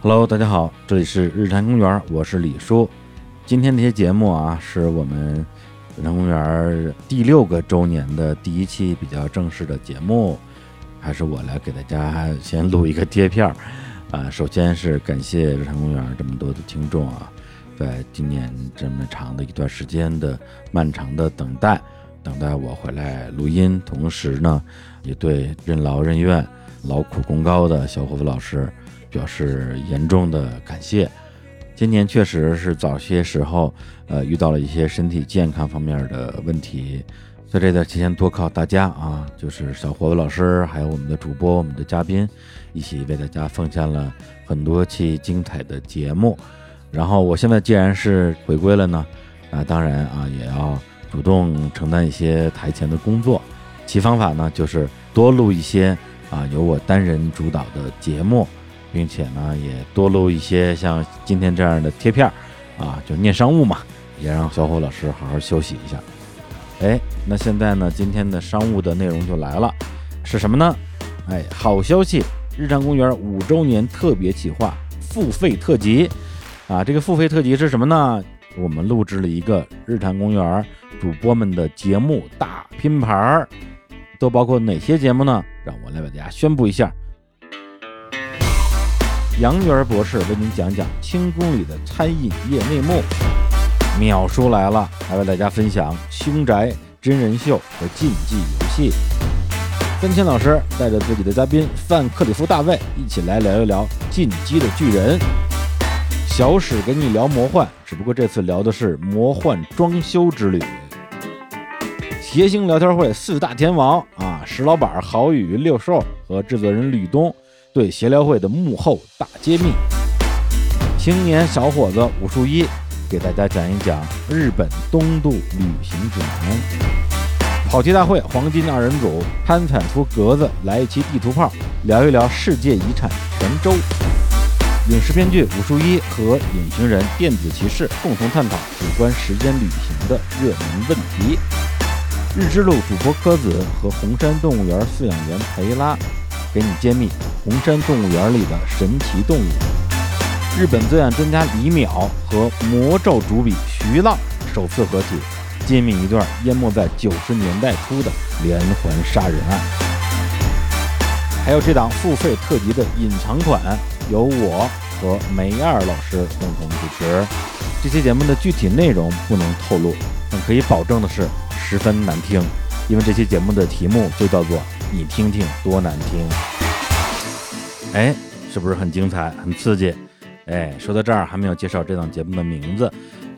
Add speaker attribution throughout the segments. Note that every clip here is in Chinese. Speaker 1: Hello，大家好，这里是日坛公园，我是李叔。今天这些节目啊，是我们日坛公园第六个周年的第一期比较正式的节目，还是我来给大家先录一个贴片儿啊。首先是感谢日坛公园这么多的听众啊，在今年这么长的一段时间的漫长的等待，等待我回来录音，同时呢，也对任劳任怨、劳苦功高的小伙子老师。表示严重的感谢。今年确实是早些时候，呃，遇到了一些身体健康方面的问题，在这段期间多靠大家啊，就是小伙子老师，还有我们的主播、我们的嘉宾，一起为大家奉献了很多期精彩的节目。然后我现在既然是回归了呢，啊，当然啊，也要主动承担一些台前的工作。其方法呢，就是多录一些啊由我单人主导的节目。并且呢，也多录一些像今天这样的贴片儿，啊，就念商务嘛，也让小虎老师好好休息一下。哎，那现在呢，今天的商务的内容就来了，是什么呢？哎，好消息，日常公园五周年特别企划付费特辑，啊，这个付费特辑是什么呢？我们录制了一个日坛公园主播们的节目大拼盘儿，都包括哪些节目呢？让我来为大家宣布一下。杨元博士为您讲讲清宫里的餐饮业内幕。淼叔来了，来为大家分享凶宅、真人秀和竞技游戏。三千老师带着自己的嘉宾范克里夫大卫一起来聊一聊《进击的巨人》。小史跟你聊魔幻，只不过这次聊的是魔幻装修之旅。谐星聊天会四大天王啊，石老板、郝宇、六兽和制作人吕东。对协聊会的幕后大揭秘，青年小伙子武术一给大家讲一讲日本东渡旅行指南。跑题大会黄金二人组潘坦出格子来一期地图炮，聊一聊世界遗产泉州。影视编剧武术一和隐形人电子骑士共同探讨有关时间旅行的热门问题。日之路主播柯子和红山动物园饲养员裴拉。给你揭秘红山动物园里的神奇动物。日本罪案专家李淼和魔咒主笔徐浪首次合体，揭秘一段淹没在九十年代初的连环杀人案。还有这档付费特辑的隐藏款，由我和梅二老师共同主持。这期节目的具体内容不能透露，但可以保证的是十分难听，因为这期节目的题目就叫做。你听听多难听，哎，是不是很精彩、很刺激？哎，说到这儿还没有介绍这档节目的名字，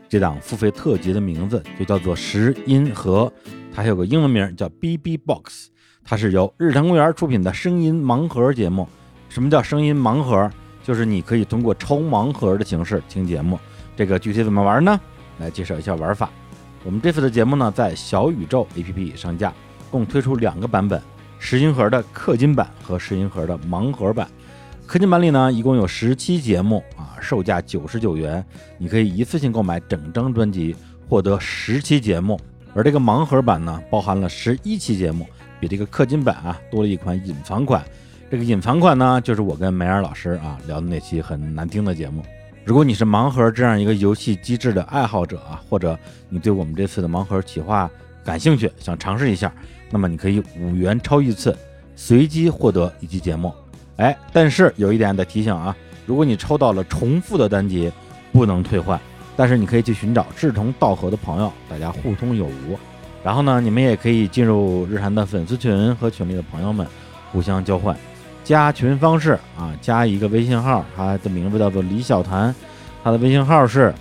Speaker 1: 这档付费特辑的名字就叫做《十音盒》，它还有个英文名叫 B B Box，它是由日坛公园出品的声音盲盒节目。什么叫声音盲盒？就是你可以通过抽盲盒的形式听节目。这个具体怎么玩呢？来介绍一下玩法。我们这次的节目呢，在小宇宙 A P P 上架，共推出两个版本。石银盒的氪金版和石银盒的盲盒版，氪金版里呢，一共有十期节目啊，售价九十九元，你可以一次性购买整张专辑，获得十期节目。而这个盲盒版呢，包含了十一期节目，比这个氪金版啊多了一款隐藏款。这个隐藏款呢，就是我跟梅尔老师啊聊的那期很难听的节目。如果你是盲盒这样一个游戏机制的爱好者啊，或者你对我们这次的盲盒企划感兴趣，想尝试一下。那么你可以五元超一次，随机获得一期节目。哎，但是有一点得提醒啊，如果你抽到了重复的单集，不能退换。但是你可以去寻找志同道合的朋友，大家互通有无。然后呢，你们也可以进入日韩的粉丝群和群里的朋友们互相交换。加群方式啊，加一个微信号，他的名字叫做李小谭，他的微信号是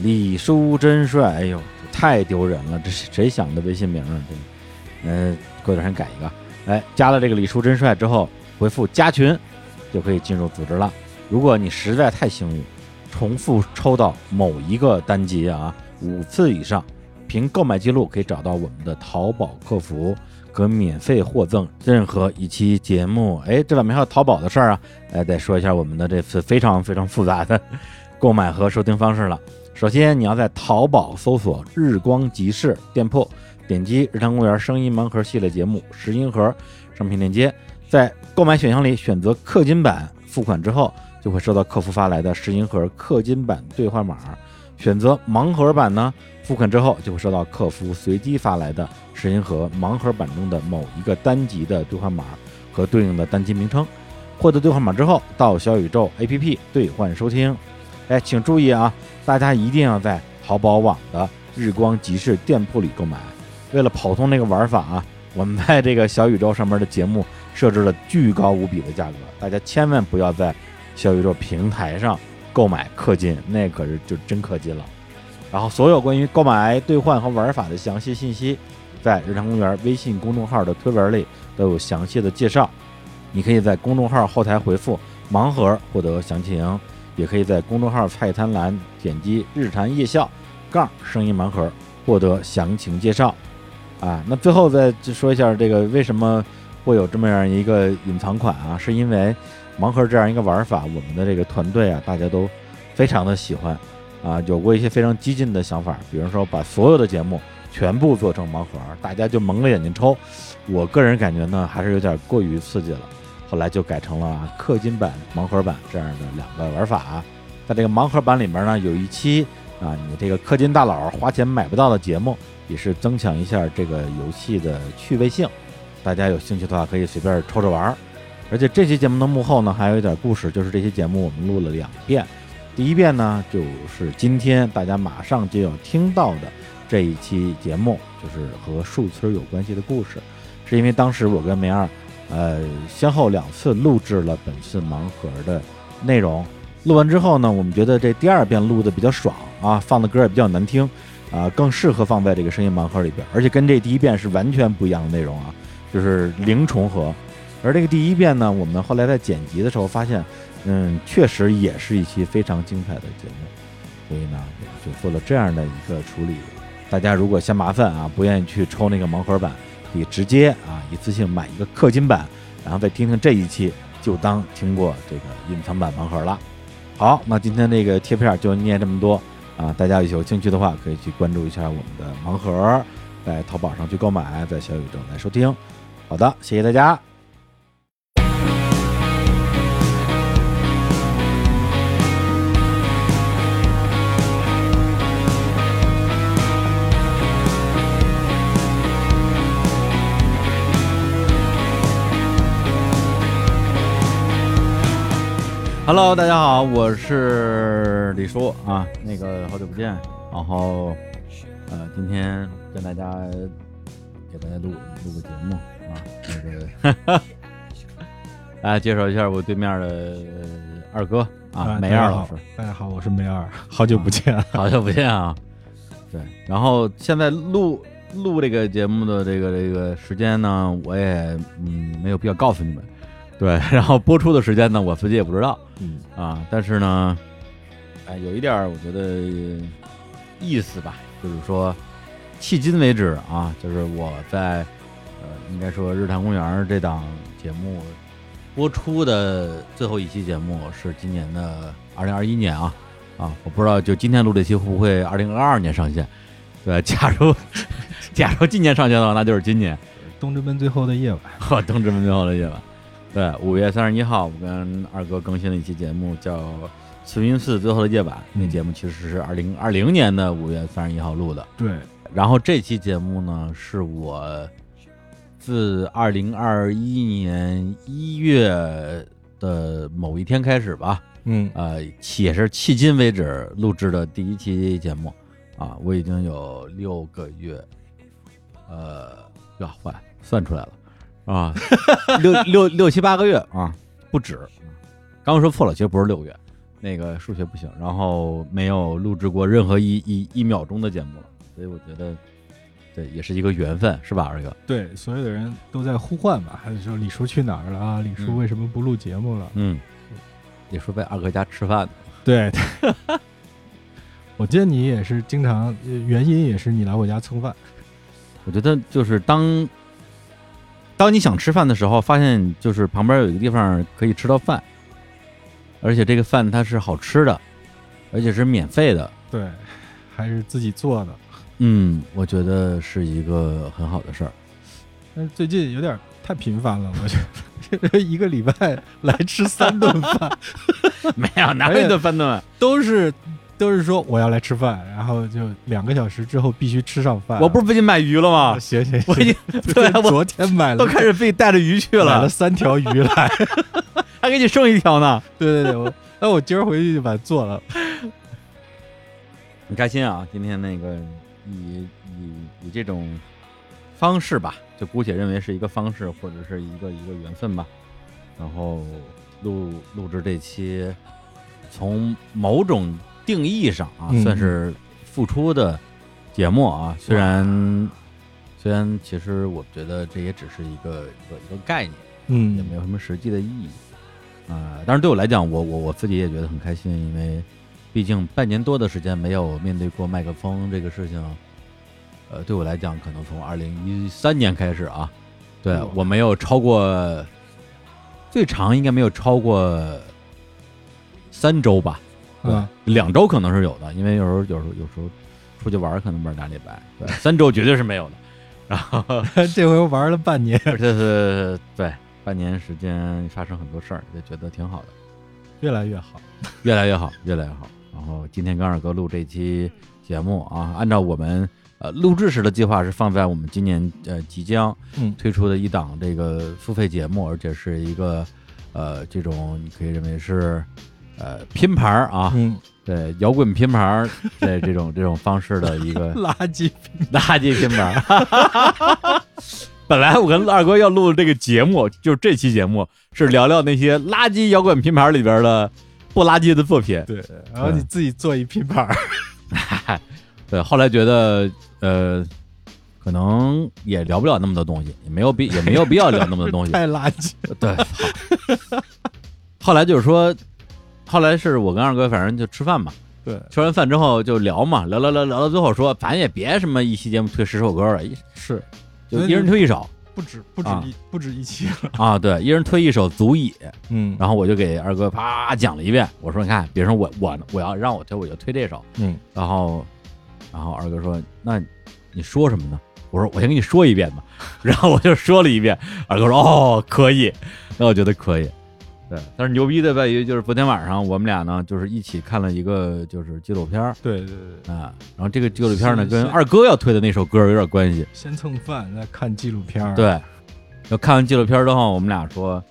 Speaker 1: 李叔真帅。哎呦，太丢人了，这谁想的微信名啊？这。嗯，过段时间改一个。哎，加了这个李叔真帅之后，回复加群，就可以进入组织了。如果你实在太幸运，重复抽到某一个单集啊五次以上，凭购买记录可以找到我们的淘宝客服，可免费获赠任何一期节目。哎，这里面还有淘宝的事儿啊！哎，再说一下我们的这次非常非常复杂的购买和收听方式了。首先，你要在淘宝搜索“日光集市”店铺。点击“日坛公园声音盲盒”系列节目“十音盒”商品链接，在购买选项里选择氪金版，付款之后就会收到客服发来的石英盒氪金版兑换码。选择盲盒版呢，付款之后就会收到客服随机发来的石银盒盲盒版中的某一个单集的兑换码和对应的单集名称。获得兑换码之后，到小宇宙 APP 兑换收听。哎，请注意啊，大家一定要在淘宝网的日光集市店铺里购买。为了跑通那个玩法啊，我们在这个小宇宙上面的节目设置了巨高无比的价格，大家千万不要在小宇宙平台上购买氪金，那可是就真氪金了。然后所有关于购买、兑换和玩法的详细信息，在日常公园微信公众号的推文里都有详细的介绍。你可以在公众号后台回复“盲盒”获得详情，也可以在公众号菜单栏点击“日谈夜校”杠声音盲盒获得详情介绍。啊，那最后再说一下这个为什么会有这么样一个隐藏款啊？是因为盲盒这样一个玩法，我们的这个团队啊，大家都非常的喜欢啊，有过一些非常激进的想法，比如说把所有的节目全部做成盲盒，大家就蒙着眼睛抽。我个人感觉呢，还是有点过于刺激了。后来就改成了啊氪金版、盲盒版这样的两个玩法。在这个盲盒版里面呢，有一期啊，你这个氪金大佬花钱买不到的节目，也是增强一下这个游戏的趣味性。大家有兴趣的话，可以随便抽着玩儿。而且这期节目的幕后呢，还有一点故事，就是这期节目我们录了两遍。第一遍呢，就是今天大家马上就要听到的这一期节目，就是和树村有关系的故事，是因为当时我跟梅二呃，先后两次录制了本次盲盒的内容。呃录完之后呢，我们觉得这第二遍录的比较爽啊，放的歌也比较难听啊，更适合放在这个声音盲盒里边，而且跟这第一遍是完全不一样的内容啊，就是零重合。而这个第一遍呢，我们后来在剪辑的时候发现，嗯，确实也是一期非常精彩的节目，所以呢，也就做了这样的一个处理。大家如果嫌麻烦啊，不愿意去抽那个盲盒版，可以直接啊一次性买一个氪金版，然后再听听这一期，就当听过这个隐藏版盲盒了。好，那今天这个贴片就念这么多啊，大家有兴趣的话可以去关注一下我们的盲盒，在淘宝上去购买，在小宇宙来收听。好的，谢谢大家。Hello，大家好，我是李叔啊，那个好久不见，然后呃，今天跟大家给大家录录个节目啊，那个 来介绍一下我对面的二哥啊，梅二老师，。
Speaker 2: 大哎家好，我是梅二， 好久不见。
Speaker 1: 好久不见 啊，对，然后现在录录这个节目的这个这个时间呢，我也嗯没有必要告诉你们，对，然后播出的时间呢，我自己也不知道。
Speaker 2: 嗯，
Speaker 1: 啊，但是呢，哎，有一点儿我觉得呃意思吧，就是说，迄今为止啊，就是我在呃，应该说《日坛公园》这档节目播出的最后一期节目是今年的二零二一年啊啊，我不知道就今天录这期会不会二零二二年上线。对， 假如假如今年上线的话，那就是今年。
Speaker 2: 东直门最后的夜晚，
Speaker 1: 我当直门最后的夜晚。对，五月三十一号，我跟二哥更新了一期节目，叫《慈云寺最后的夜晚》。那
Speaker 2: 嗯
Speaker 1: 节目其实是二零二零年的五月三十一号录的。
Speaker 2: 对，
Speaker 1: 然后这期节目呢，是我自二零二一年一月的某一天开始吧，
Speaker 2: 嗯
Speaker 1: 呃，也是迄今为止录制的第一期节目啊，我已经有六个月，呃，呀，坏，算出来了啊， 六六六七八个月啊，不止。刚刚说错了，其实不是六个月，那个数学不行，然后没有录制过任何一一一秒钟的节目了，所以我觉得这也是一个缘分，是吧，二哥？
Speaker 2: 对，所有的人都在呼唤嘛，还有说李叔去哪儿了啊？李叔
Speaker 1: 嗯
Speaker 2: 为什么不录节目了？
Speaker 1: 嗯，你说在二哥家吃饭呢
Speaker 2: 对， 我记得你也是经常，呃原因也是你来我家蹭饭。
Speaker 1: 我觉得就是当当你想吃饭的时候，发现就是旁边有一个地方可以吃到饭，而且这个饭它是好吃的，而且是免费的。
Speaker 2: 对， 还是自己做的。
Speaker 1: 嗯，我觉得是一个很好的事儿。
Speaker 2: 但是最近 有点太频繁了，我觉得一个礼拜来吃三顿饭，
Speaker 1: 没有，哪有一顿翻顿
Speaker 2: 都是都是说我要来吃饭，然后就两个小时之后必须吃上饭。
Speaker 1: 饭？我不是最近买鱼了吗
Speaker 2: 啊，？ 行行，
Speaker 1: 我已经
Speaker 2: 经啊
Speaker 1: 对我
Speaker 2: 昨天买
Speaker 1: 都
Speaker 2: 了
Speaker 1: 开始自己带着鱼去
Speaker 2: 买了
Speaker 1: 了，
Speaker 2: 三条鱼来。
Speaker 1: 还给你剩一条呢。
Speaker 2: 对对对，我那我今儿回去就把它做了。
Speaker 1: 很开心啊，今天那个以以以这种方式吧，就姑且认为是一个方式或者是一个一个缘分吧，然后录录制这期，从某种定义上啊，
Speaker 2: 嗯
Speaker 1: 算是付出的节目啊，虽然。虽然其实我觉得这也只是一个一个一个概念，
Speaker 2: 嗯，
Speaker 1: 也没有什么实际的意义啊、当然，对我来讲，我我我自己也觉得很开心，因为毕竟半年多的时间没有面对过麦克风这个事情。呃，对我来讲，可能从二零一三年开始啊，对
Speaker 2: 哇
Speaker 1: 我没有超过最长应该没有超过三周吧，对
Speaker 2: 嗯，
Speaker 1: 两周可能是有的，因为有时候有时候有时候出去玩儿可能玩儿俩礼拜，对，三周绝对是没有的。 然后
Speaker 2: 这回玩了半年，
Speaker 1: 而且是对半年时间发生很多事儿，就觉得挺好的，
Speaker 2: 越来越好。
Speaker 1: 越来越好，越来越好。然后今天跟二哥录这期节目啊，按照我们呃录制时的计划是放在我们今年呃即将
Speaker 2: 嗯
Speaker 1: 推出的一档这个付费节目，而且是一个呃这种你可以认为是呃拼盘儿啊，
Speaker 2: 嗯，
Speaker 1: 对摇滚拼盘儿的这种这种方式的一个
Speaker 2: 垃圾
Speaker 1: 垃圾拼盘。本来我跟二哥要录这个节目，就是这期节目是聊聊那些垃圾摇滚拼盘里边的不垃圾的作品。
Speaker 2: 对，然后你自己做一拼盘儿，
Speaker 1: 对，后来觉得呃，可能也聊不了那么多东西，也没有必也没有必要聊那么多东 西。
Speaker 2: 太垃圾。
Speaker 1: 对，好后来就是说，后来是我跟二哥反正就吃饭嘛，
Speaker 2: 对，
Speaker 1: 吃完饭之后就聊嘛，聊聊聊聊到最后说，咱也别什么一期节目推十首歌了，一
Speaker 2: 是
Speaker 1: 就一人推一首。
Speaker 2: 不止不止
Speaker 1: 啊
Speaker 2: 一不止一期了。
Speaker 1: 啊，对，一人推一首足矣。
Speaker 2: 嗯
Speaker 1: 然后我就给二哥啪讲了一遍，我说你看，比如说我我我要让我推我就推这首，
Speaker 2: 嗯，
Speaker 1: 然后然后二哥说那你说什么呢？我说我先跟你说一遍吧， 然后我就说了一遍，二哥说哦可以，那我觉得可以。对，但是牛逼的在于就是昨天晚上我们俩呢就是一起看了一个就是纪录片儿
Speaker 2: 对对对，
Speaker 1: 啊，然后这个纪录片呢
Speaker 2: 是
Speaker 1: 跟
Speaker 2: 是
Speaker 1: 二哥要推的那首歌有点关系。
Speaker 2: 先蹭饭再看纪录片儿。
Speaker 1: 对，要看完纪录片之后，我们俩说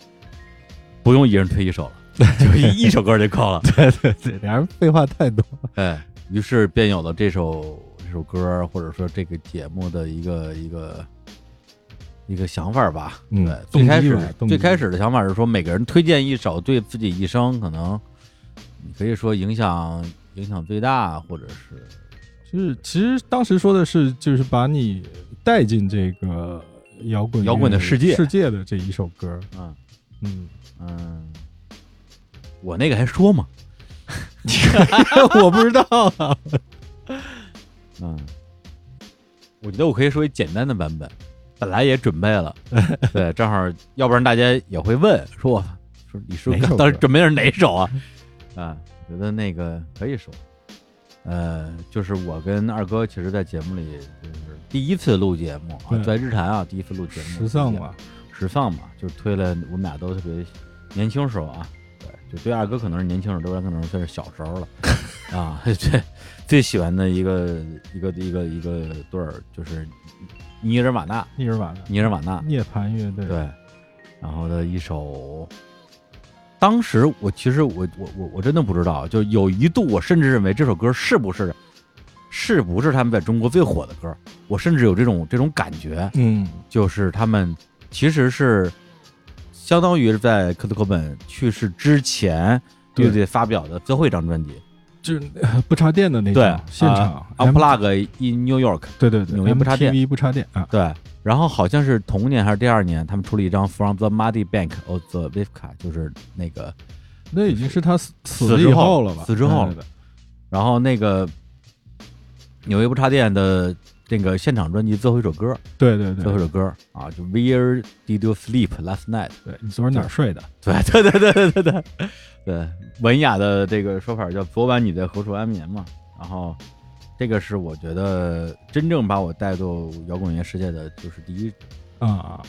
Speaker 1: 不用一人推一首了，就一一首歌就够了。
Speaker 2: 对对对，俩人废话太多。
Speaker 1: 哎，于是便有了这首这首歌，或者说这个节目的一个一个一个想法吧。
Speaker 2: 嗯
Speaker 1: 对，最
Speaker 2: 动机
Speaker 1: 开
Speaker 2: 吧
Speaker 1: 始
Speaker 2: 动
Speaker 1: 最
Speaker 2: 机
Speaker 1: 开始的想法是说，每个人推荐一首对自己一生可能你可以说影响影响最大，或者是
Speaker 2: 就是其实当时说的是，就是把你带进这个摇滚
Speaker 1: 摇滚的
Speaker 2: 乐
Speaker 1: 世界
Speaker 2: 世界的这一首歌儿。
Speaker 1: 嗯
Speaker 2: 嗯，
Speaker 1: 嗯，我那个还说嘛，
Speaker 2: 我不知道啊。
Speaker 1: 嗯，我觉得我可以说一简单的版本，本来也准备 了，对，正好，要不然大家也会问说我，说李叔
Speaker 2: 哪首歌
Speaker 1: 当时准备的是哪首啊？啊，我觉得那个可以说，呃，就是我跟二哥其实，在节目里就是第一次录节目啊，
Speaker 2: 对
Speaker 1: 在日坛啊，第一次录节目，
Speaker 2: 时尚嘛，
Speaker 1: 时尚嘛，就推了我们俩都特别年轻时候啊，对，就对二哥可能是年轻时候，对我可能算是小时候了 啊。最最喜欢的一个一个一个一个队儿就是尼日瓦纳，
Speaker 2: 尼日瓦纳
Speaker 1: 尼日瓦纳
Speaker 2: 涅槃乐队。
Speaker 1: 对，然后的一首。当时我其实我我我我真的不知道，啊就有一度我甚至认为这首歌是不是是不是他们在中国最火的歌，我甚至有这种这种感觉。
Speaker 2: 嗯，
Speaker 1: 就是他们其实是相当于是在科特科本去世之前，
Speaker 2: 对
Speaker 1: 乐队发表的最后一张专辑，
Speaker 2: 就是呃不插电的那种
Speaker 1: 对，
Speaker 2: 现场
Speaker 1: 啊
Speaker 2: M-
Speaker 1: Unplug in New York，
Speaker 2: 对对对，
Speaker 1: 纽约不插电
Speaker 2: MTV 不插电啊，
Speaker 1: 对。然后好像是同年还是第二年，他们出了一张《From the Muddy Bank of the Wifka》，就是那个，
Speaker 2: 那已经是他死
Speaker 1: 死
Speaker 2: 死
Speaker 1: 之
Speaker 2: 了以
Speaker 1: 后
Speaker 2: 了吧？
Speaker 1: 死之后了
Speaker 2: 对对对
Speaker 1: 然后那个纽约不插电的那个现场专辑最后一首歌，
Speaker 2: 对对
Speaker 1: 最后一
Speaker 2: 对
Speaker 1: 首歌啊，就 Where Did You Sleep Last Night？
Speaker 2: 对，你昨儿哪儿睡的？
Speaker 1: 对对对对对对对对，文雅的这个说法叫“昨晚你在何处安眠”嘛。然后，这个是我觉得真正把我带入摇滚乐世界的，就是第一，
Speaker 2: 啊，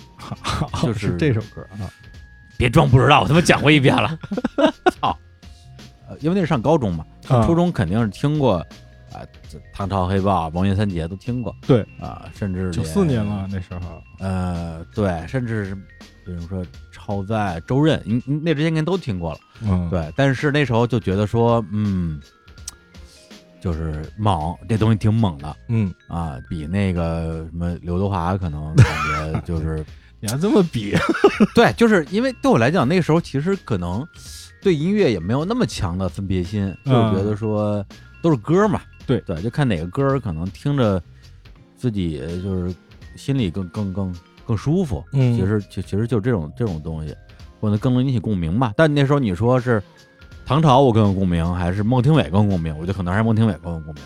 Speaker 1: 就是
Speaker 2: 这首歌啊，
Speaker 1: 别装不知道，我他妈讲过一遍了。操！呃，因为那是上高中嘛，上
Speaker 2: 啊
Speaker 1: 初中肯定是听过啊，这唐朝黑豹、王爷三杰都听过，
Speaker 2: 对
Speaker 1: 啊，甚至
Speaker 2: 九
Speaker 1: 连
Speaker 2: 四年了，那时候，
Speaker 1: 呃，对，甚至是比如说超载、周任，你你那之前应该都听过了，
Speaker 2: 嗯，，
Speaker 1: 对。但是那时候就觉得说，嗯，就是猛，这东西挺猛的
Speaker 2: 嗯，
Speaker 1: 啊，比那个什么刘德华可能感觉就是
Speaker 2: 你还这么比，
Speaker 1: 对，就是因为对我来讲，那个时候其实可能对音乐也没有那么强的分别心，就
Speaker 2: 嗯
Speaker 1: 觉得说都是歌嘛，
Speaker 2: 对
Speaker 1: 对，就看哪个歌儿可能听着自己呃就是心里更更更更舒服。
Speaker 2: 嗯
Speaker 1: 其实其其实就这种这种东西，或者更能引起共鸣吧。但那时候你说是唐朝我更有共鸣，还是孟庭苇更有共鸣？我觉得可能还是孟庭苇更有共鸣。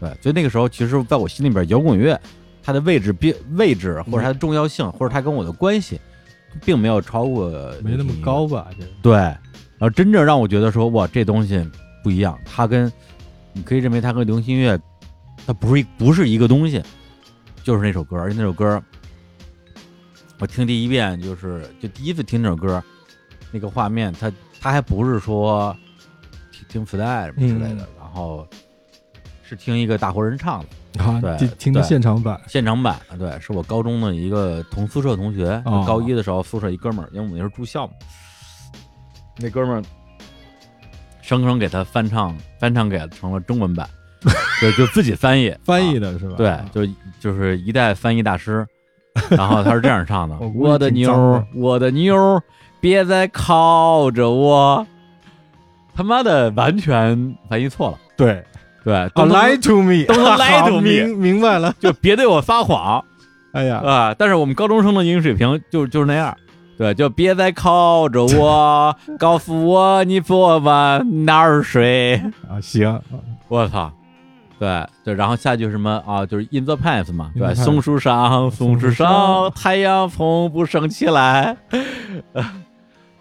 Speaker 1: 对，所以那个时候其实在我心里边，摇滚乐它的位置并位置或者它的重要性，或者它跟我的关系，并没有超过
Speaker 2: 没那
Speaker 1: 流行
Speaker 2: 么
Speaker 1: 音乐。
Speaker 2: 高吧？这
Speaker 1: 对，然后真正让我觉得说哇，这东西不一样，它跟你可以认为它跟流行音乐，它不是一不是一个东西，就是那首歌，而且那首歌，我听第一遍就是就第一次听那首歌，那个画面，它它还不是说听听磁带什么之类的，
Speaker 2: 嗯
Speaker 1: 然后是听一个大活人唱的
Speaker 2: 啊
Speaker 1: 对，
Speaker 2: 听听的
Speaker 1: 对
Speaker 2: 现场版，
Speaker 1: 现场版，对，是我高中的一个同宿舍同学，
Speaker 2: 哦
Speaker 1: 高一的时候宿舍一哥们儿，因为我们那时候住校嘛，那哥们儿生生给他翻唱，翻唱给成了中文 版，对，就自己翻译
Speaker 2: 翻译啊
Speaker 1: 的、
Speaker 2: 的是吧？
Speaker 1: 对，就就是一代翻译大师。然后他是这样唱的
Speaker 2: 我：“估计
Speaker 1: 我的
Speaker 2: 挺
Speaker 1: 妞
Speaker 2: 脏
Speaker 1: 儿
Speaker 2: 的，
Speaker 1: 我的妞儿，别再靠着我。”他妈的，完全翻译错了。
Speaker 2: 对
Speaker 1: 对，
Speaker 2: 啊
Speaker 1: 都能
Speaker 2: ，lie to me，
Speaker 1: 都能 lie to
Speaker 2: 好
Speaker 1: me
Speaker 2: 明明白了，
Speaker 1: 就别对我撒谎。
Speaker 2: 哎呀，
Speaker 1: 啊，但是我们高中生的英语水平就就是那样，对，就别再靠着我，告诉我你昨晚哪儿睡，
Speaker 2: 啊，行，
Speaker 1: 我操，对，就然后下句是什么啊，就是 in the past 嘛，
Speaker 2: In the
Speaker 1: 对，
Speaker 2: past
Speaker 1: 松树上，松树上，太阳从不升起来，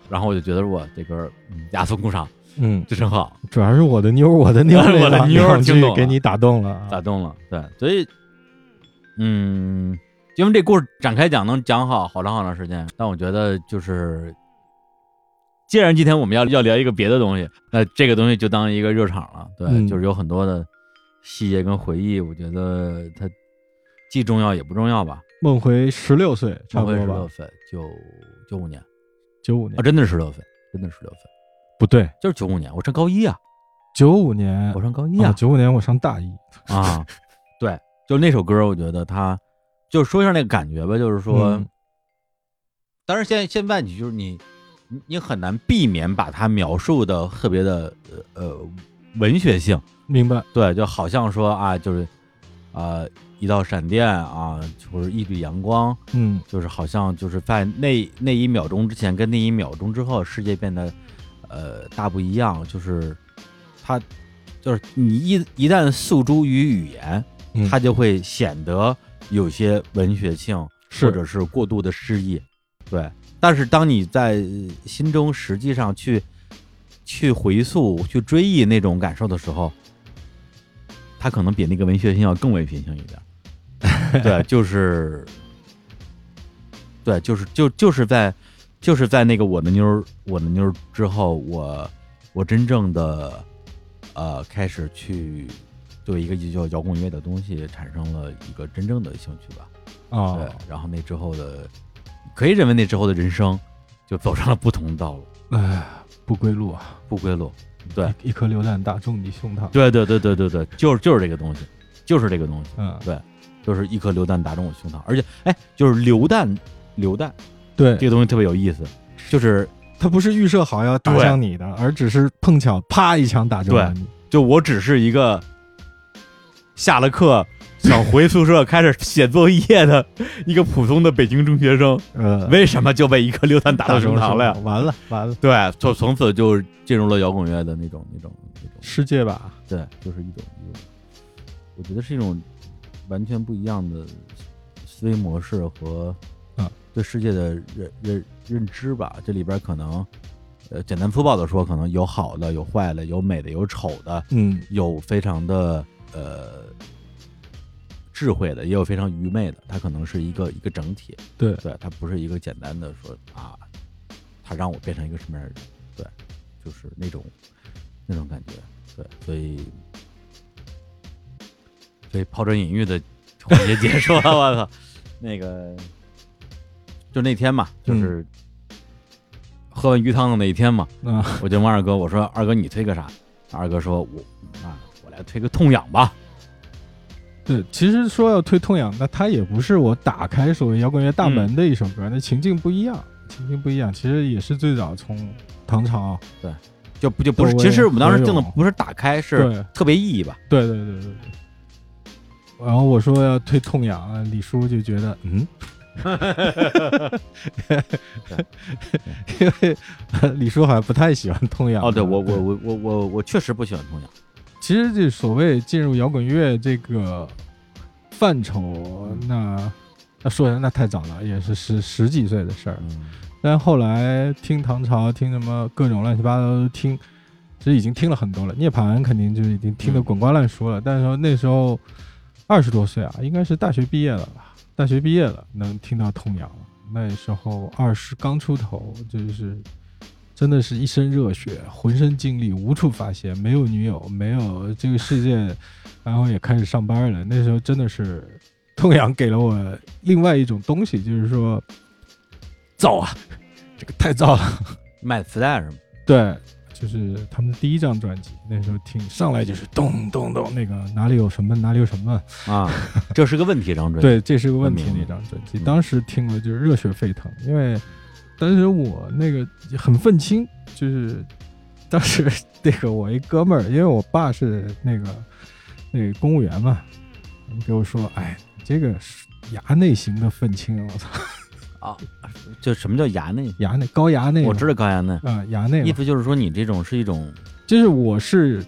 Speaker 1: 然后我就觉得我这歌儿嗯雅俗共赏，
Speaker 2: 嗯，
Speaker 1: 这真好，
Speaker 2: 主要是我的妞儿，我的妞儿
Speaker 1: 我的
Speaker 2: 这两
Speaker 1: 妞儿
Speaker 2: 两句
Speaker 1: 听懂了
Speaker 2: 给你打动了啊，
Speaker 1: 打动了，对，所以，嗯，因为这故事展开讲能讲好好长好长时间，但我觉得就是，既然今天我们要要聊一个别的东西，那这个东西就当一个热场了，对，
Speaker 2: 嗯
Speaker 1: 就是有很多的细节跟回忆，我觉得它既重要也不重要吧，
Speaker 2: 梦回十六岁，差不
Speaker 1: 回
Speaker 2: 多
Speaker 1: 十六
Speaker 2: 吧，
Speaker 1: 岁，九九五年
Speaker 2: 九五年
Speaker 1: 啊，真的是十六岁，真的是十六岁，
Speaker 2: 不对，
Speaker 1: 就是九五年，我上高一啊，
Speaker 2: 九五年
Speaker 1: 我，上高一啊，
Speaker 2: 九五年我上大一，
Speaker 1: 啊，对，就那首歌，我觉得它就说一下那个感觉吧，就是说，
Speaker 2: 嗯
Speaker 1: 当然现在现在你就是你，你你很难避免把它描述的特别的呃呃文学性，
Speaker 2: 明白，
Speaker 1: 对，就好像说啊，就是呃一道闪电啊，或者一缕阳光，
Speaker 2: 嗯，
Speaker 1: 就是好像就是在那那一秒钟之前跟那一秒钟之后，世界变得呃大不一样，就是它就是你一一旦诉诸于语言，
Speaker 2: 嗯
Speaker 1: 它就会显得有些文学性或
Speaker 2: 是
Speaker 1: 者是过度的诗意，对。但是当你在呃心中实际上去去回溯、去追忆那种感受的时候，它可能比那个文学性要更为平行一点。对，就是，对，就是就就是在就是在那个我的妞儿我的妞儿之后，我我真正的呃开始去对一个叫摇滚乐的东西产生了一个真正的兴趣吧。对
Speaker 2: 啊，，
Speaker 1: 然后那之后的，可以认为那之后的人生就走上了不同的道路，
Speaker 2: 哎，不归路啊，
Speaker 1: 不归路。对，
Speaker 2: 一颗榴弹打中你胸膛，
Speaker 1: 对对对对对对，就是就是这个东西，就是这个东西，
Speaker 2: 嗯，
Speaker 1: 就是一颗榴弹打中我胸膛，而且哎，就是榴弹，榴弹
Speaker 2: 对
Speaker 1: 这，个东西特别有意思，就是
Speaker 2: 它不是预设好要打
Speaker 1: 对
Speaker 2: 向你的，而只是碰巧啪一枪打中了你，
Speaker 1: 就我只是一个下了课想回宿舍开始写作业的 一个普通的北京中学生，
Speaker 2: 呃，
Speaker 1: 为什么就被一颗榴嗯弹打到
Speaker 2: 中
Speaker 1: 胸膛了呀？
Speaker 2: 完了完了，
Speaker 1: 对，就从此就进入了摇滚乐的那种那种那种。
Speaker 2: 世界吧，
Speaker 1: 对，就是一种一种，我觉得是一种完全不一样的思维模式和
Speaker 2: 啊
Speaker 1: 对世界的认认认知吧。这里边可能，呃，简单粗暴的说，可能有好的，有坏的，有美的，有丑的，
Speaker 2: 嗯，
Speaker 1: 有非常的呃智慧的，也有非常愚昧的。它可能是一个一个整体，
Speaker 2: 对，
Speaker 1: 对，它不是一个简单的说啊，它让我变成一个什么样的人，对，就是那种那种感觉。对，所以所以抛砖引玉的环节结束了，我操，那个就那天嘛，就是喝完鱼汤的那一天嘛，
Speaker 2: 啊，
Speaker 1: 我就问二哥，我说二哥你推个啥？二哥说我啊，我来推个痛痒吧。
Speaker 2: 对，其实说要推痛痒，那它也不是我打开所谓摇滚
Speaker 1: 嗯
Speaker 2: 乐大门的一首歌，那情境不一样，情境不一样，其实也是最早从唐朝，
Speaker 1: 就不就不是，
Speaker 2: 窦唯
Speaker 1: 其实我们当时定的
Speaker 2: 何勇
Speaker 1: 不是打开，是
Speaker 2: 对
Speaker 1: 特别意义吧？
Speaker 2: 对对对对对。然后我说要推痛痒，李叔就觉得嗯，因为呃李叔好像不太喜欢痛痒。
Speaker 1: 哦，对 我我我我我我确实不喜欢痛痒，
Speaker 2: 其实这所谓进入摇滚乐这个范畴，那那说来那太早了，也是十十几岁的事儿。
Speaker 1: 嗯，
Speaker 2: 但后来听唐朝，听什么各种乱七八糟都听，其实已经听了很多了。涅槃肯定就已经听得滚瓜烂熟了。但是说那时候二十多岁啊，应该是大学毕业了吧？大学毕业了，能听到痛痒了。那时候二十刚出头，就是真的是一身热血，浑身精力无处发泄，没有女友，没有这个世界，然哎后也开始上班了。那时候真的是痛痒给了我另外一种东西，就是说燥啊，这个太燥了。
Speaker 1: 卖磁带是吗？
Speaker 2: 对，就是他们第一张专辑，那时候听上来就是咚咚咚，那个哪里有什么哪里有什么，
Speaker 1: 啊，这是个问题，张专辑。
Speaker 2: 对，这是个问题
Speaker 1: 明白
Speaker 2: 那张专辑，
Speaker 1: 嗯
Speaker 2: 当时听了就是热血沸腾，因为当时我那个很愤青，就是当时那个我一哥们儿，因为我爸是那个那个公务员嘛，
Speaker 1: 嗯
Speaker 2: 给我说，哎，你这个是衙内型的愤青，我操，
Speaker 1: 啊，就什么叫衙内？
Speaker 2: 衙内高衙内嘛，
Speaker 1: 我知道高衙内，
Speaker 2: 啊、衙内嘛
Speaker 1: 意思就是说你这种是一种
Speaker 2: 就是我是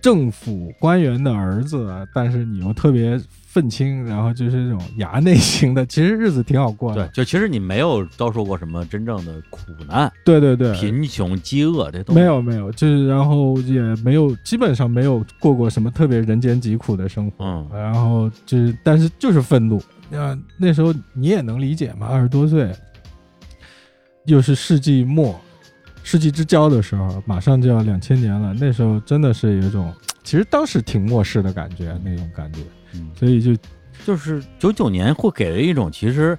Speaker 2: 政府官员的儿子，但是你又特别愤青，然后就是这种衙内型的，其实日子挺好过
Speaker 1: 对
Speaker 2: 的。，
Speaker 1: 就其实你没有遭受过什么真正的苦难、
Speaker 2: 对对对
Speaker 1: 贫穷、饥饿这东西
Speaker 2: 没有没有，就是然后也没有，基本上没有过过什么特别人间疾苦的生活。
Speaker 1: 嗯
Speaker 2: 然后就是，但是就是愤怒。那那时候你也能理解嘛，二十多岁，又是世纪末、世纪之交的时候，马上就要两千年了。那时候真的是有一种，其实当时挺漠视的感觉，那种感觉。
Speaker 1: 嗯，
Speaker 2: 所以就
Speaker 1: 就是九九年会给人一种其实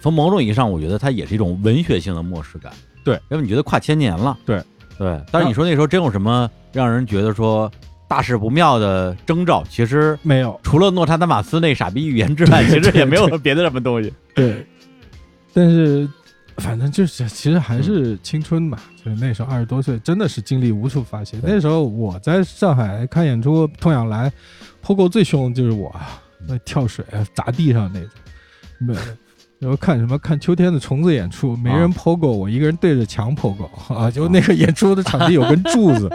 Speaker 1: 从某种意义上，我觉得它也是一种文学性的漠视感。
Speaker 2: 对，
Speaker 1: 因为你觉得跨千年了，
Speaker 2: 对
Speaker 1: 对，但是你说那时候真有什么让人觉得说大事不妙的征兆？其实
Speaker 2: 没有
Speaker 1: 除了诺查丹马斯那傻逼预言之 外，其实也没有别的什么东西。
Speaker 2: 对，但是反正就是其实还是青春嘛，就是那时候二十多岁，真的是精力无处发泄。
Speaker 1: 对
Speaker 2: 那时候我在上海看演出，痛痒来泼过最凶的就是我，那跳水啊砸地上那种，没。然后看什么？看秋天的虫子演出，没人泼过，我一个人对着墙泼过 啊！就那个演出的场地有根柱子，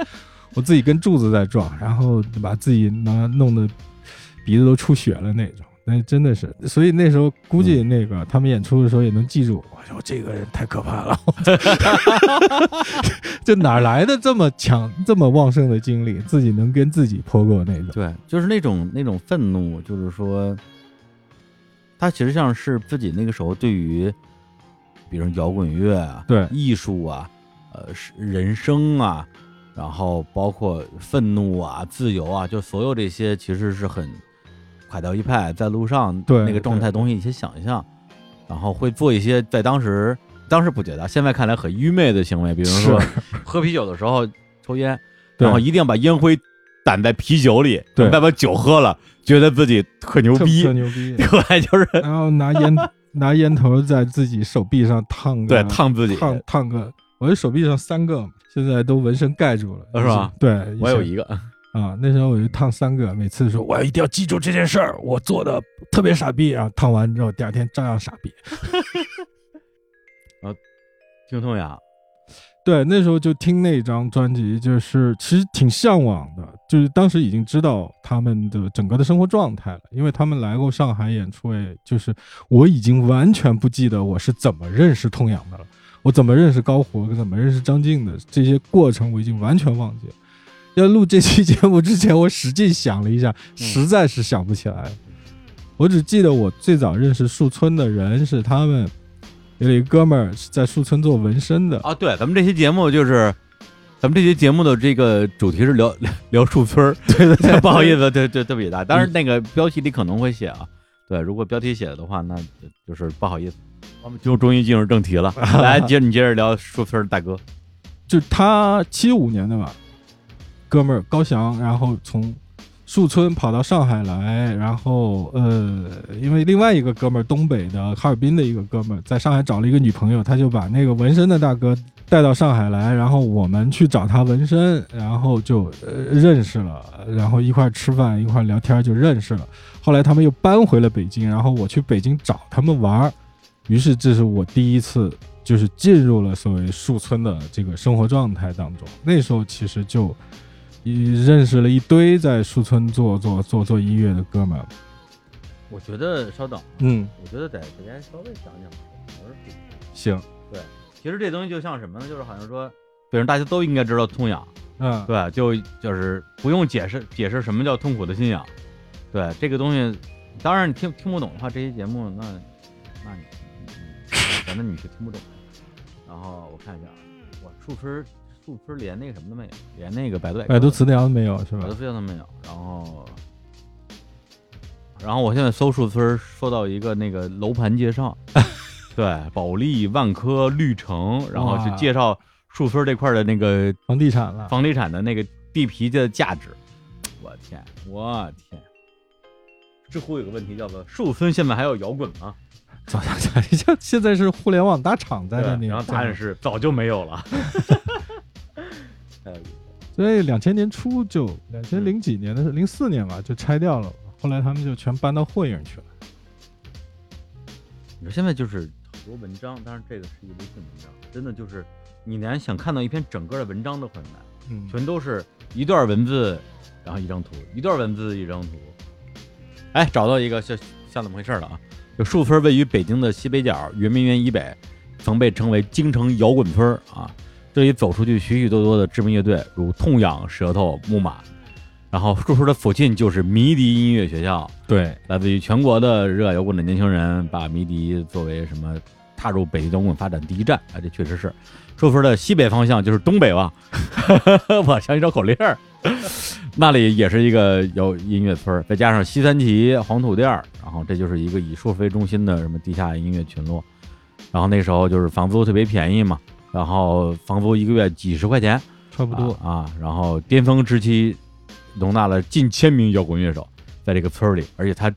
Speaker 2: 我自己跟柱子在撞，然后把自己拿弄得鼻子都出血了那种。那真的是，所以那时候估计
Speaker 1: 嗯
Speaker 2: 那个、他们演出的时候也能记住。我说这个人太可怕 了，这哪儿来的这么强、这么旺盛的精力，自己能跟自己泼过那种？
Speaker 1: 对，就是那种那种愤怒，就是说，他其实像是自己那个时候对于，比如摇滚乐啊、
Speaker 2: 对
Speaker 1: 艺术啊、呃是人生啊，然后包括愤怒啊、自由啊，就所有这些其实是很垮掉一派在路上
Speaker 2: 对
Speaker 1: 那个状态东西一些想象，然后会做一些在当时当时不觉得，现在看来很愚昧的行为，比如说喝啤酒的时候抽烟。
Speaker 2: 对
Speaker 1: 然后一定要把烟灰掸在啤酒里，
Speaker 2: 对
Speaker 1: 再把酒喝了，觉得自己特牛
Speaker 2: 特
Speaker 1: 逼。
Speaker 2: 特，牛逼
Speaker 1: 后来就是
Speaker 2: 然后拿烟拿烟头在自己手臂上烫个，
Speaker 1: 对烫自己。
Speaker 2: 烫烫个，我这手臂上三个嘛，现在都纹身盖住了，
Speaker 1: 是吧？
Speaker 2: 对，
Speaker 1: 我
Speaker 2: 以
Speaker 1: 有
Speaker 2: 前
Speaker 1: 一个，
Speaker 2: 啊，那时候我就烫三个，每次说我一定要记住这件事儿，我做的特别傻逼，然后烫完之后第二天照样傻逼。
Speaker 1: 听啊痛痒，
Speaker 2: 对，那时候就听那张专辑，就是其实挺向往的，就是当时已经知道他们的整个的生活状态了，因为他们来过上海演出，也就是我已经完全不记得我是怎么认识痛痒的了，我怎么认识高虎，怎么认识张晋的这些过程，我已经完全忘记了。要录这期节目之前，我使劲想了一下，实在是想不起来。我只记得我最早认识树村的人是他们，有一哥们儿是在树村做纹身的，
Speaker 1: 哦啊！对，咱们这期节目就是。咱们这期节目的这个主题是聊 聊聊树村儿，对对嗯对，不好意思，对对对不起大家。当然，那个标题里可能会写啊，对，如果标题写的话，那就就是不好意思。我们就终于进入正题了，来，接你接着聊树村儿大哥。
Speaker 2: 就是他七五年的嘛，哥们儿高翔，然后从树村跑到上海来，然后呃，因为另外一个哥们儿东北的哈尔滨的一个哥们儿在上海找了一个女朋友，他就把那个纹身的大哥带到上海来，然后我们去找他纹身，然后就、呃、认识了，然后一块儿吃饭一块儿聊天就认识了。后来他们又搬回了北京，然后我去北京找他们玩儿，于是这是我第一次就是进入了所谓树村的这个生活状态当中。那时候其实就一认识了一堆在树村做做做做音乐的哥们儿。
Speaker 1: 我觉得稍等，
Speaker 2: 嗯，
Speaker 1: 我觉得得给大家稍微讲讲我是
Speaker 2: 行，
Speaker 1: 其实这东西就像什么呢？就是好像说，北上大家都应该知道痛痒，
Speaker 2: 嗯，
Speaker 1: 对，就就是不用解释解释什么叫痛苦的信仰，对这个东西，当然你听听不懂的话，这期节目那那你你你反正你是听不懂。然后我看一下，啊，我树村儿树村儿连那个什么都没有，连那个百度
Speaker 2: 百度
Speaker 1: 科
Speaker 2: 词典没有是
Speaker 1: 百
Speaker 2: 吧
Speaker 1: 度？词典都没有。然后，然后我现在搜树村儿，搜到一个那个楼盘介 绍，对，保利、万科、绿城，然后
Speaker 2: 哇
Speaker 1: 是介绍树村儿这块儿的那个
Speaker 2: 房地产了，
Speaker 1: 啊房地产的那个地皮的价值。我天，我天！知乎有个问题叫做“树村现在还有摇滚吗
Speaker 2: 早想想一下，现在是互联网大厂”？在
Speaker 1: 对
Speaker 2: 那里，
Speaker 1: 然后答案是早就没有 了。呃
Speaker 2: 所以两千年初就两千零几年的是零四年吧，就拆掉了。后来他们就全搬到霍营去了。
Speaker 1: 你说现在就是好多文章，当然这个是一微信文章，真的就是你连想看到一篇整个的文章都很难，
Speaker 2: 嗯
Speaker 1: 全都是一段文字，然后一张图，一段文字一张图。哎，找到一个像像怎么回事了啊？就树村位于北京的西北角，圆明园以北，曾被称为京城摇滚村儿啊。这里走出去许许多多的知名乐队，如痛痒、舌头、木马。然后树村的附近就是迷笛音乐学校，
Speaker 2: 对，
Speaker 1: 来自于全国的热爱摇滚的年轻人，把迷笛作为什么踏入北京摇滚发展第一站，哎，这确实是。说出的西北方向就是东北吧， 我像一绕口令儿。 那里也是一个有音乐村儿，再加上西三旗、黄土店儿，然后这就是一个以说服为中心的什么地下音乐群落。然后那时候就是房租特别便宜嘛，然后房租一个月几十块钱，
Speaker 2: 差不多。
Speaker 1: 啊啊。然后巅峰时期容纳了近千名摇滚乐手，在这个村儿里，而且它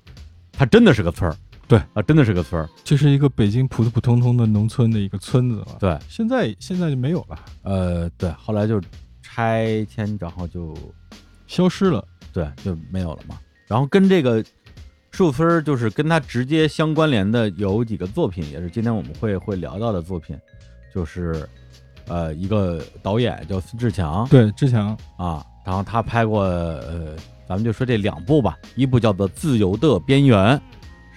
Speaker 1: 它真的是个村儿，
Speaker 2: 对
Speaker 1: 啊，真的是个村儿，
Speaker 2: 这是一个北京普普通通的农村的一个村子了。
Speaker 1: 对，
Speaker 2: 现在现在就没有了，
Speaker 1: 呃，对，后来就拆迁，然后就
Speaker 2: 消失了。
Speaker 1: 对就没有了嘛。然后跟这个树村儿就是跟它直接相关联的有几个作品，也是今天我们会会聊到的作品，就是呃一个导演叫孙志强，
Speaker 2: 对，之前
Speaker 1: 啊，然后他拍过呃，咱们就说这两部吧，一部叫做《自由的边缘》，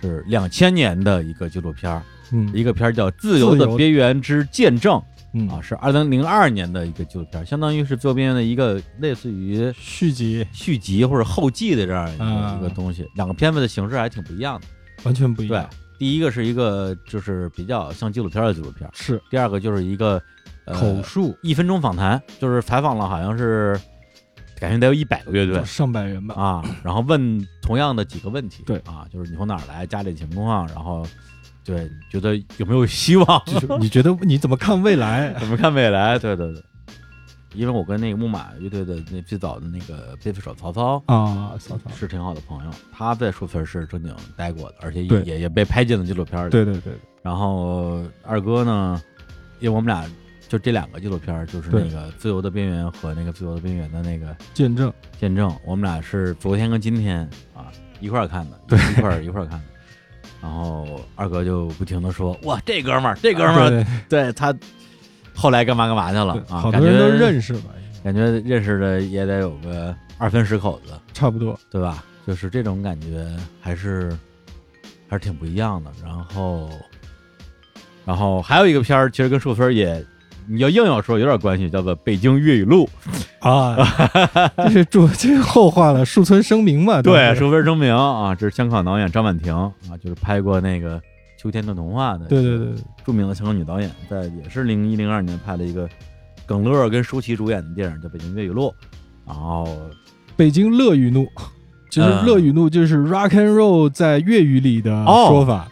Speaker 1: 是两千年的一个纪录片儿，
Speaker 2: 嗯
Speaker 1: 一个片儿叫《自由
Speaker 2: 自
Speaker 1: 的
Speaker 2: 由
Speaker 1: 边缘之见证》
Speaker 2: 嗯
Speaker 1: 啊，是二零零二年的一个纪录片儿，相当于是《自由边缘》的一个类似于
Speaker 2: 续集
Speaker 1: 续集或者后记的这样一个、
Speaker 2: 啊
Speaker 1: 一个东西。两个片子的形式还挺不一样的，
Speaker 2: 完全不一
Speaker 1: 对
Speaker 2: 样。，
Speaker 1: 第一个是一个就是比较像纪录片儿的纪录片儿，
Speaker 2: 是
Speaker 1: 第二个就是一个、呃、
Speaker 2: 口述，
Speaker 1: 一分钟访谈，就是采访了好像是感觉得有一百个乐队
Speaker 2: 上 百人吧。
Speaker 1: 啊，然后问同样的几个问题，
Speaker 2: 对
Speaker 1: 啊，就是你从哪儿来，家里情况，然后对你觉得有没有希 望，
Speaker 2: 就是你觉得你怎么看未来？
Speaker 1: 怎么看未来？对对对，因为我跟那个木马乐队的那最早的那个贝斯手曹操。
Speaker 2: 啊，曹操，
Speaker 1: 是挺好的朋友，他在树村是正经待过的，而且
Speaker 2: 对
Speaker 1: 也也被拍进了纪录片里。
Speaker 2: 对对对，
Speaker 1: 然后二哥呢，因为我们俩就这两个纪录片儿，就是
Speaker 2: 对
Speaker 1: 那个《自由的边缘》和那个《自由的边缘》的那个
Speaker 2: 见证
Speaker 1: 见证，我们俩是昨天跟今天啊一块儿看的，
Speaker 2: 对
Speaker 1: 一块儿一块儿看的。然后二哥就不停的说：“哇，这哥们儿，这哥们
Speaker 2: 啊
Speaker 1: 儿，
Speaker 2: 对
Speaker 1: 对他后来干嘛干嘛去了
Speaker 2: 对
Speaker 1: 啊？
Speaker 2: 好多人都
Speaker 1: 感觉
Speaker 2: 认识吧，应该
Speaker 1: 感觉认识的也得有个二三十口子，
Speaker 2: 差不多。
Speaker 1: 对吧？就是这种感觉还是还是挺不一样的。然后，然后还有一个片儿，其实跟树村也你要硬要说有点关系，叫做《北京粤语录》。
Speaker 2: 啊，这是主这是后话了，树村声明嘛，
Speaker 1: 对，
Speaker 2: 当时
Speaker 1: 树村征明啊，这是香港导演张婉婷啊，就是拍过那个《秋天的童话》的，
Speaker 2: 对对对，对
Speaker 1: 著名的香港女导演，在也是零一零二年拍了一个耿乐跟舒淇主演的电影叫《北京乐语录》，然后
Speaker 2: 北京乐与怒，就是
Speaker 1: 嗯
Speaker 2: 乐与怒，就是 rock and roll 在粤语里的
Speaker 1: 哦
Speaker 2: 说法。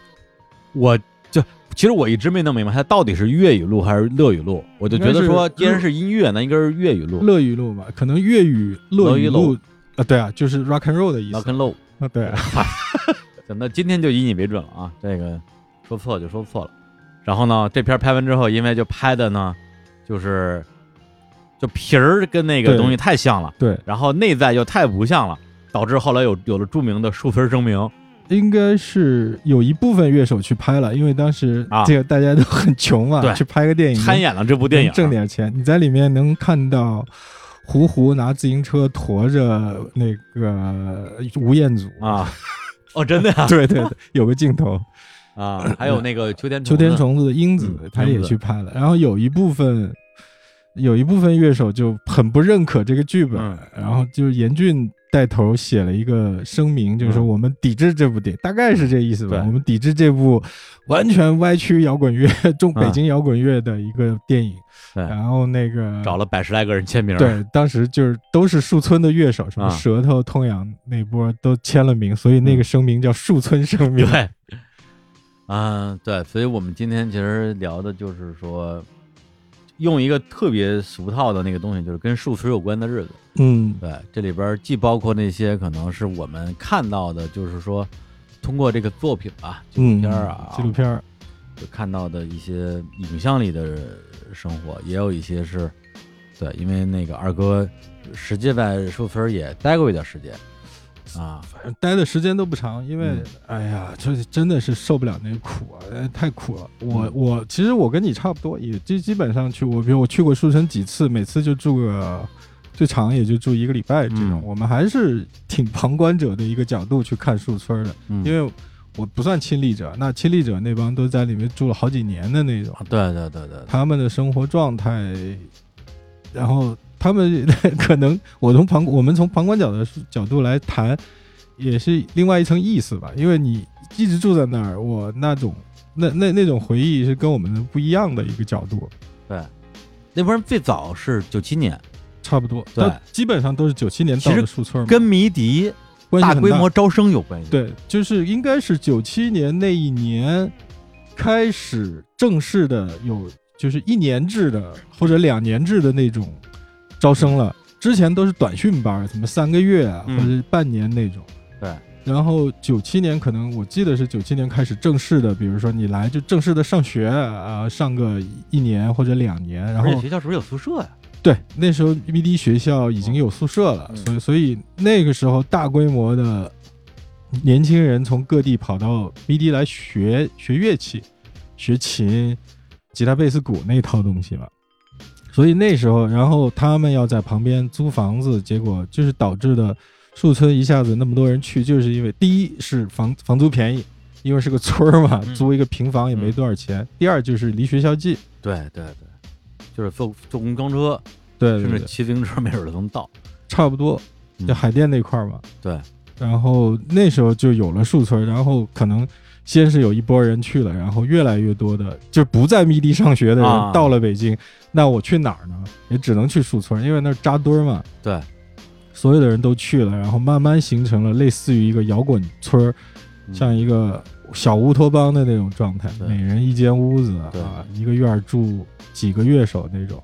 Speaker 1: 我就其实我一直没弄明白它到底是粤语录还是乐语录，我就觉得说
Speaker 2: 应该是
Speaker 1: 既然是音乐，那应该是粤语录，
Speaker 2: 乐语录嘛，可能粤语乐
Speaker 1: 乐
Speaker 2: 语
Speaker 1: 与
Speaker 2: 录啊，对啊，就是 rock and roll 的意
Speaker 1: 那
Speaker 2: 思。
Speaker 1: 跟漏。
Speaker 2: 啊，对啊，
Speaker 1: 行那今天就以你为准了啊，这个说错就说错了。然后呢，这片儿拍完之后，因为就拍的呢，就是就皮儿跟那个
Speaker 2: 对
Speaker 1: 东西太像了，
Speaker 2: 对，
Speaker 1: 然后内在又太不像了，导致后来有有了著名的数分声明。
Speaker 2: 应该是有一部分乐手去拍了，因为当时
Speaker 1: 啊
Speaker 2: 这个大家都很穷
Speaker 1: 对
Speaker 2: 啊，去拍个电影，
Speaker 1: 参演了这部电影，啊
Speaker 2: 能挣点钱。你在里面能看到胡胡拿自行车驮着那个吴彦祖，
Speaker 1: 啊！哦，真的呀
Speaker 2: 对对对，有个 镜头，
Speaker 1: 啊！还有那个秋天
Speaker 2: 秋天
Speaker 1: 呢，
Speaker 2: 虫子的英子
Speaker 1: 嗯，
Speaker 2: 他
Speaker 1: 英
Speaker 2: 也
Speaker 1: 子
Speaker 2: 去拍了。然后有一部分，有一部分乐手就很不认可这个剧本
Speaker 1: 嗯，
Speaker 2: 然后就是严俊带头写了一个声明，就是说
Speaker 1: 嗯
Speaker 2: 我们抵制这部电影，大概是这意思吧
Speaker 1: 对。
Speaker 2: 我们抵制这部完全歪曲摇滚乐、中
Speaker 1: 嗯
Speaker 2: 北京摇滚乐的一个电影。
Speaker 1: 对
Speaker 2: 然后那个
Speaker 1: 找了百十来个人签名，，
Speaker 2: 对，当时就是都是树村的乐手，什么
Speaker 1: 啊
Speaker 2: 舌头、痛痒那波都签了名，所以那个声明叫树村 声
Speaker 1: 嗯
Speaker 2: 明。
Speaker 1: 对，啊，对，所以我们今天其实聊的就是说，用一个特别俗套的那个东西，就是跟数学有关的日子。
Speaker 2: 嗯，
Speaker 1: 对，这里边儿既包括那些可能是我们看到的，就是说通过这个作品啊、纪录
Speaker 2: 嗯，
Speaker 1: 片儿啊、
Speaker 2: 纪录片儿，
Speaker 1: 就看到的一些影像里的生活，也有一些是，对，因为那个二哥实际在数学也待过一段时间啊，
Speaker 2: 待的时间都不长，因为、
Speaker 1: 嗯
Speaker 2: 哎呀，就是真的是受不了那苦啊，呃太苦了。我、
Speaker 1: 嗯
Speaker 2: 我其实我跟你差不多，也基基本上去，我比如我去过舒城几次，每次就住个最长也就住一个礼拜这种。
Speaker 1: 嗯
Speaker 2: 我们还是挺旁观者的一个角度去看树村的，
Speaker 1: 嗯，
Speaker 2: 因为我不算亲历者，那亲历者那帮都在里面住了好几年的那种，
Speaker 1: 啊对对对对对，
Speaker 2: 他们的生活状态，然后他们 可能我从旁我们从旁观角的角度来谈，也是另外一层意思吧，因为你一直住在那儿，我那种那那那种回忆是跟我们不一样的一个角度，
Speaker 1: 那帮人最早是九七年，
Speaker 2: 差不多，
Speaker 1: 对
Speaker 2: 都基本上都是九七年到
Speaker 1: 其实
Speaker 2: 的树村嘛，
Speaker 1: 跟迷笛
Speaker 2: 关系
Speaker 1: 大
Speaker 2: 很
Speaker 1: 规模招生有关系。，
Speaker 2: 对，就是应该是九七年那一年开始正式的有，就是一年制的或者两年制的那种招生了。之前都是短训班，什么三个月啊，或
Speaker 1: 嗯
Speaker 2: 者是半年那种。
Speaker 1: 对。
Speaker 2: 然后九七年可能我记得是九七年开始正式的，比如说你来就正式的上学啊、上个一年或者两年，然
Speaker 1: 而且
Speaker 2: 后
Speaker 1: 学校是不是有宿舍呀？
Speaker 2: 对那时候 BD 学校已经有宿舍了，
Speaker 1: 嗯
Speaker 2: 所以所以那个时候大规模的年轻人从各地跑到 BD 来学学乐器，学琴、吉他、贝斯、鼓那套东西吧。所以那时候，然后他们要在旁边租房子，结果就是导致的树村一下子那么多人去，就是因为第一是房房租便宜，因为是个村儿嘛
Speaker 1: 嗯，
Speaker 2: 租一个平房也没多少钱；第二就是离学校近，
Speaker 1: 对对对，就是坐坐公交车，
Speaker 2: 对
Speaker 1: 甚至
Speaker 2: 对对，
Speaker 1: 骑自行车，没准都能到。
Speaker 2: 差不多，
Speaker 1: 嗯
Speaker 2: 就海淀那块儿嘛。
Speaker 1: 对，
Speaker 2: 然后那时候就有了树村，然后可能先是有一波人去了，然后越来越多的就不在密地上学的
Speaker 1: 啊
Speaker 2: 人到了北京，那我去哪儿呢？也只能去树村，因为那儿扎堆儿嘛。
Speaker 1: 对，
Speaker 2: 所有的人都去了，然后慢慢形成了类似于一个摇滚村儿，
Speaker 1: 嗯
Speaker 2: 像一个小乌托邦的那种状态，
Speaker 1: 对
Speaker 2: 每人一间屋子
Speaker 1: 对
Speaker 2: 啊，一个院儿住几个乐手那种。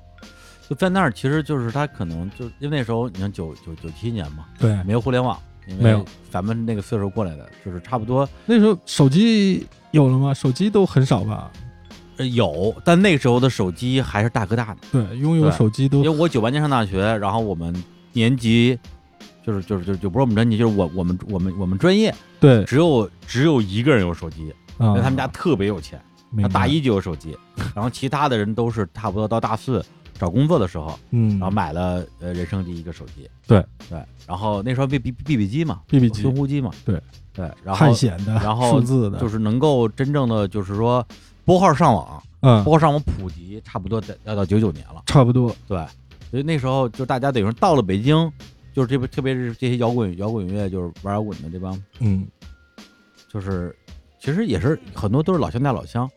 Speaker 1: 就在那儿，其实就是他可能就因为那时候你看九九九七年嘛，
Speaker 2: 对，
Speaker 1: 没有互联网，因
Speaker 2: 没
Speaker 1: 为
Speaker 2: 有
Speaker 1: 咱们那个岁数过来的，就是差不多
Speaker 2: 那时候手机有了吗？手机都很少吧？
Speaker 1: 呃有，但那个时候的手机还是大哥大的。
Speaker 2: 对，拥有
Speaker 1: 对
Speaker 2: 手机
Speaker 1: 因
Speaker 2: 都
Speaker 1: 为我九八年上大学，然后我们年级就是就是就就不是我们专级，就是我我们我们我们专业
Speaker 2: 对
Speaker 1: 只有只有一个人有手机，
Speaker 2: 啊
Speaker 1: 因为他们家特别有钱。他
Speaker 2: 明白
Speaker 1: 大啊一就有手 机，然后其他的人都是差不多到大四找工作的时候，
Speaker 2: 嗯，
Speaker 1: 然后买了呃人生第一个手机。
Speaker 2: 对
Speaker 1: 对，然后那时候 B B B B 机嘛
Speaker 2: BB 机
Speaker 1: 寻呼机嘛，
Speaker 2: 对
Speaker 1: 对，然后
Speaker 2: 汉显的，
Speaker 1: 然后
Speaker 2: 数字的，
Speaker 1: 就是是能够真正的就是说拨号上网，
Speaker 2: 嗯
Speaker 1: 拨，号上网普及，差不多得要到九九年了。
Speaker 2: 差不多，
Speaker 1: 对，所以那时候就大家等于说到了北京，就是这边特别是这些摇滚摇滚乐就是玩摇滚的这帮，
Speaker 2: 嗯，
Speaker 1: 就是其实也是很多都是老乡带老乡，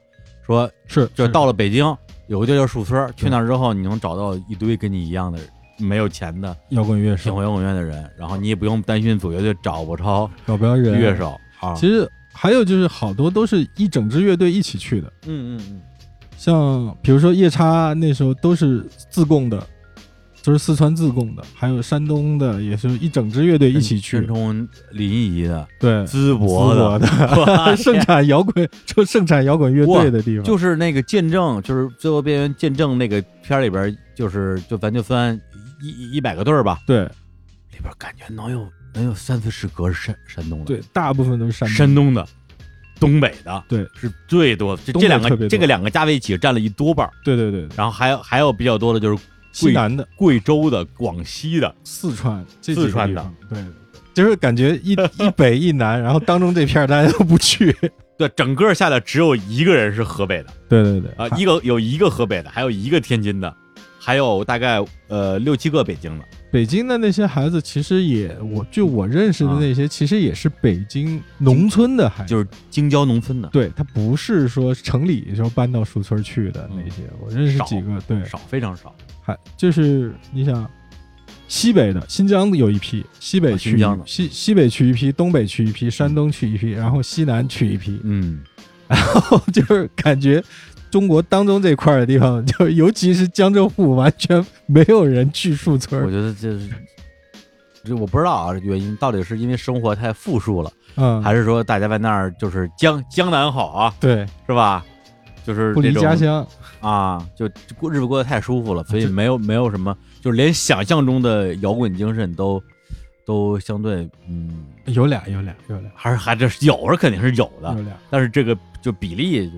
Speaker 1: 说
Speaker 2: 是
Speaker 1: 就是到了北京，有个地儿叫树村，去那儿之后，你能找到一堆跟你一样的没有钱的
Speaker 2: 摇滚乐
Speaker 1: 听
Speaker 2: 手、
Speaker 1: 过摇滚乐的人，然后你也不用担心组乐队找不着
Speaker 2: 搞不着人
Speaker 1: 乐。手啊。
Speaker 2: 其实还有就是好多都是一整支乐队一起去的，
Speaker 1: 嗯嗯嗯，
Speaker 2: 像比如说夜叉那时候都是自贡的，都是四川自贡的，还有山东的，也是一整支乐队一起去
Speaker 1: 申。冲、临沂的、
Speaker 2: 对，
Speaker 1: 淄博
Speaker 2: 淄博
Speaker 1: 的，
Speaker 2: 的盛
Speaker 1: 天
Speaker 2: 产摇滚就盛产摇滚乐队的地方，
Speaker 1: 就是那个见证，就是《最后边缘见证》那个片儿里边，就是就咱就算一一百个队儿吧，
Speaker 2: 对
Speaker 1: 里边感觉能有能有三四十个是山山东的，
Speaker 2: 对，大部分都是山东。
Speaker 1: 山东的、东北的，
Speaker 2: 对，
Speaker 1: 是最多的。这
Speaker 2: 东
Speaker 1: 这
Speaker 2: 北
Speaker 1: 两
Speaker 2: 特别
Speaker 1: 个
Speaker 2: 多
Speaker 1: 这个两个加在一起占了一多半儿，
Speaker 2: 对对对，对
Speaker 1: 然后还有还有比较多的就是
Speaker 2: 西南的、
Speaker 1: 贵州的、广西的，
Speaker 2: 四川、这
Speaker 1: 四川
Speaker 2: 几个
Speaker 1: 的
Speaker 2: 地方，对，对对就是感觉 一一北一南，然后当中这片儿大家都不去。
Speaker 1: 对，整个下来只有一个人是河北的
Speaker 2: 对对对
Speaker 1: 啊、一个有一个河北的，还有一个天津的，还有大概呃六七个北京的。
Speaker 2: 北京的那些孩子，其实也，我就我认识的那些，其实也是北京农村的孩子，
Speaker 1: 就是京郊农村的
Speaker 2: 对他不是说城里就搬到树村去的那些。我认识几个，对，
Speaker 1: 嗯少，非常少。
Speaker 2: 还就是你想，西北的新疆有一批，西北
Speaker 1: 啊
Speaker 2: 去
Speaker 1: 新
Speaker 2: 一、
Speaker 1: 疆的
Speaker 2: 西西北去一批，东北去一批，山东去一批，然后西南去一批，
Speaker 1: 嗯，
Speaker 2: 就是感觉。中国当中这块儿的地方，就尤其是江浙沪，完全没有人去树村
Speaker 1: 我
Speaker 2: 儿。
Speaker 1: 觉得这是这我不知道啊，原因到底是因为生活太富庶了，
Speaker 2: 嗯，
Speaker 1: 还是说大家在那儿就是江江南好啊，
Speaker 2: 对，
Speaker 1: 是吧？就是
Speaker 2: 不离
Speaker 1: 这种
Speaker 2: 家乡。
Speaker 1: 啊，就过日子过得太舒服了，所以
Speaker 2: 这
Speaker 1: 没有没有什么，就是连想象中的摇滚精神都都相对嗯，
Speaker 2: 有俩，有俩，有俩，
Speaker 1: 还是还是有是肯定是有的
Speaker 2: 有，俩，
Speaker 1: 但是这个就比例就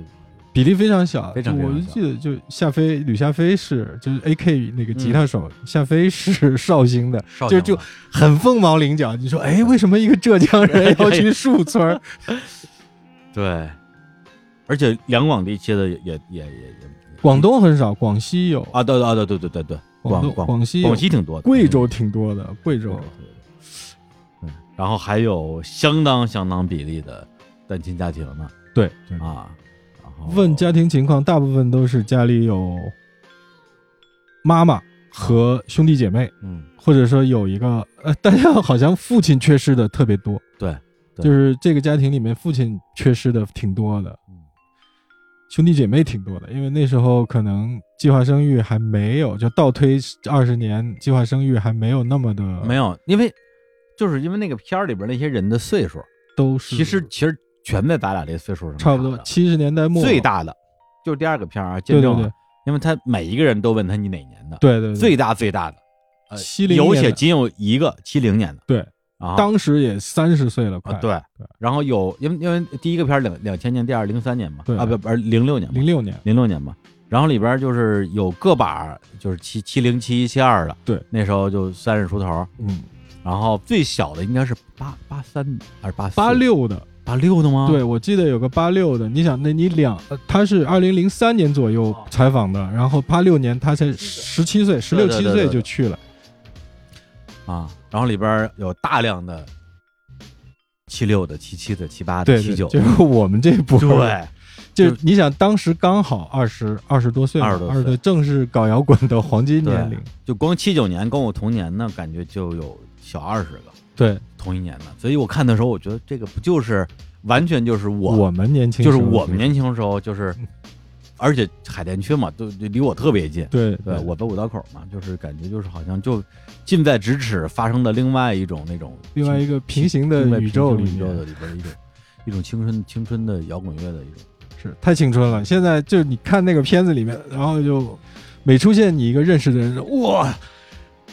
Speaker 2: 比例非常小，
Speaker 1: 非常非常
Speaker 2: 我就
Speaker 1: 小
Speaker 2: 记得就夏飞，吕夏飞是就是 A K 那个吉他手，夏飞是绍兴的，
Speaker 1: 少
Speaker 2: 就
Speaker 1: 见
Speaker 2: 就
Speaker 1: 了
Speaker 2: 很凤毛麟角。你说，哎，为什么一个浙江人要去树村儿？
Speaker 1: 对，而且两广地区的也也也也也
Speaker 2: 广东很少，广西有，
Speaker 1: 啊，对啊对对对对对，广
Speaker 2: 东、
Speaker 1: 广
Speaker 2: 广西有、
Speaker 1: 广西挺多的，
Speaker 2: 贵州挺多的，贵
Speaker 1: 嗯
Speaker 2: 州
Speaker 1: 对对对对，嗯然后还有相当相当比例的单亲家庭呢
Speaker 2: 对对。
Speaker 1: 啊，然后
Speaker 2: 问家庭情况，大部分都是家里有妈妈和兄弟姐妹，
Speaker 1: 嗯
Speaker 2: 或者说有一个呃，大家好像父亲缺失的特别多。
Speaker 1: 对对
Speaker 2: 就是这个家庭里面父亲缺失的挺多的，
Speaker 1: 嗯
Speaker 2: 兄弟姐妹挺多的，因为那时候可能计划生育还没有，就倒推二十年，计划生育还没有那么的，
Speaker 1: 没有，因为就是因为那个片儿里边那些人的岁数，
Speaker 2: 都是
Speaker 1: 其实其实全在咱俩这岁数上
Speaker 2: 嗯差不多
Speaker 1: 的
Speaker 2: 七十年代末
Speaker 1: 最大的就是第二个片儿啊，
Speaker 2: 对
Speaker 1: 见
Speaker 2: 对
Speaker 1: 证
Speaker 2: 对
Speaker 1: 了，因为他每一个人都问他你哪年的，
Speaker 2: 对对对
Speaker 1: 最大最大的，呃
Speaker 2: 70
Speaker 1: 有
Speaker 2: 年
Speaker 1: 且
Speaker 2: 的
Speaker 1: 仅有一个七零年的，
Speaker 2: 对，
Speaker 1: 然后
Speaker 2: 当时也三十岁了，快
Speaker 1: 啊，对，然后有因为因为第一个片儿两两千年，第二零三年嘛
Speaker 2: 对，
Speaker 1: 啊不不是零六年嘛
Speaker 2: 零，六年
Speaker 1: 零六年嘛，然后里边就是有个把儿就是七七零七一七二的，
Speaker 2: 对，
Speaker 1: 那时候就三十出头，
Speaker 2: 嗯
Speaker 1: 然后最小的应该是八八三还是八
Speaker 2: 八六的，
Speaker 1: 八六的吗？
Speaker 2: 对，我记得有个八六的，你想，那你两，呃他是二零零三年左右
Speaker 1: 哦
Speaker 2: 采访的，然后八六年他才十七岁，十
Speaker 1: 对
Speaker 2: 六
Speaker 1: 对
Speaker 2: 七
Speaker 1: 对
Speaker 2: 岁
Speaker 1: 对
Speaker 2: 就去了，
Speaker 1: 啊，然后里边有大量的七六的、七七的、七八
Speaker 2: 对
Speaker 1: 的、，七
Speaker 2: 对
Speaker 1: 九，
Speaker 2: 就是我们这波，，
Speaker 1: 对，
Speaker 2: 就是
Speaker 1: 就
Speaker 2: 你想，当时刚好二十二十多岁嘛，
Speaker 1: 20多岁
Speaker 2: 二十多正是搞摇滚的黄金年龄，
Speaker 1: 就光七九年跟我同年呢，感觉就有小二十个
Speaker 2: 对
Speaker 1: 同一年的，所以我看的时候，我觉得这个不就是完全就是我
Speaker 2: 我们年轻
Speaker 1: 就
Speaker 2: 时
Speaker 1: 是
Speaker 2: 候
Speaker 1: 我们年轻时候 就是，而且海淀区嘛，都就离我特别近。
Speaker 2: 对
Speaker 1: 对，我在五道口嘛，就是感觉就是好像就近在咫尺发生的另外一种那种
Speaker 2: 另外一个平行
Speaker 1: 近在
Speaker 2: 的宇宙里
Speaker 1: 平行宇宙的
Speaker 2: 面
Speaker 1: 里边的一种一种青春青春的摇滚乐的一种。
Speaker 2: 是太青春了。现在就是你看那个片子里面，然后就每出现你一个认识的人，哇。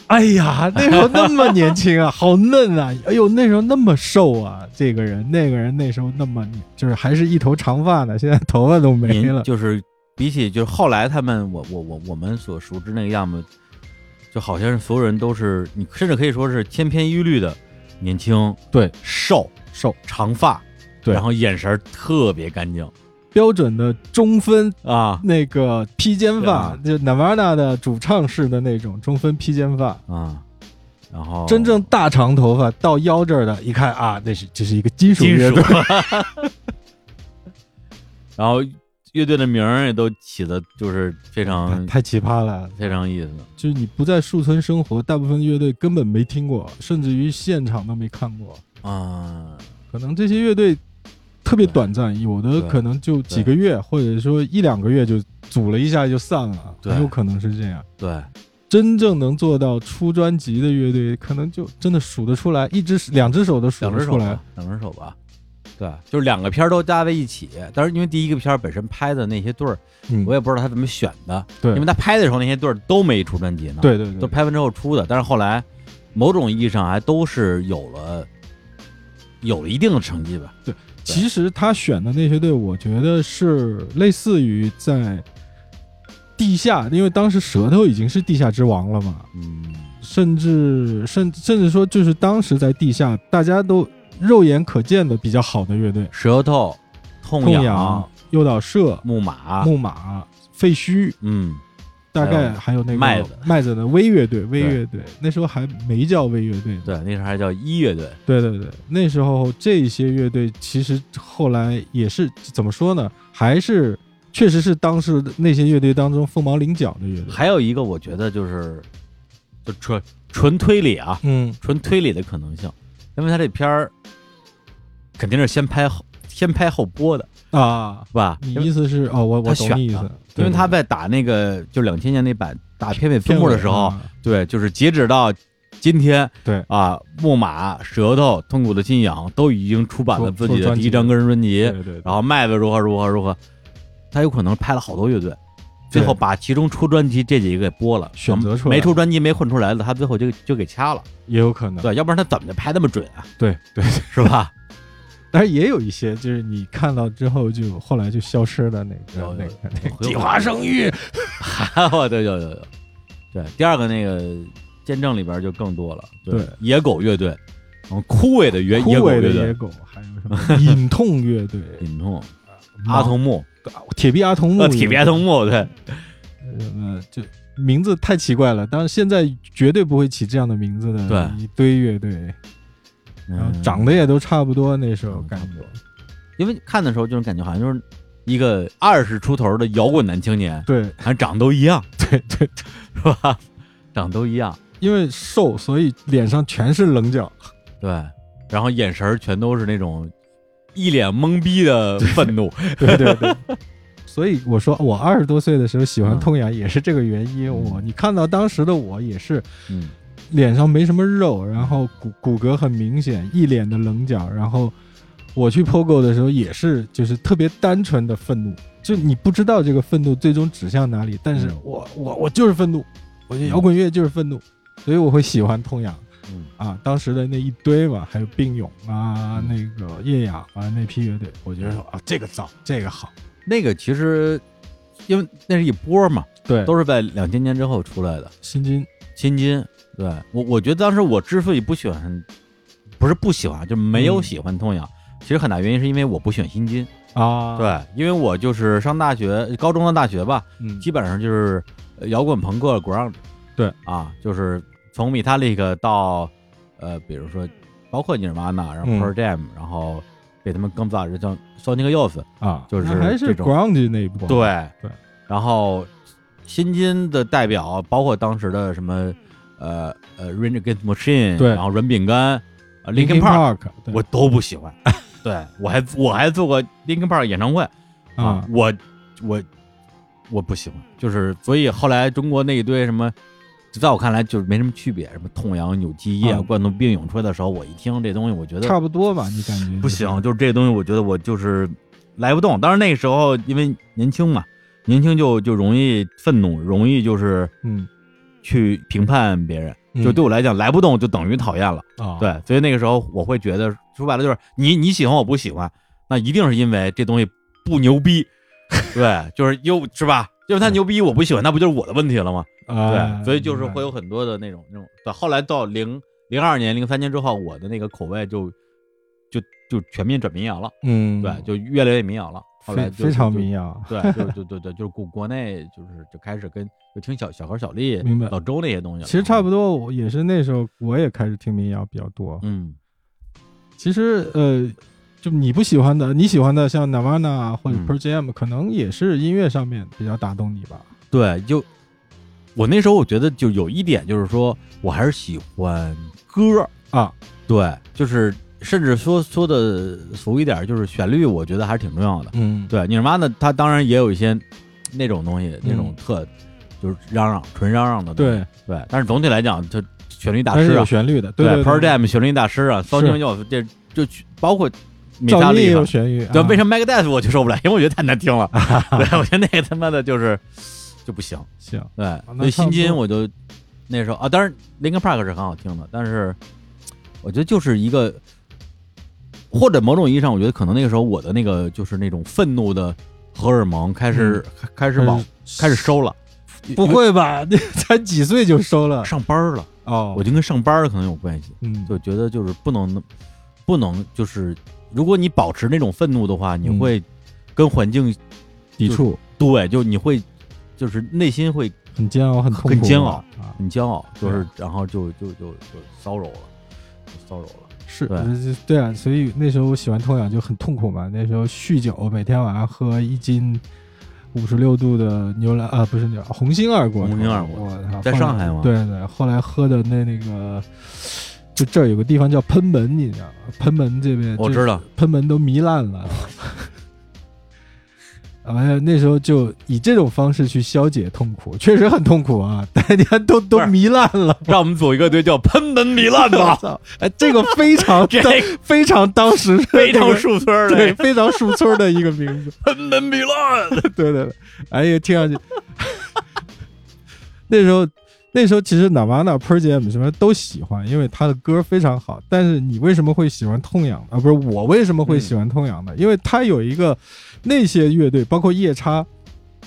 Speaker 2: 哎呀，那时候那么年轻啊，好嫩啊！哎呦，那时候那么瘦啊，这个人那个人那时候那么就是还是一头长发呢，现在头发都没
Speaker 1: 您
Speaker 2: 了。
Speaker 1: 就是比起就是后来他们我我我我们所熟知那个样子，就好像是所有人都是你甚至可以说是千篇一律的年轻、
Speaker 2: 对
Speaker 1: 瘦、
Speaker 2: 瘦
Speaker 1: 长发，
Speaker 2: 对
Speaker 1: 然后眼神儿特别干净
Speaker 2: 标准的中分
Speaker 1: 啊
Speaker 2: 那个披肩发，
Speaker 1: 对
Speaker 2: 就 Nirvana 的主唱式的那种中分披肩发，
Speaker 1: 啊，然后
Speaker 2: 真正大长头发到腰这儿的，一看啊，那是这是一个金属
Speaker 1: 金
Speaker 2: 乐
Speaker 1: 属
Speaker 2: 队，，
Speaker 1: 然后乐队的名儿也都起的，就是非常
Speaker 2: 太奇葩了。
Speaker 1: 非常有意思。
Speaker 2: 就是你不在树村生活，大部分乐队根本没听过，甚至于现场都没看过。
Speaker 1: 啊，
Speaker 2: 可能这些乐队特别
Speaker 1: 对
Speaker 2: 短暂，有的
Speaker 1: 对
Speaker 2: 可能就几个月，或者说一两个月就组了一下就散了，
Speaker 1: 对
Speaker 2: 很有可能是这样。
Speaker 1: 对，
Speaker 2: 真正能做到出专辑的乐队，可能就真的数得出来，一只两只手都数
Speaker 1: 两
Speaker 2: 得
Speaker 1: 只手
Speaker 2: 出来
Speaker 1: 吧。，两只手吧。对，就是两个片儿都加在一起。但是因为第一个片儿本身拍的那些对儿，
Speaker 2: 嗯
Speaker 1: 我，也不知道他怎么选的，
Speaker 2: 对，
Speaker 1: 因为他拍的时候那些对儿都没出专辑呢，，
Speaker 2: 对对
Speaker 1: 都
Speaker 2: 对，
Speaker 1: 拍完之后出的。但是后来某种意义上还都是有了有了一定的成绩吧。
Speaker 2: 其实他选的那些队，我觉得是类似于在地下，因为当时舌头已经是地下之王了嘛，
Speaker 1: 嗯，
Speaker 2: 甚至甚甚至说就是当时在地下大家都肉眼可见的比较好的乐队，
Speaker 1: 舌头、痛啊
Speaker 2: 痛痒、诱导社、
Speaker 1: 木马，
Speaker 2: 木马、废墟，
Speaker 1: 嗯，
Speaker 2: 大概还有那个
Speaker 1: 麦子
Speaker 2: 麦子的微乐队，微乐队那时候还没叫微乐队呢，
Speaker 1: 对，那时候还叫一乐队，
Speaker 2: 对对对，那时候这些乐队其实后来也是怎么说呢？还是确实是当时那些乐队当中凤毛麟角的乐队。
Speaker 1: 还有一个我觉得就是就纯纯推理啊，
Speaker 2: 嗯，
Speaker 1: 纯推理的可能性，因为他这片儿肯定是先拍后先拍后播的，
Speaker 2: 啊，
Speaker 1: 是吧？
Speaker 2: 你
Speaker 1: 因为
Speaker 2: 意思是哦，我我
Speaker 1: 他
Speaker 2: 懂
Speaker 1: 选
Speaker 2: 你意思
Speaker 1: 的，，因为他在打那个就两千年那版打片尾分幕的时候，，
Speaker 2: 啊
Speaker 1: 对，就是截止到今天，
Speaker 2: 对
Speaker 1: 啊，木马、舌头、痛苦的信仰都已经出版了
Speaker 2: 出
Speaker 1: 自己
Speaker 2: 出
Speaker 1: 的
Speaker 2: 专
Speaker 1: 第
Speaker 2: 辑
Speaker 1: 一张个人专辑
Speaker 2: 对，对对，
Speaker 1: 然后卖的如何如何如何，他有可能拍了好多乐队，最
Speaker 2: 对
Speaker 1: 后把其中出专辑这几个给播了，
Speaker 2: 选择出来
Speaker 1: 没出专辑没混出来的，他最后就就给掐了，
Speaker 2: 也有可能，
Speaker 1: 对，要不然他怎么就拍那么准啊，
Speaker 2: 对对，
Speaker 1: 是吧？
Speaker 2: 但是也有一些就是你看到之后就后来就消失的那
Speaker 1: 有
Speaker 2: 个那
Speaker 1: 有
Speaker 2: 个那个
Speaker 1: 有
Speaker 2: 计划生育，
Speaker 1: 我对有有有， 对，第二个那个见证里边就更多了，
Speaker 2: 对
Speaker 1: 野狗乐队，嗯，枯萎的野
Speaker 2: 枯
Speaker 1: 野狗乐
Speaker 2: 萎的野
Speaker 1: 队，
Speaker 2: 狗，还有什么隐痛乐队、
Speaker 1: 隐痛 阿童木，
Speaker 2: 铁臂阿童木
Speaker 1: 呃，
Speaker 2: 乐队、
Speaker 1: 铁臂阿童木，对，
Speaker 2: 什么就名字太奇怪了，但是现在绝对不会起这样的名字的
Speaker 1: 对
Speaker 2: 一堆乐队，然后
Speaker 1: 嗯
Speaker 2: 长得也都差不多，那时候
Speaker 1: 嗯
Speaker 2: 感觉
Speaker 1: 差不多因为看的时候就是感觉好像就是一个二十出头的摇滚男青年，
Speaker 2: 对
Speaker 1: 好像长得都一样，
Speaker 2: 对对，
Speaker 1: 是吧？长得都一样，
Speaker 2: 因为瘦，所以脸上全是棱角，
Speaker 1: 对，然后眼神儿全都是那种一脸懵逼的愤怒，
Speaker 2: 对对对。所以我说，我二十多岁的时候喜欢
Speaker 1: 嗯
Speaker 2: 痛痒也是这个原因。
Speaker 1: 嗯
Speaker 2: 我你看到当时的我也是
Speaker 1: 嗯，
Speaker 2: 脸上没什么肉，然后骨骨骼很明显，一脸的棱角。然后我去 POGO 的时候也是，就是特别单纯的愤怒，就你不知道这个愤怒最终指向哪里，但是
Speaker 1: 嗯
Speaker 2: 我我我就是愤怒，我觉得摇滚乐就是愤怒，所以我会喜欢痛痒
Speaker 1: 嗯
Speaker 2: 啊，当时的那一堆嘛，还有病勇啊，那个夜雅啊那批乐队，我觉得说啊这个早，这个好，
Speaker 1: 那个其实因为那是一波嘛，
Speaker 2: 对，
Speaker 1: 都是在两千年之后出来的，
Speaker 2: 新金
Speaker 1: 千金，对我我觉得当时我之所以不喜欢，不是不喜欢，就没有
Speaker 2: 嗯
Speaker 1: 喜欢痛痒。其实很大原因是因为我不喜欢新金，
Speaker 2: 啊，，
Speaker 1: 对，因为我就是上大学，高中到大学吧，
Speaker 2: 嗯，
Speaker 1: 基本上就是呃摇滚朋克 ground，
Speaker 2: 对
Speaker 1: 啊，就是从 Metallica 到呃，比如说包括尼尔玛纳，然后
Speaker 2: 嗯
Speaker 1: Pearl Jam，、然后被他们更早就叫 Sonic Youth，
Speaker 2: 啊，
Speaker 1: 就是
Speaker 2: 那还是
Speaker 1: 这种
Speaker 2: ground 那一波，
Speaker 1: 对
Speaker 2: 对，
Speaker 1: 然后新金的代表包括当时的什么呃呃 Rage Against the Machine，
Speaker 2: 对
Speaker 1: 然后软饼干、呃、Linkin
Speaker 2: ，Linkin
Speaker 1: Park，
Speaker 2: Park，对
Speaker 1: 我都不喜 欢，对我还我还做过 Linkin Park 演唱会。
Speaker 2: 啊，
Speaker 1: 我我我不喜欢，就是所以后来中国那一堆什么，就在我看来就是没什么区别，什么痛痒、扭机液、
Speaker 2: 啊
Speaker 1: 冠动病涌出来的时候，我一听这东西，我觉得
Speaker 2: 差不多吧，你感觉
Speaker 1: 不
Speaker 2: 就是
Speaker 1: 行，就是这东西，我觉得我就是来不动。当然那时候因为年轻嘛，年轻就就容易愤怒，容易就是
Speaker 2: 嗯，
Speaker 1: 去评判别人，就
Speaker 2: 嗯
Speaker 1: 对我来讲来不动就等于讨厌了。
Speaker 2: 啊，
Speaker 1: 对，所以那个时候我会觉得，说白了就是你你喜欢我不喜欢，那一定是因为这东西不牛 逼，对，就是又是吧？就是他牛逼我不喜欢，那不就是我的问题了吗？
Speaker 2: 啊，
Speaker 1: 对，所以就是会有
Speaker 2: 明白
Speaker 1: 很多的那种那种。对，后来到零零二年、零三年之后，我的那个口味就就就全面转民谣了，
Speaker 2: 嗯，
Speaker 1: 对，就越来越民谣了。后来
Speaker 2: 非
Speaker 1: 就
Speaker 2: 非常
Speaker 1: 就
Speaker 2: 民谣，
Speaker 1: 对，就就对对，就是国国内就是就开始跟就听小小何、小丽、
Speaker 2: 明白
Speaker 1: 老周那些东西了。
Speaker 2: 其实差不多，我也是那时候我也开始听民谣比较多。
Speaker 1: 嗯
Speaker 2: 其实呃，就你不喜欢的，你喜欢的像 Nirvana 啊或者
Speaker 1: 嗯
Speaker 2: Pearl Jam，、可能也是音乐上面比较打动你吧。
Speaker 1: 对，就我那时候我觉得就有一点就是说我还是喜欢歌儿
Speaker 2: 啊，
Speaker 1: 对，就是甚至说说的俗一点儿，就是旋律，我觉得还是挺重要的。
Speaker 2: 嗯，
Speaker 1: 对，你妈呢？它当然也有一些那种东西，那种
Speaker 2: 嗯
Speaker 1: 特、就是嚷嚷纯嚷嚷的东西
Speaker 2: 对，
Speaker 1: 对，但是总体来讲，就旋律大
Speaker 2: 它是
Speaker 1: 师
Speaker 2: 有
Speaker 1: 啊，
Speaker 2: 旋律的，
Speaker 1: 对
Speaker 2: 对
Speaker 1: p e r
Speaker 2: 对
Speaker 1: Jam 旋律大师啊，方清有这就包括米
Speaker 2: 噪
Speaker 1: 大
Speaker 2: 音也
Speaker 1: 利啊
Speaker 2: 有，旋律，
Speaker 1: 对，
Speaker 2: 啊
Speaker 1: 为什么 Megadeth 我就受不了？因为我觉得太难 听了，对，我觉得那个他妈的就是就不行，
Speaker 2: 行？
Speaker 1: 对，
Speaker 2: 啊那
Speaker 1: 所以
Speaker 2: 差不
Speaker 1: 新金
Speaker 2: 多
Speaker 1: 我就那时候啊，当然 Linkin Park 是很好听的，但是我觉得就是一个。或者某种意义上，我觉得可能那个时候我的那个就是那种愤怒的荷尔蒙开始、
Speaker 2: 嗯
Speaker 1: 开
Speaker 2: 呃
Speaker 1: 始往开始收了，
Speaker 2: 不会吧？ 那才几岁就收了
Speaker 1: 上班儿了，
Speaker 2: 哦
Speaker 1: 我，就跟上班儿可能有关系。
Speaker 2: 嗯，
Speaker 1: 就觉得就是不能，不能就是，如果你保持那种愤怒的话，你
Speaker 2: 嗯
Speaker 1: 会跟环境、
Speaker 2: 抵触
Speaker 1: 对，就你会就是内心会
Speaker 2: 很煎熬，很痛苦啊，
Speaker 1: 很煎熬
Speaker 2: 啊。
Speaker 1: 很骄傲，就
Speaker 2: 对
Speaker 1: 是然后就就就就骚扰了，就骚扰了。
Speaker 2: 是
Speaker 1: 对
Speaker 2: 呃对啊，所以那时候我喜欢痛痒就很痛苦嘛。那时候酗酒，每天晚上喝一斤五十六度的牛栏啊，不是牛栏红星二锅头，
Speaker 1: 红星二锅头
Speaker 2: 我操，
Speaker 1: 在
Speaker 2: 后来
Speaker 1: 上海吗
Speaker 2: 对对，后来喝的那那个，就这儿有个地方叫喷门，你知道吗？喷门这边
Speaker 1: 我
Speaker 2: 这
Speaker 1: 知道，
Speaker 2: 喷门都糜烂了。 完了，那时候就以这种方式去消解痛苦，确实很痛苦啊！ 大家都都
Speaker 1: 不是
Speaker 2: 糜烂了，
Speaker 1: 让我们组一个队叫喷门糜烂
Speaker 2: 我
Speaker 1: 吧，
Speaker 2: 操！哎，这个非常
Speaker 1: 这
Speaker 2: 当非常当时的
Speaker 1: 非
Speaker 2: 那
Speaker 1: 常
Speaker 2: 个
Speaker 1: 树村儿
Speaker 2: 对
Speaker 1: 的
Speaker 2: 非常树村儿的一个名字，
Speaker 1: 喷门糜 烂。
Speaker 2: 对对对，哎呀，听上去 那时候那时候其实 Nirvana、Pearl Jam 什么都喜欢，因为他的歌非常好。但是你为什么会喜欢痛痒啊？不是我为什么会喜欢痛痒
Speaker 1: 嗯
Speaker 2: 呢？因为他有一个那些乐队，包括夜叉，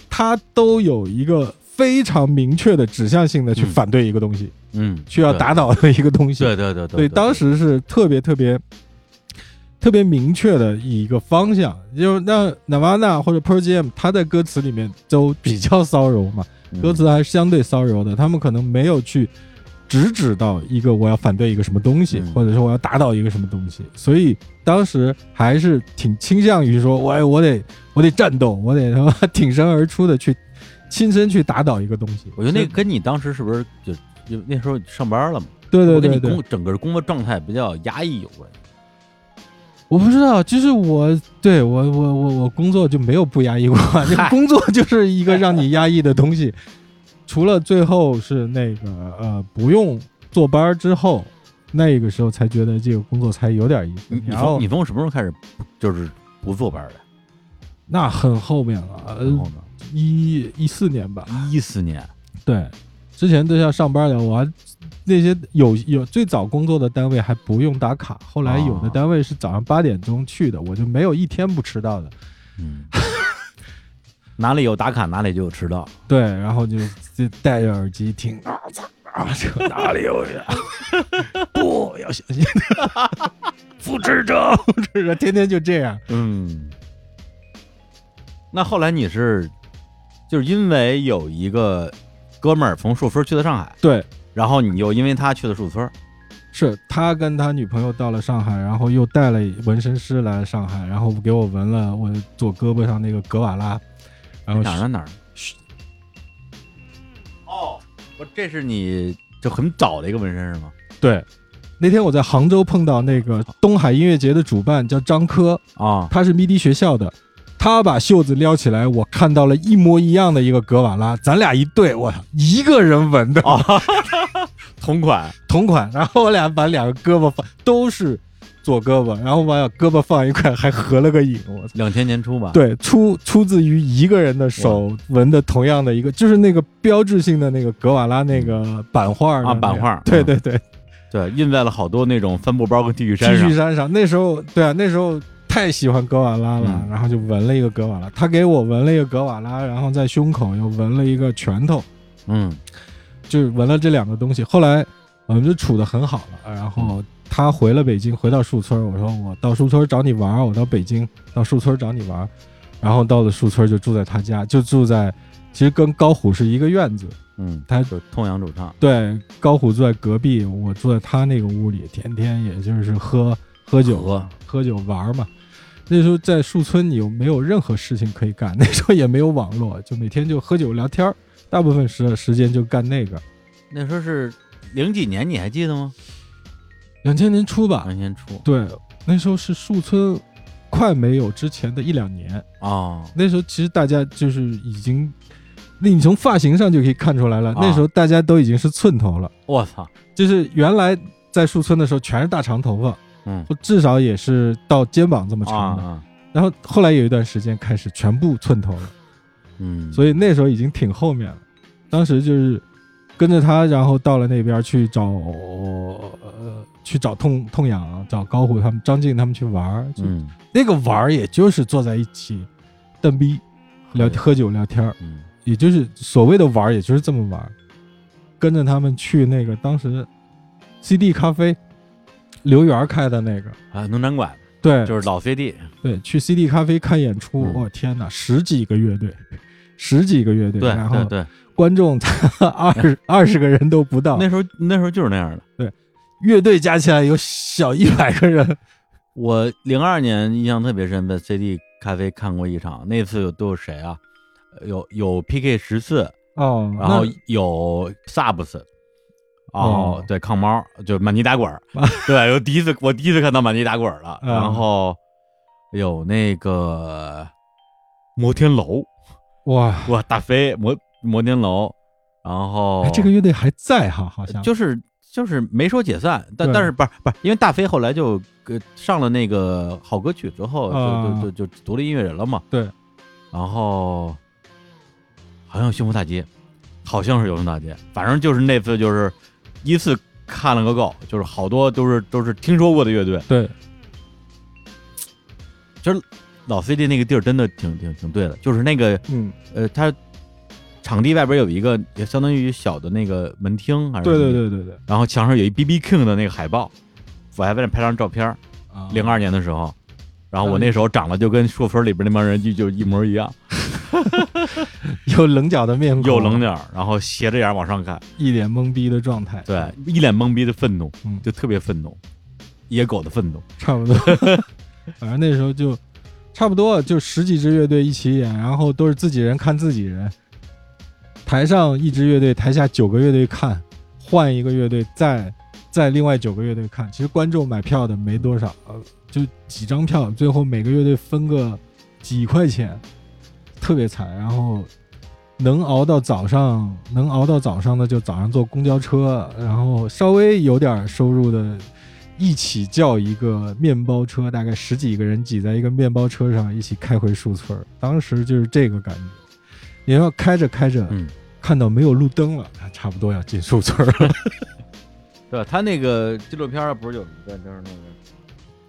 Speaker 2: 他都有一个非常明确的指向性的去
Speaker 1: 嗯
Speaker 2: 反对一个东西，
Speaker 1: 嗯，
Speaker 2: 需要
Speaker 1: 对
Speaker 2: 打。倒的一个东西。
Speaker 1: 对对对对
Speaker 2: 对，当时是特别特别特别明确的一个方向，就那 Nirvana 或者 Pearl Jam，他在歌词里面都比较骚柔嘛，
Speaker 1: 嗯
Speaker 2: 歌词还是相对骚柔的，他们可能没有去直指到一个我要反对一个什么东西，
Speaker 1: 嗯
Speaker 2: 或者说我要打倒一个什么东西，所以当时还是挺倾向于说，我我得我得战斗，我得他妈挺身而出的去亲身去打倒一个东西。
Speaker 1: 我觉得那
Speaker 2: 所以
Speaker 1: 个跟你当时是不是就就那时候上班了嘛？
Speaker 2: 对对
Speaker 1: 我跟
Speaker 2: 对
Speaker 1: 你
Speaker 2: 对，
Speaker 1: 工整个工作状态比较压抑有关系。
Speaker 2: 我不知道，就是我对我我我我工作就没有不压 抑过，就工作就是一个让你压抑的东西。除了最后是那个呃不用坐班儿之后，那个时候才觉得这个工作才有点意思
Speaker 1: 你。你
Speaker 2: 然后
Speaker 1: 从你从什么时候开始不就是不坐班儿的？
Speaker 2: 那很后面了，
Speaker 1: 然后
Speaker 2: 呃
Speaker 1: 呢？
Speaker 2: 一一四年吧，
Speaker 1: 一四年，
Speaker 2: 对，之前都是要上班的，我还那些有有最早工作的单位还不用打卡，后来有的
Speaker 1: 哦
Speaker 2: 单位是早上八点钟去的，我就没有一天不迟到的。
Speaker 1: 嗯， 哪里有打卡哪里就有迟到。
Speaker 2: 对，然后就就戴着耳机听，啊操啊，这哪里有人？不要小心，
Speaker 1: 复制者，
Speaker 2: 这个天天就这样。
Speaker 1: 嗯。那后来你是，就是因为有一个哥们儿从树村去的上海，
Speaker 2: 对，
Speaker 1: 然后你又因为他去的树村，
Speaker 2: 是他跟他女朋友到了上海，然后又带了纹身师来上海，然后给我纹了我左胳膊上那个格瓦拉，然后
Speaker 1: 哪儿呢哪儿呢
Speaker 2: 嘘？
Speaker 1: 哦，我这是你就很早的一个纹身是吗？
Speaker 2: 对。那天我在杭州碰到那个东海音乐节的主办叫张科，
Speaker 1: 啊、
Speaker 2: 他是迷笛学校的，他把袖子撩起来，我看到了一模一样的一个格瓦拉，咱俩一对，我操一个人纹的，
Speaker 1: 同款，
Speaker 2: 同款，然后我俩把两个胳膊放都是左胳膊，然后把胳膊放一块，还合了个影。我操！
Speaker 1: 两千年初吧？，
Speaker 2: 对，出出自于一个人的手纹的同样的一个，就是那个标志性的那个格瓦拉那个版画嗯的
Speaker 1: 啊
Speaker 2: 那个
Speaker 1: 版画
Speaker 2: 对对对，
Speaker 1: 对，印在了好多那种帆布包跟 T 恤
Speaker 2: T
Speaker 1: 衫上
Speaker 2: 恤。衫上，那时候对啊，那时候太喜欢格瓦拉了，
Speaker 1: 嗯
Speaker 2: 然后就纹了一个格瓦拉，他给我纹了一个格瓦拉，然后在胸口又纹了一个拳头，
Speaker 1: 嗯
Speaker 2: 就是纹了这两个东西。后来我们就处的很好了，然
Speaker 1: 嗯
Speaker 2: 后他回了北京，回到树村儿，我说我到树村儿找你玩儿，我到北京到树村儿找你玩儿，然后到了树村儿就住在他家，就住在其实跟高虎是一个院子，
Speaker 1: 嗯，
Speaker 2: 他
Speaker 1: 就是痛痒主唱。
Speaker 2: 对高虎住在隔壁，我住在他那个屋里，天天也就是喝。喝酒
Speaker 1: 喝
Speaker 2: 喝酒玩儿嘛。那时候在树村，你又没有任何事情可以干，那 时候也没有网络，就每天就喝酒聊天儿，大部分时时间就干那个。
Speaker 1: 那时候是零几年，你还记得吗？
Speaker 2: 两千年初吧，
Speaker 1: 两千初
Speaker 2: 对，那时候是树村快没有之前的一两年，
Speaker 1: 啊，
Speaker 2: 那时候其实大家就是已经，那你从发型上就可以看出来了，
Speaker 1: 啊
Speaker 2: 那时候大家都已经是寸头了，
Speaker 1: 我操，
Speaker 2: 就是原来在树村的时候全是大长头发，
Speaker 1: 嗯，
Speaker 2: 或至少也是到肩膀这么长的，
Speaker 1: 啊，啊
Speaker 2: 然后后来有一段时间开始全部寸头了，
Speaker 1: 嗯，
Speaker 2: 所以那时候已经挺后面了，当时就是跟着他，然后到了那边去找。呃去找痛痛痒，找高虎他们、张静他们去玩儿，就
Speaker 1: 嗯
Speaker 2: 那个玩儿也就是坐在一起蹬逼、聊
Speaker 1: 喝酒
Speaker 2: 喝酒聊天儿，
Speaker 1: 嗯
Speaker 2: 也就是所谓的玩儿，也就是这么玩儿。跟着他们去那个当时 CD 咖啡，刘源儿开的那个，
Speaker 1: 啊，农展馆
Speaker 2: 对，
Speaker 1: 就是老 CD，
Speaker 2: 对，去 CD 咖啡看演出，
Speaker 1: 嗯
Speaker 2: 我、天哪，十几个乐队，十几个乐队，
Speaker 1: 对
Speaker 2: 然
Speaker 1: 对
Speaker 2: 后
Speaker 1: 对，
Speaker 2: 观众 才二二十个人都不到，
Speaker 1: 那时候那时候就是那样的。
Speaker 2: 乐队加起来有小一百个人，
Speaker 1: 我零二年印象特别深，在 CD 咖啡看过一场，那次有都有谁啊？有有 PK 十四，
Speaker 2: 哦，
Speaker 1: 然后有萨布斯，哦，
Speaker 2: 哦啊
Speaker 1: 对，抗猫，就满地打滚儿，对，我第一次我第一次看到满地打滚儿了，
Speaker 2: 嗯
Speaker 1: 然后有那个摩天楼，
Speaker 2: 那哇，
Speaker 1: 哇，大飞摩摩天楼，然后
Speaker 2: 哎这个乐队还在哈，好像
Speaker 1: 就是就是没说解散，但
Speaker 2: 对
Speaker 1: 但是不是不是，因为大飞后来就呃上了那个好歌曲之后，
Speaker 2: 啊
Speaker 1: 就就就就独立音乐人了嘛。
Speaker 2: 对，
Speaker 1: 然后好像有幸福大街，好像是有幸福大街，反正就是那次就是一次看了个够，就是好多都是都是听说过的乐队，
Speaker 2: 对，
Speaker 1: 老 CD 那个地儿真的挺挺挺对的，就是那个
Speaker 2: 嗯，
Speaker 1: 呃，它场地外边有一个也相当于小的那个门厅，还是
Speaker 2: 对
Speaker 1: 什么
Speaker 2: 对
Speaker 1: 的
Speaker 2: 对对对，
Speaker 1: 然后墙上有一 B B King 的那个海报，我还为了拍张照片儿。
Speaker 2: 啊
Speaker 1: 零二年的时候，然后我那时候长得就跟硕村里边那帮人就就一模一样，
Speaker 2: 有棱角的面孔，
Speaker 1: 又棱角，然后斜着眼往上看，
Speaker 2: 一脸懵逼的状态，
Speaker 1: 对，，一脸懵逼的愤怒
Speaker 2: 嗯，
Speaker 1: 就特别愤怒，野狗的愤怒，
Speaker 2: 差 不多。反正那时候就差不多，就十几支乐队一起演，然后都是自己人看自己人，台上一支乐队，台下九个乐队看，换一个乐队再再另外九个乐队看。其实观众买票的没多少，呃就几张票，最后每个乐队分个几块钱，特别惨。然后。能熬到早上，能熬到早上的就早上坐公交车，然后稍微有点收入的一起叫一个面包车，大概十几个人挤在一个面包车上，一起开回树村儿。当时就是这个感觉。你要开着开着，
Speaker 1: 嗯，
Speaker 2: 看到没有路灯了，啊差不多要进树村儿了。
Speaker 1: 对吧？他那个纪录片儿不是有一个就是那个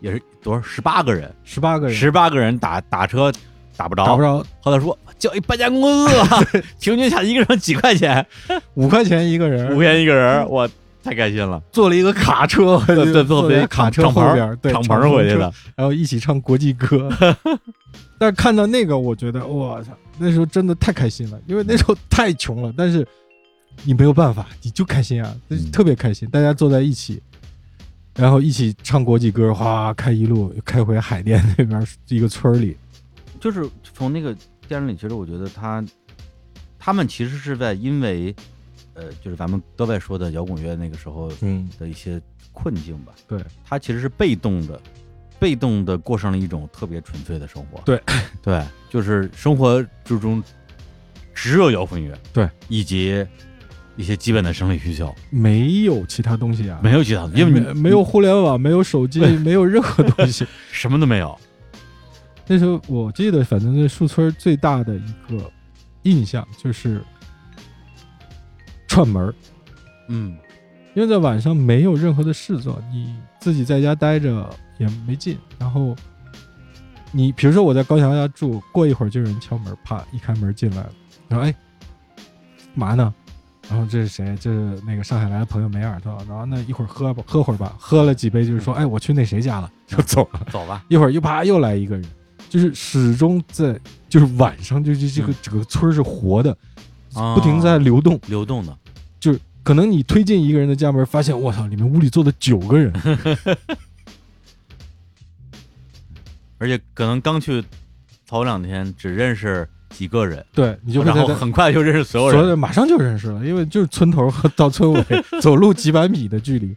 Speaker 1: 也是多少十八个人，
Speaker 2: 十八个人，
Speaker 1: 十八个人打打车打不
Speaker 2: 打
Speaker 1: 着
Speaker 2: 不，着，
Speaker 1: 后来说叫一搬家公司 吧，平均下一个人几块钱，
Speaker 2: 五块钱一个人
Speaker 1: 五，元一个人，我太开嗯心了，
Speaker 2: 坐了一个卡车，
Speaker 1: 对对
Speaker 2: 坐在
Speaker 1: 对，
Speaker 2: 卡车
Speaker 1: 敞
Speaker 2: 后
Speaker 1: 篷
Speaker 2: 边儿，对，
Speaker 1: 敞篷回去
Speaker 2: 车
Speaker 1: 的，
Speaker 2: 然后一起唱国际歌。但是看到那个，我觉得我操，那时候真的太开心了，因为那时候太穷了，但是你没有办法，你就开心啊，就是
Speaker 1: 嗯
Speaker 2: 特别开心，大家坐在一起，然后一起唱国际歌，哗开一路开回海淀那边一个村儿里。
Speaker 1: 就是从那个电影里，其实我觉得他他们其实是在因为呃，就是咱们都在说的摇滚乐那个时候
Speaker 2: 嗯，
Speaker 1: 的一些困境吧。
Speaker 2: 对，
Speaker 1: 他其实是被动的，被动的过上了一种特别纯粹的生活。
Speaker 2: 对
Speaker 1: 对，就是生活之中只有摇滚乐，
Speaker 2: 对，
Speaker 1: 以及一些基本的生理需求，
Speaker 2: 没有其他东西啊，
Speaker 1: 啊没有其他的，因为你
Speaker 2: 没没有互联网，没有手机，没有任何东西。
Speaker 1: 什么都没有。
Speaker 2: 那时候我记得，反正对树村最大的一个印象就是串门儿，
Speaker 1: 嗯，
Speaker 2: 因为在晚上没有任何的事做，你自己在家待着也没劲。然后你比如说我在高翔家住，过一会儿就有人敲门，啪一开门进来了，然后哎，嘛呢？然后这是谁？这是那个上海来的朋友梅尔特。然后那一会儿喝吧，喝会儿吧，喝了几杯就是说，哎，我去那谁家了，就走了。
Speaker 1: 走 吧。
Speaker 2: 一会儿又啪又来一个人，就是始终在，就是晚上就是这个
Speaker 1: 嗯
Speaker 2: 整个村儿是活的，
Speaker 1: 啊
Speaker 2: 不停在流动。
Speaker 1: 流动的，
Speaker 2: 就是可 能你推进一个人的家门，发现我操，里面屋里坐了九个人，
Speaker 3: 而且可能刚去头两天只认识几个人，
Speaker 2: 对你就会
Speaker 3: 然
Speaker 2: 在
Speaker 3: 后
Speaker 2: 这
Speaker 3: 很快就认识所有
Speaker 2: 所有
Speaker 3: 人。
Speaker 2: 人马上就认识了，因为就是村头和到 村尾走路几百米的距离。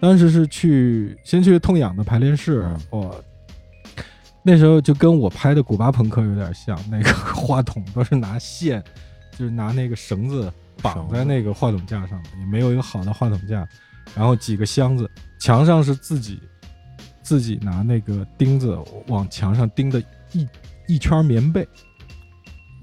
Speaker 2: 当时是去先去痛痒的排练室，
Speaker 3: 嗯
Speaker 2: 我、那时候就跟我拍的古巴朋克有点像，那 个话筒都是拿线，就是拿那个绳子绑在那个话筒架上的，也没有一个好的话筒架，然后几个箱子，墙上是自己自己拿那个钉子往墙上钉的一一圈棉被，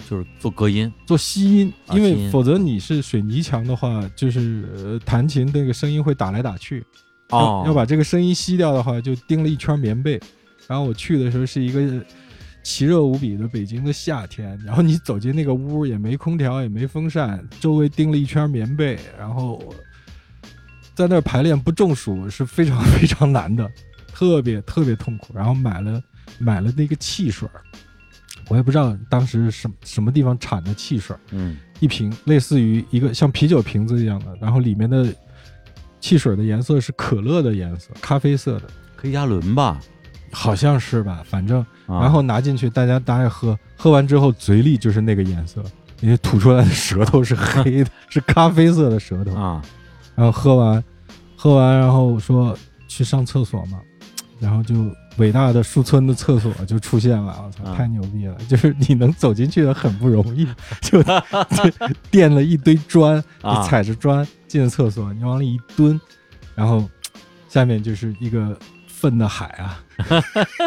Speaker 3: 就是做隔音，
Speaker 2: 做吸音，
Speaker 3: 啊
Speaker 2: 因
Speaker 3: 吸
Speaker 2: 为
Speaker 3: 音
Speaker 2: 否则你是水泥墙的话，就是呃弹琴那个声音会打来打去。要
Speaker 3: 哦，
Speaker 2: 要把这个声音吸掉的话，就钉了一圈棉被。然后我去的时候是一个奇热无比的北京的夏天，然后你走进那个屋也没空调也没风扇，周围钉了一圈棉被，然后在那儿排练不中暑是非常非常难的，特别特别痛苦。然后买了买了那个汽水儿，我也不知道当时什么什么地方产的汽水儿。
Speaker 1: 嗯，
Speaker 2: 一瓶，类似于一个像啤酒瓶子一样的，然后里面的汽水的颜色是可乐的颜色，咖啡色的，
Speaker 3: 黑加仑吧。
Speaker 2: 好像是吧？反正
Speaker 3: 啊
Speaker 2: 然后拿进去，大家大家喝，喝完之后嘴里就是那个颜色，因为吐出来的舌头是黑的，是咖啡色的舌头。
Speaker 3: 啊，
Speaker 2: 然后喝完，喝完，然后说去上厕所嘛，然后就伟大的树村的厕所就出现了，我操，
Speaker 3: 啊
Speaker 2: 太牛逼了！ 就是你能走进去的很不容易， 就就垫了一堆砖，
Speaker 3: 啊
Speaker 2: 你踩着砖进了厕所，你往里一蹲，然后下面就是一个粪的海啊，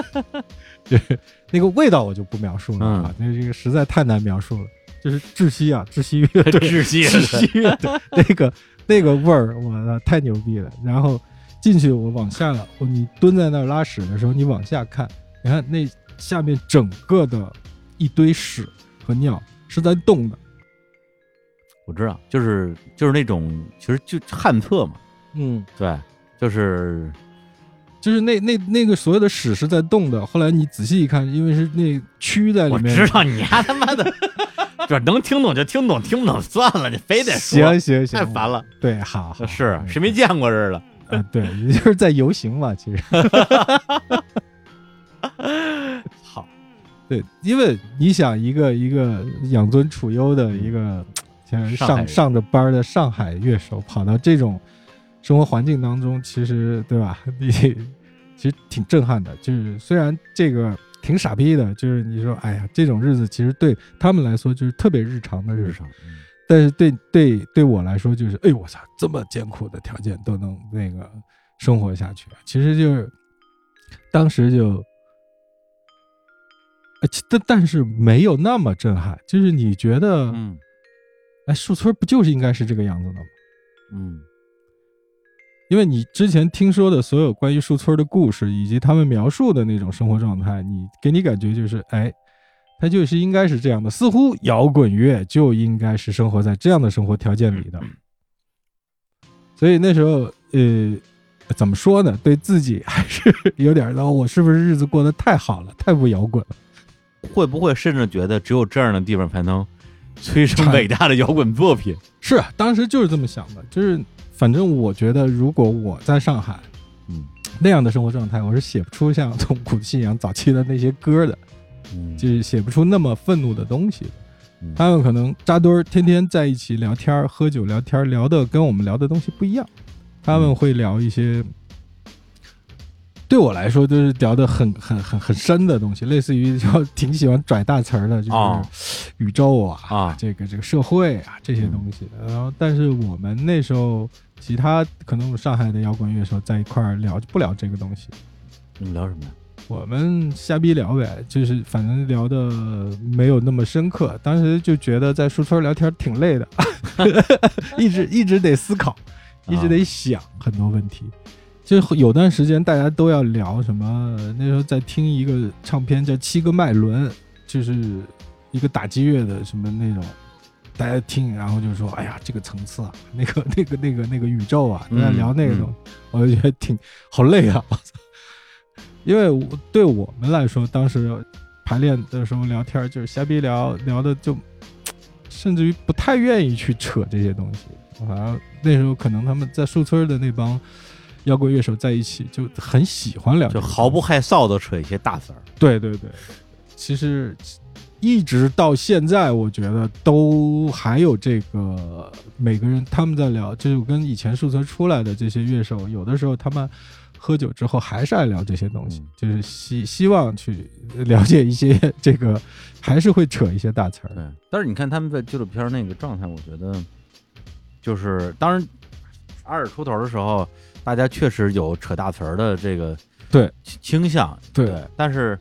Speaker 2: 就是那个味道我就不描述了啊，
Speaker 3: 嗯
Speaker 2: 那、这个实在太难描述了，就是窒息啊，窒息 乐队。
Speaker 3: 窒息
Speaker 2: 窒息乐队那个 那个味儿，我操，太牛逼了！然后进去，我往下了，我你蹲在那儿拉屎的时候，你往下看，你看那下面整个的一堆屎和尿是在动的，
Speaker 3: 我知道，就是就是那种，其实就旱厕嘛，
Speaker 2: 嗯，
Speaker 3: 对，就是
Speaker 2: 就是那那那个所有的屎是在动的。后来你仔细一看，因为是那蛆在里
Speaker 3: 我
Speaker 2: 面，
Speaker 3: 知道你丫他妈的，这能听懂就听懂，听不懂算了，你非得说
Speaker 2: 行，行行，
Speaker 3: 太烦了。
Speaker 2: 对，好，好
Speaker 3: 是
Speaker 2: 好
Speaker 3: 谁没见过似的。
Speaker 2: 啊？对， 你就是在游行嘛，其实。
Speaker 3: 操，
Speaker 2: 对，因为你想一个一个养尊处优的一个像
Speaker 3: 嗯上海
Speaker 2: 上
Speaker 3: 人
Speaker 2: 上着班的上海乐手，跑到这种生活环境当中，其实对吧？ 你其实挺震撼的。就是虽然这个挺傻逼的，就是你说哎呀，这种日子其实对他们来说就是特别日常的日
Speaker 3: 日
Speaker 2: 子，
Speaker 3: 常，嗯
Speaker 2: 但是对对对我来说，就是哎呦我操，这么艰苦的条件都能那个生活下去，其实就是当时就，呃其但但是没有那么震撼，就是你觉得，
Speaker 3: 嗯
Speaker 2: 哎，树村不就是应该是这个样子的吗？
Speaker 3: 嗯，
Speaker 2: 因为你之前听说的所有关于树村的故事，以及他们描述的那种生活状态，你给你感觉就是，哎，他就是应该是这样的，似乎摇滚乐就应该是生活在这样的生活条件里的。所以那时候，呃，怎么说呢？对自己还是有点儿的，我是不是日子过得太好了，太不摇滚了？
Speaker 3: 会不会甚至觉得只有这样的地方才能催生伟大的摇滚作品？
Speaker 2: 是啊，当时就是这么想的，就是反正我觉得，如果我在上海
Speaker 3: 嗯
Speaker 2: 那样的生活状态，我是写不出像从古信阳早期的那些歌的。
Speaker 3: 嗯
Speaker 2: 就是写不出那么愤怒的东西
Speaker 3: 嗯。
Speaker 2: 他们可能扎堆儿，天天在一起聊天儿、喝酒、聊天儿，聊的跟我们聊的东西不一样。他们会聊一些，对我来说就是聊的很很很很深的东西，类似于就挺喜欢拽大词儿的，就
Speaker 3: 哦
Speaker 2: 是宇宙啊、
Speaker 3: 啊
Speaker 2: 这个这个社会啊这些东西。然后，但是我们那时候其他可能上海的摇滚乐手在一块儿聊就不聊这个东西，
Speaker 3: 你们聊什么呀？
Speaker 2: 我们瞎逼聊呗，就是反正聊的没有那么深刻。当时就觉得在书村聊天挺累的， 一直一直得思考，
Speaker 3: 啊
Speaker 2: 一直得想很多问题。就是有段时间大家都要聊什么，那时候在听一个唱片叫《七个脉轮》，就是一个打击乐的什么那种。大家听，然后就说：“哎呀，这个层次啊，那个、那个、那个、那个宇宙啊，都在
Speaker 3: 嗯
Speaker 2: 聊那个
Speaker 3: 嗯
Speaker 2: 东西。我就觉得挺好累啊，我操！因为我对我们来说，当时排练的时候聊天儿就是瞎逼聊，聊的就甚至于不太愿意去扯这些东西。反正那时候可能他们在树村的那帮摇滚乐手在一起，就很喜欢聊这
Speaker 1: 就
Speaker 2: 个
Speaker 1: 毫不害臊的扯一些大词儿。
Speaker 2: 对对对，其实一直到现在，我觉得都还有这个每个人他们在聊，就是跟以前数存出来的这些乐手，有的时候他们喝酒之后还是爱聊这些东西
Speaker 4: 嗯，
Speaker 2: 就是希希望去了解一些这个，还是会扯一些大词儿。
Speaker 1: 对，但是你看他们在纪录片儿那个状态，我觉得就是，当然二十出头的时候，大家确实有扯大词儿的这个
Speaker 2: 对
Speaker 1: 倾倾向，
Speaker 2: 对
Speaker 1: 但是。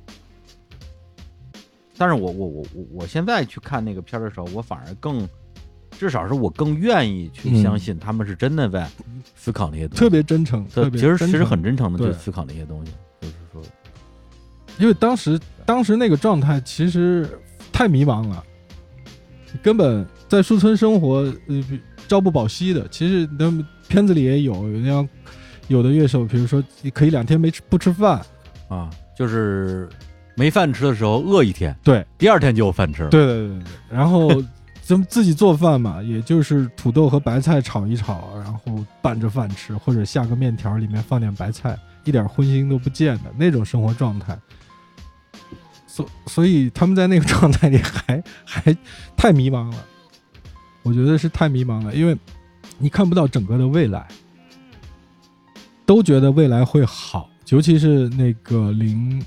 Speaker 1: 但是我我我我我现在去看那个片儿的时候，我反而更，至少是我更愿意去
Speaker 2: 嗯
Speaker 1: 相信他们是真的在思考那些东西，
Speaker 2: 特别真诚，特
Speaker 1: 这
Speaker 2: 别
Speaker 1: 其实
Speaker 2: 真
Speaker 1: 其实
Speaker 2: 诚
Speaker 1: 很真诚的去
Speaker 2: 对
Speaker 1: 思考那些东西，就是说，
Speaker 2: 因为当时当时那个状态其实太迷茫了，你根本在树村生活，呃，比朝不保夕的。其实那么片子里也有有那样，有的乐手，比如说可以两天没吃不吃饭，
Speaker 1: 啊，就是没饭吃的时候饿一天，
Speaker 2: 对，
Speaker 1: 第二天就有饭吃了。
Speaker 2: 对对对对，然后 咱们自己做饭嘛，也就是土豆和白菜炒一炒，然后拌着饭吃，或者下个面条里面放点白菜，一点荤腥都不见的那种生活状态。所所以他们在那个状态里还还太迷茫了，我觉得是太迷茫了，因为你看不到整个的未来，都觉得未来会好，尤其是那个零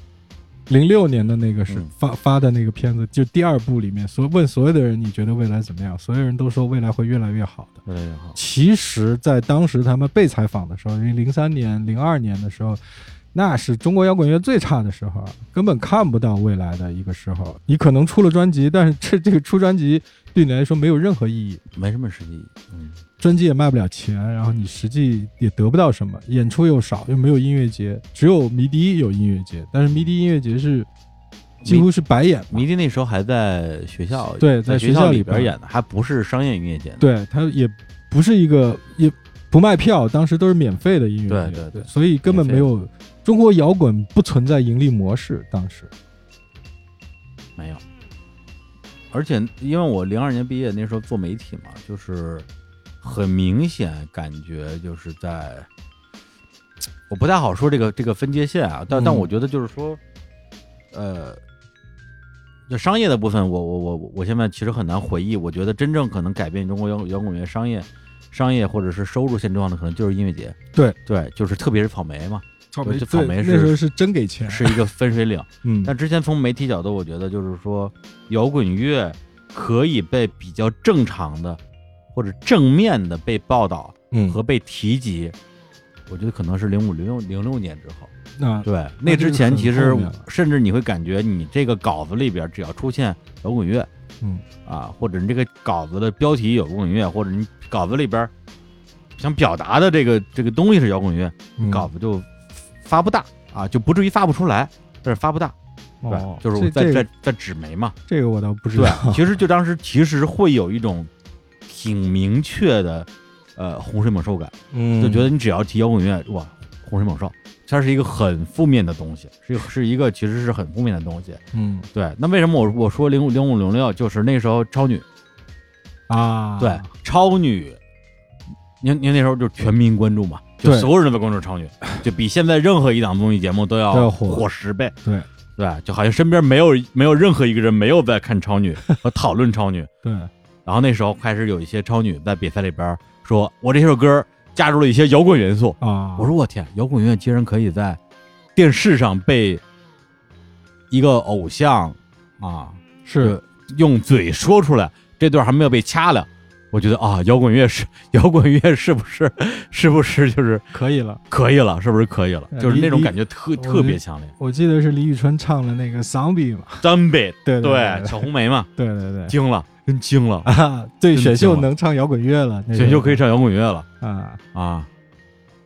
Speaker 2: 零六年的那个是
Speaker 1: 嗯
Speaker 2: 发、发的那个片子，就第二部里面，所问所有的人你觉得未来怎么样，所有人都说未来会越来越好的。
Speaker 1: 越来越好。
Speaker 2: 其实，在当时他们被采访的时候，因为零三年、零二年的时候，那是中国摇滚乐最差的时候，根本看不到未来的一个时候。你可能出了专辑，但是这这个出专辑对你来说没有任何意义，
Speaker 1: 没什么实际意义。嗯，
Speaker 2: 专辑也卖不了钱，然后你实际也得不到什么，演出又少，又没有音乐节，只有迷笛有音乐节，但是迷笛音乐节是几乎是白演嘛
Speaker 1: 迷笛那时候还在学校，
Speaker 2: 对
Speaker 1: 在
Speaker 2: 在
Speaker 1: 学
Speaker 2: 学校
Speaker 1: 里
Speaker 2: 里
Speaker 1: 边
Speaker 2: 边
Speaker 1: 演的，还不是商业音乐节。，
Speaker 2: 对，它也不是一个也不卖票，当时都是免费的音乐节，
Speaker 1: 对对对
Speaker 2: 所以根本
Speaker 1: 免
Speaker 2: 没
Speaker 1: 费
Speaker 2: 有中国摇滚不存在盈利模式，当时
Speaker 1: 没有。而且因为我零二年毕业那时候做媒体嘛，就是很明显感觉就是在，我不太好说这个这个分界线啊，但、但
Speaker 2: 嗯
Speaker 1: 我觉得就是说，呃。就商业的部分，我我我我我现在其实很难回忆。我觉得真正可能改变中国摇摇滚乐商业、商业或者是收入现状的，可能就是音乐节。
Speaker 2: 对
Speaker 1: 对，就是特别是草莓嘛，
Speaker 2: 草
Speaker 1: 莓
Speaker 2: 莓
Speaker 1: 这草莓
Speaker 2: 那
Speaker 1: 是
Speaker 2: 时候是真给钱，
Speaker 1: 是一个分水岭。
Speaker 2: 嗯，
Speaker 1: 但之前从媒体角度，我觉得就是说，摇滚乐可以被比较正常的或者正面的被报道
Speaker 2: 嗯
Speaker 1: 和被提及，我觉得可能是零五零六零六年之后。
Speaker 2: 那
Speaker 1: 对，那之
Speaker 2: 就是
Speaker 1: 前
Speaker 2: 很
Speaker 1: 其实
Speaker 2: 后面了
Speaker 1: 甚至你会感觉你这个稿子里边只要出现摇滚乐
Speaker 2: 嗯
Speaker 1: 啊，或者你这个稿子的标题有摇滚乐，或者你稿子里边想表达的这个这个东西是摇滚乐，
Speaker 2: 嗯
Speaker 1: 稿子就发不大啊，就不至于发不出来，但是发不大。
Speaker 2: 哦，
Speaker 1: 对，就是
Speaker 2: 这
Speaker 1: 我在
Speaker 2: 这
Speaker 1: 在
Speaker 2: 个
Speaker 1: 在纸媒 嘛。
Speaker 2: 这个我倒不知
Speaker 1: 对
Speaker 2: 道，，
Speaker 1: 其实就当时其实会有一种挺明确的呃洪水猛兽感，
Speaker 2: 嗯
Speaker 1: 就觉得你只要提摇滚乐，哇，洪水猛兽，它是一个很负面的东西，是一个是一个其实是很负面的东西。
Speaker 2: 嗯
Speaker 1: 对，那为什么我我说零五零五零六就是那时候超女，
Speaker 2: 啊，
Speaker 1: 对，超女。因因为那时候就是全民关注嘛，就
Speaker 2: 对
Speaker 1: 所有人都在关注超女，就比现在任何一档综艺节目都
Speaker 2: 都
Speaker 1: 要
Speaker 2: 要火
Speaker 1: 火十倍。
Speaker 2: 对
Speaker 1: 对，就好像身边没有没有任何一个人没有在看超女和讨论超女，
Speaker 2: 对，
Speaker 1: 然后那时候开始有一些超女在比赛里边说，我这首歌加入了一些摇滚元素。
Speaker 2: 啊，
Speaker 1: 我说我天，摇滚乐竟然可以在电视上被一个偶像啊
Speaker 2: 是
Speaker 1: 用嘴说出来，这段还没有被掐了。我觉得啊，摇滚乐是 摇滚乐是不是 是不是就是
Speaker 2: 可以了。
Speaker 1: 可以了？是不是可以了？
Speaker 2: 呃
Speaker 1: 就是
Speaker 2: 你
Speaker 1: 那种
Speaker 2: 你
Speaker 1: 感觉特
Speaker 2: 我
Speaker 1: 特别强烈。
Speaker 2: 我记得是李宇春唱的那个《Zombie》嘛，
Speaker 1: Zombie，
Speaker 2: 对对
Speaker 1: 对，小红梅嘛，
Speaker 2: 对对对
Speaker 1: 惊了，真惊了，
Speaker 2: 啊，对，
Speaker 1: 真
Speaker 2: 选秀
Speaker 1: 惊了
Speaker 2: 能唱摇滚乐了，那
Speaker 1: 选
Speaker 2: 时
Speaker 1: 秀
Speaker 2: 候
Speaker 1: 可以唱摇滚乐了。
Speaker 2: 啊，
Speaker 1: 啊，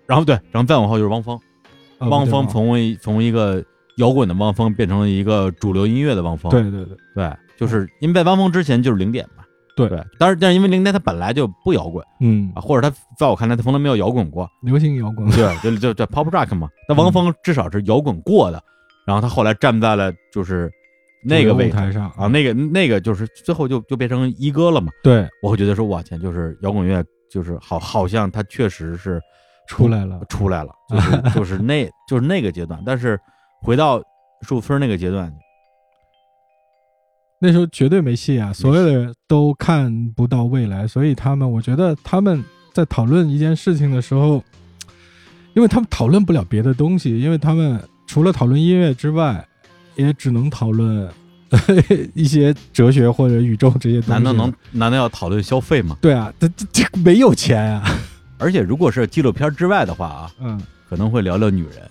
Speaker 1: 然后对，然后再往后就是汪峰，
Speaker 2: 啊
Speaker 1: 汪
Speaker 2: 对
Speaker 1: 峰从一从一个摇滚的汪峰变成了一个主流音乐的汪峰，
Speaker 2: 对对对，
Speaker 1: 对，就是因为在汪峰之前就是零点嘛，
Speaker 2: 对
Speaker 1: 对，但是但是因为零点他本来就不摇滚
Speaker 2: 嗯
Speaker 1: 啊，，或者他在我看来他从来没有摇滚过，
Speaker 2: 流行摇 滚，
Speaker 1: 对，就就就 pop rock 嘛，那汪峰至少是摇滚过的，然后他后来站在了就是那个
Speaker 2: 主流
Speaker 1: 位
Speaker 2: 舞
Speaker 1: 置
Speaker 2: 台上
Speaker 1: 啊，，那个那个就是最后就就变成一哥了嘛。
Speaker 2: 对
Speaker 1: 我会觉得说，哇天，就是摇滚乐，就是好，好像它确实是
Speaker 2: 出来了，
Speaker 1: 出来了，就是就是那就是那个阶段。但是回到树村那个阶段，
Speaker 2: 那时候绝对没戏啊！所有的人都看不到未来，所以他们，我觉得他们在讨论一件事情的时候，因为他们讨论不了别的东西，因为他们除了讨论音乐之外，也只能讨论 一些哲学或者宇宙这些东西。啊
Speaker 1: 难道能？难道要讨论消费吗？
Speaker 2: 对啊，这这这没有钱啊！
Speaker 1: 而且如果是纪录片之外的话啊，
Speaker 2: 嗯，
Speaker 1: 可能会聊聊女人，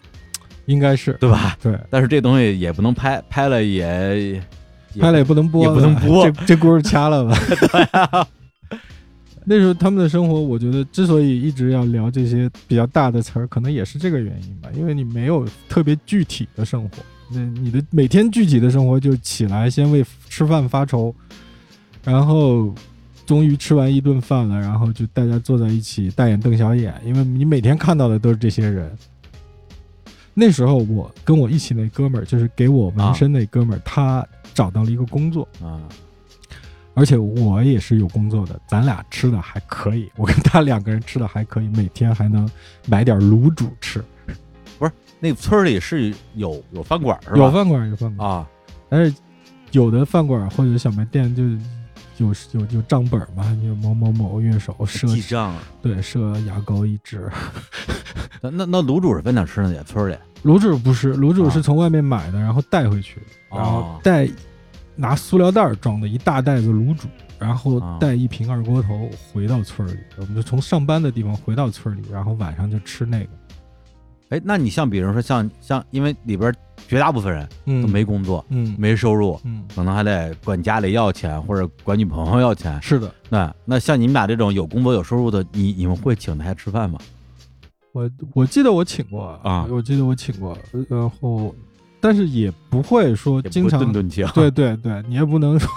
Speaker 2: 应该是
Speaker 1: 对吧？
Speaker 2: 对，
Speaker 1: 但是这东西也不能拍，拍了也也
Speaker 2: 拍了也不能播
Speaker 1: 也
Speaker 2: 了，
Speaker 1: 不能播啊
Speaker 2: 这这故事掐 了吧？ 那时候他们的生活，我觉得之所以一直要聊这些比较大的词儿，可能也是这个原因吧，因为你没有特别具体的生活，那你的每天具体的生活就起来先为吃饭发愁，然后终于吃完一顿饭了，然后就大家坐在一起大眼瞪小眼，因为你每天看到的都是这些人。那时候我跟我一起那哥们儿，就是给我纹身那哥们儿，他找到了一个工作，
Speaker 1: 啊，
Speaker 2: 而且我也是有工作的，咱俩吃的还可以，我跟他两个人吃的还可以，每天还能买点卤煮吃，
Speaker 1: 那村儿里是有有饭馆是吧？
Speaker 2: 有饭馆有饭馆，
Speaker 1: 啊，
Speaker 2: 但是有的饭馆或者小卖店就有有有账本嘛，就某某某月手设
Speaker 1: 记账啊。
Speaker 2: 对设牙膏一支，
Speaker 1: 那那那卤煮是分哪吃呢？在村儿里
Speaker 2: 卤煮不是卤煮
Speaker 1: 啊
Speaker 2: 是从外面买的，然后带回去，然后
Speaker 1: 哦
Speaker 2: 带拿塑料袋儿装的一大袋子卤煮，然后
Speaker 1: 啊
Speaker 2: 带一瓶二锅头回到村儿里，我们就从上班的地方回到村儿里，然后晚上就吃那个。
Speaker 1: 哎，那你像比如说像像，因为里边绝大部分人
Speaker 2: 嗯
Speaker 1: 都没工作，
Speaker 2: 嗯
Speaker 1: 没收入，
Speaker 2: 嗯，
Speaker 1: 可能还得管家里要钱或者管女朋友要钱。
Speaker 2: 是的，
Speaker 1: 那那像你们俩这种有工作有收入的，你你们会请他吃饭吗？
Speaker 2: 我我记得我请过
Speaker 1: 啊
Speaker 2: 我记得我请过，呃然后但是也不会说
Speaker 1: 也不
Speaker 2: 经
Speaker 1: 会
Speaker 2: 常
Speaker 1: 顿顿请。
Speaker 2: 对对对，你也不能说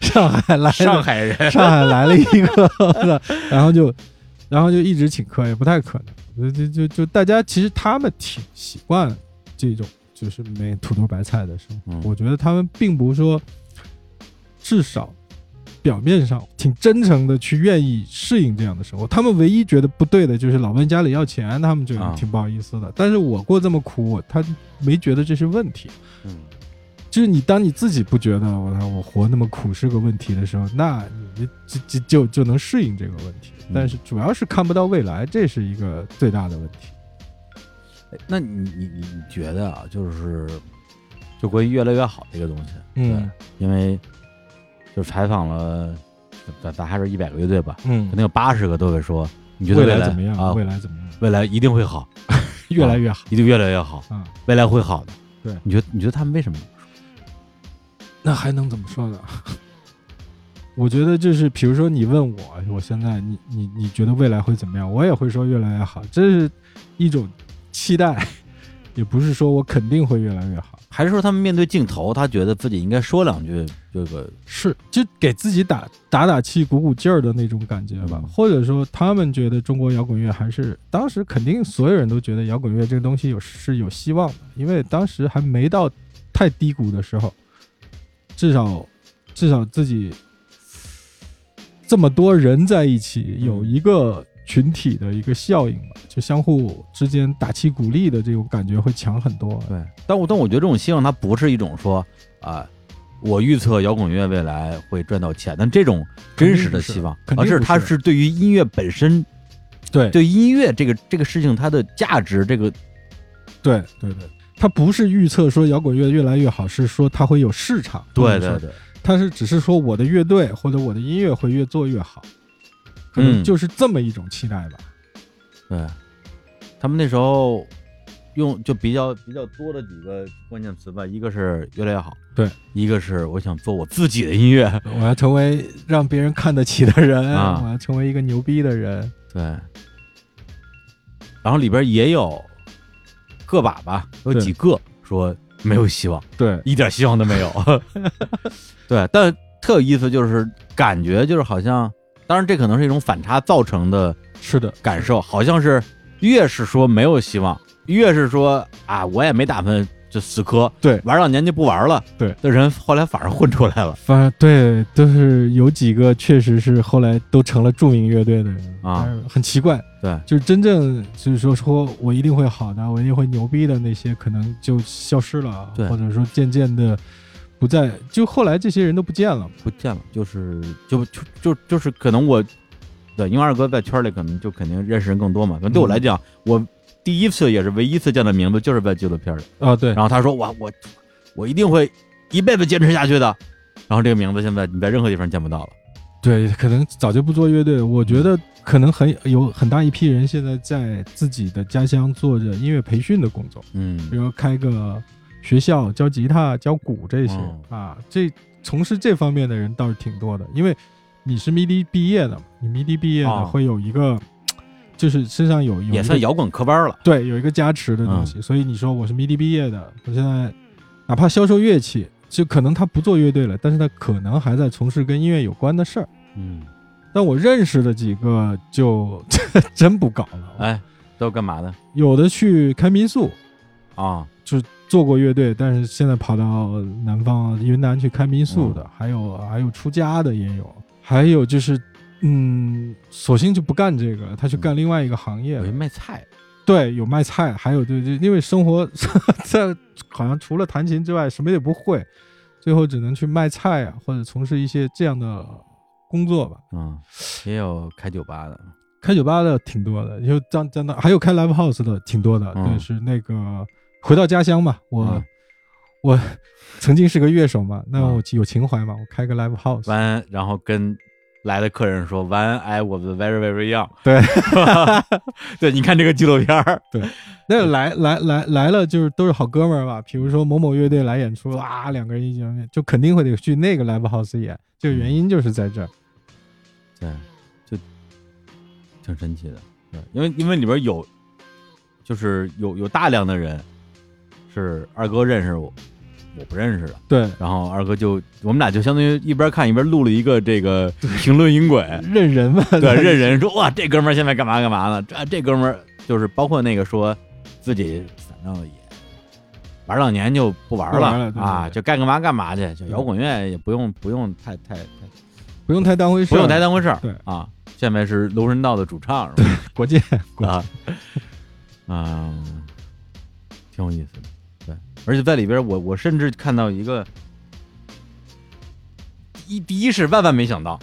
Speaker 2: 上海来 了
Speaker 1: 上海 人
Speaker 2: 上海来了一个，然后就然后就一直请客，也不太可能。就就就就大家其实他们挺习惯这种就是没土豆白菜的生活，
Speaker 1: 嗯
Speaker 2: 我觉得他们并不说，至少表面上挺真诚的去愿意适应这样的生活。他们唯一觉得不对的就是老问家里要钱，他们觉
Speaker 1: 啊
Speaker 2: 得挺不好意思的。但是我过这么苦，我他没觉得这是问题。
Speaker 1: 嗯
Speaker 2: 就是你当你自己不觉得我操我活那么苦是个问题的时候，那你就就就就能适应这个问题
Speaker 1: 嗯。
Speaker 2: 但是主要是看不到未来，这是一个最大的问题。
Speaker 1: 哎那你你你你觉得啊，就是就关于越来越好这个东西，
Speaker 2: 嗯
Speaker 1: 对，因为就采访了，咱咱还是一百个乐队吧，
Speaker 2: 嗯
Speaker 1: 可能有八十个都会说，你觉得
Speaker 2: 未
Speaker 1: 来
Speaker 2: 来怎么样？
Speaker 1: 啊？
Speaker 2: 未来怎么样？
Speaker 1: 未来一定会好，
Speaker 2: 越来越好
Speaker 1: 一定越来越好，
Speaker 2: 啊！
Speaker 1: 未来会好的。
Speaker 2: 对
Speaker 1: 你觉得你觉得他们为什么？
Speaker 2: 那还能怎么说呢？ 我觉得就是，比如说你问我，我现在你你你觉得未来会怎么样？我也会说越来越好，这是一种期待， 也不是说我肯定会越来越好。
Speaker 1: 还是说他们面对镜头，他觉得自己应该说两句这个
Speaker 2: 是，就给自己打打打气、鼓鼓劲儿的那种感觉吧
Speaker 1: 嗯。
Speaker 2: 或者说，他们觉得中国摇滚乐还是当时肯定所有人都觉得摇滚乐这个东西有是有希望的，因为当时还没到太低谷的时候，至少至少自己这么多人在一起，
Speaker 1: 嗯
Speaker 2: 有一个群体的一个效应吧，就相互之间打气鼓励的这种感觉会强很多。
Speaker 1: 对，但我但我觉得这种希望，它不是一种说啊，我预测摇滚乐未来会赚到钱，但这种真实的希望，
Speaker 2: 肯定
Speaker 1: 而
Speaker 2: 不是
Speaker 1: 是
Speaker 2: 肯定不是
Speaker 1: 它是对于音乐本身，
Speaker 2: 对
Speaker 1: 对音乐这个这个事情它的价值，这个
Speaker 2: 对对对，它不是预测说摇滚乐越来越好，是说它会有市场。或者说
Speaker 1: 对，
Speaker 2: 它是只是说我的乐队或者我的音乐会越做越好，可
Speaker 1: 嗯
Speaker 2: 能就是这么一种期待吧。
Speaker 1: 对，他们那时候用就比较比较多的几个关键词吧，一个是越来越好，
Speaker 2: 对，
Speaker 1: 一个是我想做我自己的音 乐，
Speaker 2: 我要成为让别人看得起的人，
Speaker 1: 啊
Speaker 2: 我要成为一个牛逼的人。
Speaker 1: 对，然后里边也有个把吧，有
Speaker 2: 对
Speaker 1: 几个说没有希望。
Speaker 2: 对，
Speaker 1: 一点希望都没 有。对，但特有意思，就是感觉就是好像，当然这可能是一种反差造成的
Speaker 2: 是的，
Speaker 1: 感受，好像是越是说没有希望，越是说啊我也没打算就死磕，
Speaker 2: 对
Speaker 1: 玩到年纪不玩了，
Speaker 2: 对
Speaker 1: 的人后来反而混出来了
Speaker 2: 反正对，都是有几个确实是后来都成了著名乐队的人，
Speaker 1: 啊，
Speaker 2: 但是很奇怪，
Speaker 1: 对，
Speaker 2: 就是真正就是说说我一定会好的，我一定会牛逼的那些，可能就消失了，
Speaker 1: 对
Speaker 2: 或者说渐渐的不再，就后来这些人都不见了，
Speaker 1: 不见了，就是就就就就是可能我，对，因为二哥在圈里可能就肯定认识人更多嘛，可能对我来讲，我第一次也是唯一一次见的名字就是在纪录片里，
Speaker 2: 啊，对
Speaker 1: 然，后他说哇我我一定会一辈子坚持下去的，然后这个名字现在你在任何地方见不到了，
Speaker 2: 对，可能早就不做乐队，我觉得可能很有很大一批人现在在自己的家乡做着音乐培训的工作，比
Speaker 1: 嗯，
Speaker 2: 如开个学校教吉他、教鼓这些、
Speaker 1: 哦
Speaker 2: 啊，这从事这方面的人倒是挺多的，因为你是 MIDI 毕业的嘛，你 MIDI 毕业的
Speaker 1: 哦
Speaker 2: 会有一个，就是身上有有
Speaker 1: 也
Speaker 2: 一
Speaker 1: 算嗯
Speaker 2: 个
Speaker 1: 摇滚科班了，
Speaker 2: 对有一个加持的东西，所以你说我是 MIDI 毕业的，我现在哪怕销售乐器，就可能他不做乐队了，但是他可能还在从事跟音乐有关的事儿。
Speaker 1: 嗯，
Speaker 2: 但我认识的几个就 真不搞了，
Speaker 1: 哎，都干嘛的
Speaker 2: 有的去开民宿，
Speaker 1: 啊？
Speaker 2: 做过乐队，但是现在跑到南方云南去开民宿的，还有还有出家的也有，嗯还有就是，嗯，索性就不干这个了，他去干另外一个行业
Speaker 1: 有
Speaker 2: 了。
Speaker 1: 一卖菜，
Speaker 2: 对，有卖菜，还有对对，因为生活 在好像除了弹琴之外什么也不会，最后只能去卖菜啊，或者从事一些这样的工作吧。
Speaker 1: 嗯，也有开酒吧的，
Speaker 2: 开酒吧的挺多的，就当当当，还有开 live house 的挺多的。
Speaker 1: 嗯
Speaker 2: 对，是那个回到家乡嘛，我、
Speaker 1: 嗯
Speaker 2: 我曾经是个乐手嘛，那
Speaker 1: 嗯
Speaker 2: 我有情怀嘛，我开个 live house。
Speaker 1: 完，然后跟来的客人说，When I was very very young，
Speaker 2: 对，
Speaker 1: 对，你看这个纪录片儿，
Speaker 2: 那来来来来了，就是都是好哥们儿吧，比如说某某乐队来演出啊，两个人一见面就肯定会得去那个 live house 演，就原因就是在
Speaker 1: 嗯
Speaker 2: 这儿。
Speaker 1: 对，就挺神奇的，对，因为因为里边有，就是有有大量的人是二哥认识我，我不认识的，
Speaker 2: 对，
Speaker 1: 然后二哥就我们俩就相当于一边看一边录了一个这个评论音轨，
Speaker 2: 认人嘛，
Speaker 1: 对，认人说哇，这哥们儿现在干嘛干嘛呢？啊这这哥们儿就是包括那个说自己反正也玩到年就不玩
Speaker 2: 不
Speaker 1: 了
Speaker 2: 玩了对
Speaker 1: 啊，
Speaker 2: 对对
Speaker 1: 就该干嘛干嘛去，就摇滚乐也不用不用太太太
Speaker 2: 不用太当回事，
Speaker 1: 不用太当回事儿，
Speaker 2: 对
Speaker 1: 啊。现在是楼神道的主唱是吧？
Speaker 2: 国界。
Speaker 1: 啊，嗯，挺有意思的，对，而且在里边儿我我甚至看到一个。一第一是万万没想到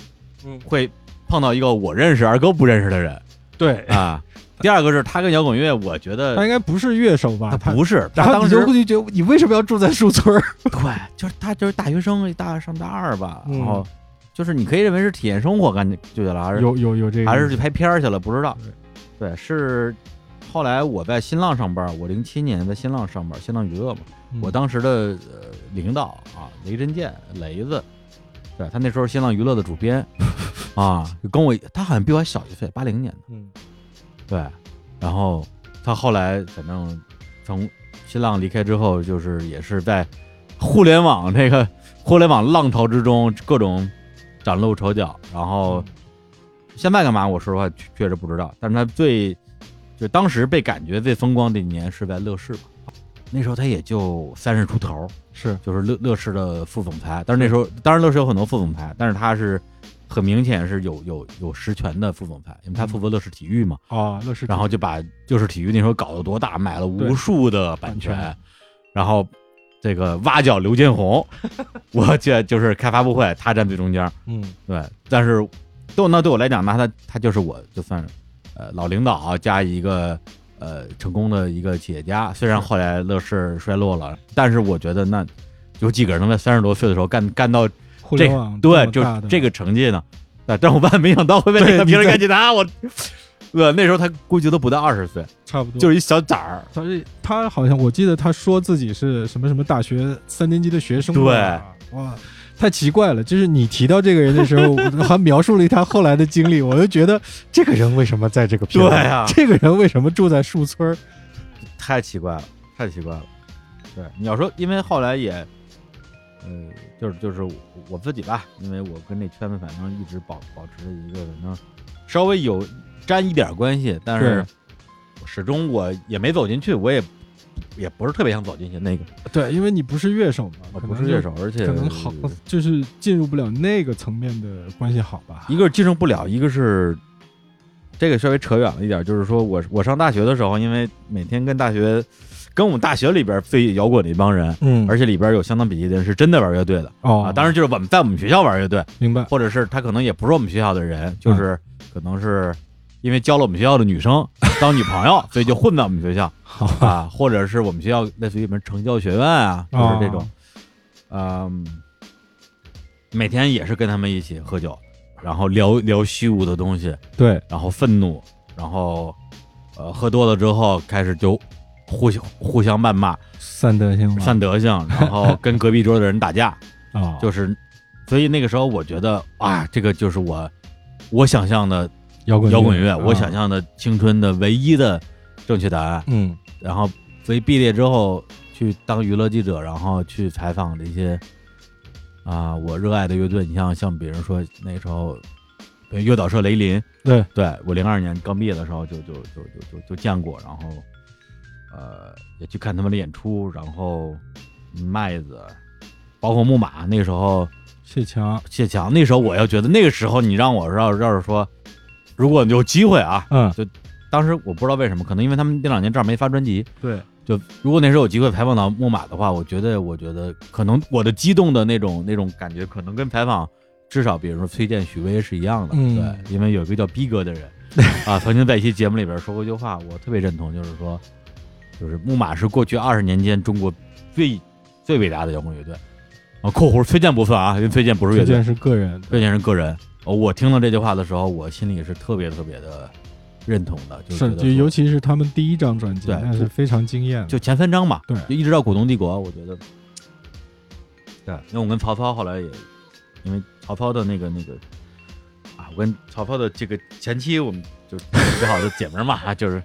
Speaker 2: 嗯，
Speaker 1: 会碰到一个我认识二哥不认识的人，
Speaker 2: 对，
Speaker 1: 啊。第二个是他跟摇滚乐，我觉
Speaker 2: 他
Speaker 1: 得
Speaker 2: 应该不是乐手吧？
Speaker 1: 不是，
Speaker 2: 然
Speaker 1: 他
Speaker 2: 后
Speaker 1: 当
Speaker 2: 你就
Speaker 1: 时
Speaker 2: 会觉得你为什么要住在树村儿？
Speaker 1: 对，就是他就是大学生，大上大二吧，
Speaker 2: 嗯
Speaker 1: 然后就是你可以认为是体验生活干就去了，还是
Speaker 2: 有有有这个，
Speaker 1: 还是去拍片儿去了，不知道。对，是后来我在新浪上班，我零七年在新浪上班，新浪娱乐嘛，
Speaker 2: 嗯
Speaker 1: 我当时的呃领导啊，雷震健，雷子，对他那时候新浪娱乐的主 编啊，跟我他好像比我还小一岁，八零年的。
Speaker 2: 嗯
Speaker 1: 对，然后他后来反正从新浪离开之后，就是也是在互联网这个互联网浪潮之中各种崭露头角。然后现在干嘛？我说实话确确实不知道。但是他最就当时被感觉最风光的一年是在乐视吧，那时候他也就三十出头，
Speaker 2: 是
Speaker 1: 就是乐乐视的副总裁。但是那时候当然乐视有很多副总裁，但是他是。很明显是有有有实权的副总裁，因为他负责乐视体育嘛，
Speaker 2: 啊，乐视，
Speaker 1: 然后就把就是体育那时候搞得多大，买了无
Speaker 2: 对
Speaker 1: 数的版权，
Speaker 2: 版权
Speaker 1: 然后这个挖角刘建 宏，我这就是开发布会，他站最中间儿，
Speaker 2: 嗯
Speaker 1: 对，但是对我那对我来讲，那他他就是我就算呃老领导啊加一个呃成功的一个企业家，虽然后来乐视衰落了，但是我觉得那有几个人能在三十多岁的时候干干到
Speaker 2: 互联网
Speaker 1: 对，
Speaker 2: 这
Speaker 1: 就
Speaker 2: 么大的
Speaker 1: 这个成绩呢，对，但我万万没想到会被
Speaker 2: 对
Speaker 1: 那个别人
Speaker 2: 你在
Speaker 1: 赶紧拿我。 呃，那时候他估计都不到二十岁，
Speaker 2: 差不多
Speaker 1: 就是一小崽儿。
Speaker 2: 他是他好像我记得他说自己是什么什么大学三年级的学生，
Speaker 1: 对，
Speaker 2: 哇，太奇怪了。就是你提到这个人的时候，我还描述了他后来的经历，我就觉得这个人为什么在这个片儿
Speaker 1: 对啊
Speaker 2: 这个人为什么住在树村儿？
Speaker 1: 太奇怪了，太奇怪了。对，你要说，因为后来也，呃，就是就是我我自己吧，因为我跟这圈子反正一直保保持着一个反正稍微有沾一点关系，但是
Speaker 2: 对
Speaker 1: 始终我也没走进去，我也也不是特别想走进去那个，
Speaker 2: 对，因为哦你不是乐手嘛，
Speaker 1: 我
Speaker 2: 可
Speaker 1: 不
Speaker 2: 能
Speaker 1: 是乐
Speaker 2: 就
Speaker 1: 手，而且
Speaker 2: 可能好就是进入不了那个层面的关系好吧？
Speaker 1: 一个是进入不了，一个是这个稍微扯远了一点，就是说我我上大学的时候，因为每天跟大学跟我们大学里边最摇滚的一帮人，
Speaker 2: 嗯
Speaker 1: 而且里边有相当比例的人是真的玩乐队的
Speaker 2: 哦
Speaker 1: 啊，当然就是我们在我们学校玩乐队，
Speaker 2: 明白
Speaker 1: 或者是他可能也不是我们学校的人，就是可能是因为交了我们学校的女生当女朋友，所以就混到我们学校
Speaker 2: 好吧？
Speaker 1: 啊，或者是我们学校类似于什么成教学院啊，就是
Speaker 2: 哦
Speaker 1: 这种，嗯，每天也是跟他们一起喝酒，然后聊聊虚无的东西，
Speaker 2: 对，
Speaker 1: 然后愤怒，然后呃喝多了之后开始就互相互相谩骂、
Speaker 2: 三德性嘛
Speaker 1: 散德性，然后跟隔壁桌的人打架。
Speaker 2: 啊，
Speaker 1: 就是，所以那个时候我觉得啊，这个就是我我想象的
Speaker 2: 摇滚
Speaker 1: 摇滚乐，
Speaker 2: 啊
Speaker 1: 我想象的青春的唯一的正确答案。
Speaker 2: 嗯
Speaker 1: 然后，所以毕业之后去当娱乐记者，然后去采访这些啊我热爱的乐队。你像像比如说那时候。呃对乐岛社雷林，
Speaker 2: 对
Speaker 1: 对我零二年刚毕业的时候就就就就就就见过，然后呃也去看他们的演出，然后呃麦子，包括木马，那个时候
Speaker 2: 谢强，
Speaker 1: 谢强，那时候我要觉得那个时候你让我要要是说，如果有机会啊，
Speaker 2: 嗯
Speaker 1: 当时我不知道为什么，可能因为他们那两年正好没发专辑，
Speaker 2: 对，
Speaker 1: 就如果那时候有机会采访到木马的话，我觉得我觉得可能我的激动的那种那种感觉，可能跟采访至少比如说崔健、许巍是一样的，
Speaker 2: 嗯
Speaker 1: 对，因为有一个叫逼哥的人啊，曾经在一期节目里边说过一句话，我特别认同，就是说，就是木马是过去二十年间中国最最伟大的摇滚乐队。啊，括弧崔健不算啊，因为崔健不是乐
Speaker 2: 这
Speaker 1: 队
Speaker 2: 件，是个人，
Speaker 1: 这件是个人。哦，我听到这句话的时候，我心里是特别特别的认同的，就是觉得
Speaker 2: 就
Speaker 1: 说
Speaker 2: 尤其是他们第一张专辑，
Speaker 1: 对
Speaker 2: 那是非常惊艳的，
Speaker 1: 就前三章嘛，
Speaker 2: 对
Speaker 1: 就一直到《古董帝国》，我觉得，对，因为我跟曹操后来也，因为曹操的那个那个啊，我跟曹操的这个前妻，我们就最好的姐们儿嘛， 啊就是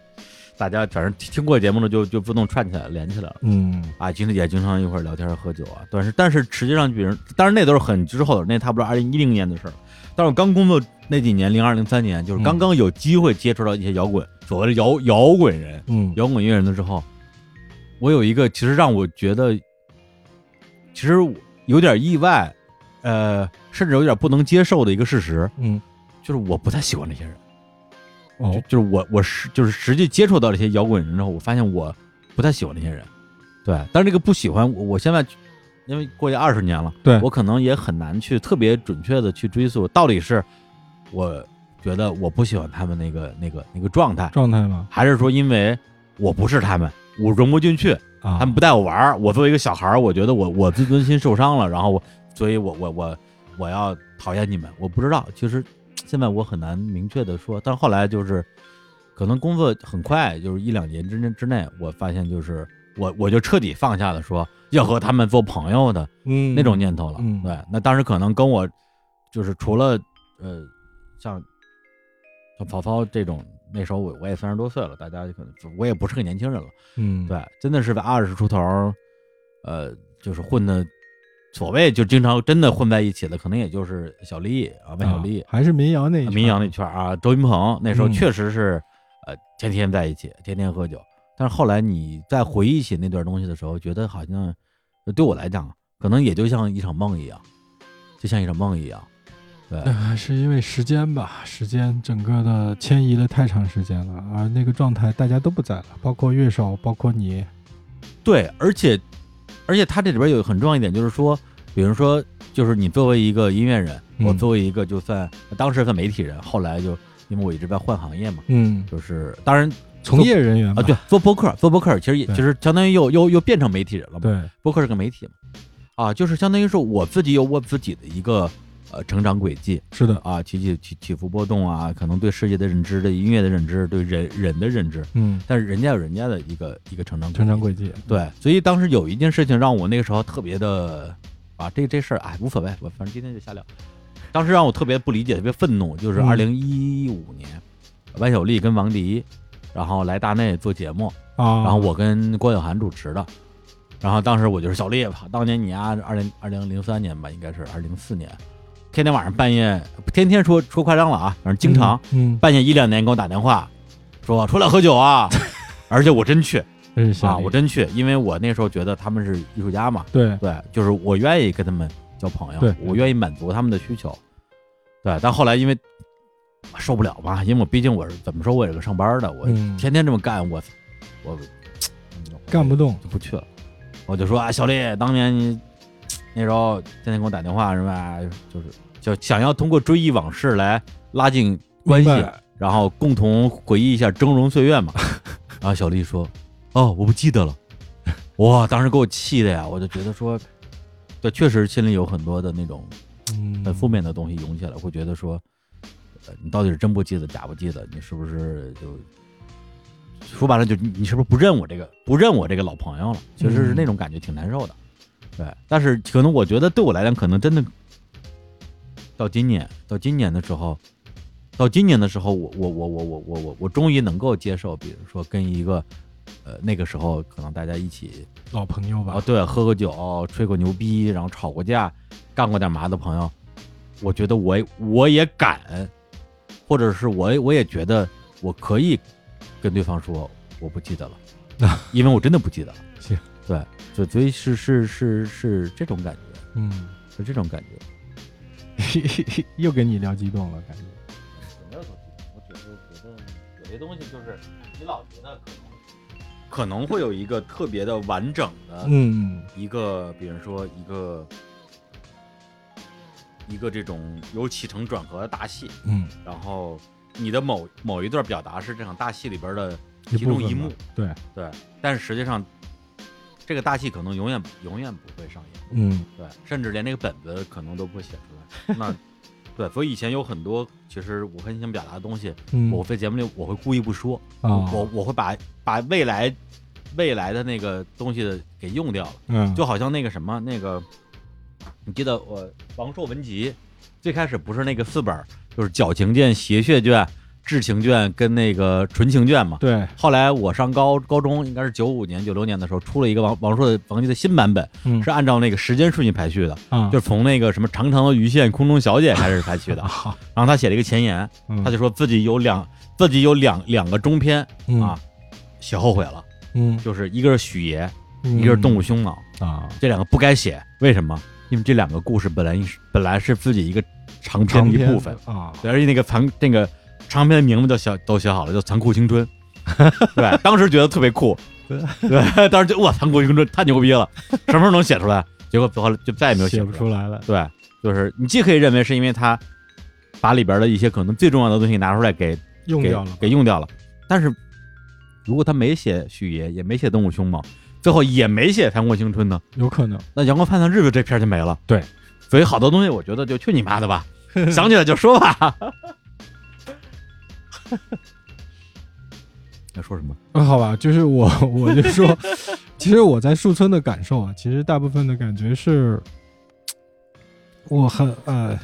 Speaker 1: 大家反正听过节目的就就自动串起来连起来了。
Speaker 2: 嗯
Speaker 1: 啊，经也经常一块儿聊天儿喝酒啊，但是但是实际上，比如，当然那都是很之后的，那差不多二零一零年的事儿。但是我刚工作那几年，零二零三年，就是刚
Speaker 2: 嗯
Speaker 1: 刚有机会接触到一些摇滚，所谓的摇摇滚人，
Speaker 2: 嗯
Speaker 1: 摇滚乐人的时候，我有一个其实让我觉得，其实我有点意外，呃，甚至有点不能接受的一个事实，
Speaker 2: 嗯
Speaker 1: 就是我不太喜欢这些人。
Speaker 2: 哦
Speaker 1: 就就是我我是就是实际接触到这些摇滚人之后，我发现我不太喜欢那些人。对，但是这个不喜欢，我我现在因为过去二十年了，
Speaker 2: 对
Speaker 1: 我可能也很难去特别准确的去追溯到底是我觉得我不喜欢他们那个那个那个状态，
Speaker 2: 状态嘛
Speaker 1: 还是说因为我不是他们，我融不进去，
Speaker 2: 啊，
Speaker 1: 他们不带我玩儿，我作为一个小孩儿，我觉得我我自尊心受伤了，然后我，所以我我我我要讨厌你们，我不知道，其实现在我很难明确的说，但后来就是，可能工作很快，就是一两年之内之内，我发现就是我我就彻底放下了说要和他们做朋友的
Speaker 2: 嗯
Speaker 1: 那种念头了，
Speaker 2: 嗯
Speaker 1: 对，那当时可能跟我就是除了呃像像曹操这种，那时候我我也三十多岁了，大家就可能我也不是个年轻人了。
Speaker 2: 嗯
Speaker 1: 对，真的是在二十出头儿，呃，就是混的，所谓就经常真的混在一起的，可能也就是小丽啊，万小
Speaker 2: 啊
Speaker 1: 丽、
Speaker 2: 还是民谣那一
Speaker 1: 民谣那
Speaker 2: 圈
Speaker 1: 圈儿啊，周云鹏那时候
Speaker 2: 嗯
Speaker 1: 确实是，呃，天天在一起，天天喝酒。但是后来你再回忆起那段东西的时候，觉得好像对我来讲，可能也就像一场梦一样，就像一场梦一样。对，
Speaker 2: 儿，还是因为时间吧，时间整个的迁移了太长时间了，而那个状态大家都不在了，包括乐手，包括你，
Speaker 1: 对，而且而且它这里边有很重要一点，就是说，比如说，就是你作为一个音乐人，
Speaker 2: 嗯
Speaker 1: 我作为一个就算当时算媒体人，后来就因为我一直在换行业嘛，
Speaker 2: 嗯，
Speaker 1: 就是当然
Speaker 2: 从业人员吧
Speaker 1: 啊，对，做播客，做播客其实也
Speaker 2: 对
Speaker 1: 就是相当于又又又变成媒体人了嘛，
Speaker 2: 对，
Speaker 1: 播客是个媒体嘛，啊，就是相当于是我自己有我自己的一个呃成长轨迹，
Speaker 2: 是的，
Speaker 1: 啊，起起起起伏波动啊，可能对世界的认知、对音乐的认知、对人人的认知，
Speaker 2: 嗯，
Speaker 1: 但是人家有人家的一个一个成长轨
Speaker 2: 成
Speaker 1: 迹
Speaker 2: 长轨迹，
Speaker 1: 对，所以当时有一件事情让我那个时候特别的啊，这这事儿哎无所谓，我反正今天就瞎聊。当时让我特别不理解、特别愤怒，就是
Speaker 2: 嗯
Speaker 1: 二零一五年，万晓利跟王迪，然后来大内做节目，
Speaker 2: 啊，
Speaker 1: 然后我跟郭晓涵主持的。然后当时我就是小丽，当年你啊，二零二零零三年吧，应该是二零四年，天天晚上半夜，天天说说夸张了啊，反正经常、
Speaker 2: 嗯，嗯
Speaker 1: 半夜一两点给我打电话，说出来喝酒啊，而且我真去，
Speaker 2: 认识
Speaker 1: 啊，我真去，因为我那时候觉得他们是艺术家嘛，
Speaker 2: 对
Speaker 1: 对，就是我愿意跟他们交朋
Speaker 2: 对
Speaker 1: 友，我愿意满足他们的需求，对。但后来因为受不了嘛，因为我毕竟我是怎么说，我也是个上班的，我
Speaker 2: 嗯
Speaker 1: 天天这么干，我我
Speaker 2: 干不动，
Speaker 1: 就不去了。我就说啊，小李，当年你那时候天天给我打电话是吧？就是就想要通过追忆往事来拉近关系
Speaker 2: 明，白
Speaker 1: 然后共同回忆一下峥嵘岁月 嘛。然后小丽说：“哦，我不记得了。” 哇，当时给我气的呀，我就觉得说，对，确实心里有很多的那种
Speaker 2: 嗯，
Speaker 1: 很负面的东西涌起来，会觉得说，呃，你到底是真不记得，假不记得？你是不是就说白了就你你是不是不认我这个不认我这个老朋友了？确实是那种感觉挺难受的。对，但是可能我觉得对我来讲，可能真的到今年到今年的时候，到今年的时候，我我我我我我我我终于能够接受，比如说跟一个。呃，那个时候可能大家一起
Speaker 2: 老朋友
Speaker 1: 啊，
Speaker 2: 吧，
Speaker 1: 对，喝过酒，吹过牛逼，然后吵过架，干过点嘛的朋友，我觉得我我也敢，或者是我也我也觉得我可以跟对方说我不记得 了，因为我真的不记得了。
Speaker 2: 行，
Speaker 1: 对，就所以是是是是这种感觉，
Speaker 2: 嗯，
Speaker 1: 是这种感觉。
Speaker 2: 又给你聊激动了，感觉。
Speaker 1: 没有所激动，我只是觉得有些东西就是你老觉得可能可能会有一个特别的完整的
Speaker 2: 嗯，
Speaker 1: 一个，比如说一个一个这种有起承转合的大戏，
Speaker 2: 嗯，
Speaker 1: 然后你的某某一段表达是这场大戏里边的
Speaker 2: 一
Speaker 1: 其
Speaker 2: 部
Speaker 1: 中
Speaker 2: 分
Speaker 1: 一
Speaker 2: 吧
Speaker 1: 幕，
Speaker 2: 对，
Speaker 1: 对，但是实际上这个大戏可能永远永远不会上演，
Speaker 2: 嗯，
Speaker 1: 对，甚至连这个本子可能都不会写出来。那对，所以以前有很多其实我很想表达的东西，
Speaker 2: 嗯，
Speaker 1: 我在节目里我会故意不说，
Speaker 2: 啊，
Speaker 1: 我我会把把未来未来的那个东西的给用掉了。
Speaker 2: 嗯，
Speaker 1: 就好像那个什么那个，你记得我王朔文集最开始不是那个四本儿，就是矫情卷、邪血卷、至情卷跟那个纯情卷嘛。
Speaker 2: 对，
Speaker 1: 后来我上高高中，应该是九五年、九六年的时候，出了一个王王朔的王朔的新版本，
Speaker 2: 嗯
Speaker 1: 是按照那个时间顺序排序的，
Speaker 2: 啊，
Speaker 1: 就是从那个什么长长的鱼线、空中小姐开始排序的。
Speaker 2: 好，
Speaker 1: 然后他写了一个前言，啊
Speaker 2: 嗯
Speaker 1: 他就说自己有两自己有两两个中篇
Speaker 2: 就
Speaker 1: 啊，写后悔了，
Speaker 2: 嗯，
Speaker 1: 就是一个是许爷，
Speaker 2: 嗯
Speaker 1: 一个是动物凶脑。
Speaker 2: 啊，
Speaker 1: 这两个不该写，为什么？因为这两个故事本来是本来是自己一个长篇
Speaker 2: 长
Speaker 1: 的一
Speaker 2: 篇
Speaker 1: 部分，
Speaker 2: 啊，
Speaker 1: 对而且那个残那个长篇的名字都写都写好了，叫《残酷青春》， 对，当时觉得特别酷，对，当时就哇，《残酷青春》太牛逼了，什么时候能写出来？结果后来就再也没有
Speaker 2: 写
Speaker 1: 出
Speaker 2: 不出来了，
Speaker 1: 对，就是你既可以认为是因为他把里边的一些可能最重要的东西拿出来给
Speaker 2: 用
Speaker 1: 给
Speaker 2: 掉了，
Speaker 1: 给用掉了，但是如果他没写许爷，也没写动物凶猛，最后也没写《残酷青春》呢？
Speaker 2: 有可能，
Speaker 1: 那《阳光灿烂日子》这片儿就没了。
Speaker 2: 对，
Speaker 1: 所以好多东西我觉得就去你妈的吧，想起来就说吧。 要说什么？
Speaker 2: 嗯，好吧，就是我， 我就说，其实我在树村的感受啊，其实大部分的感觉是，我很呃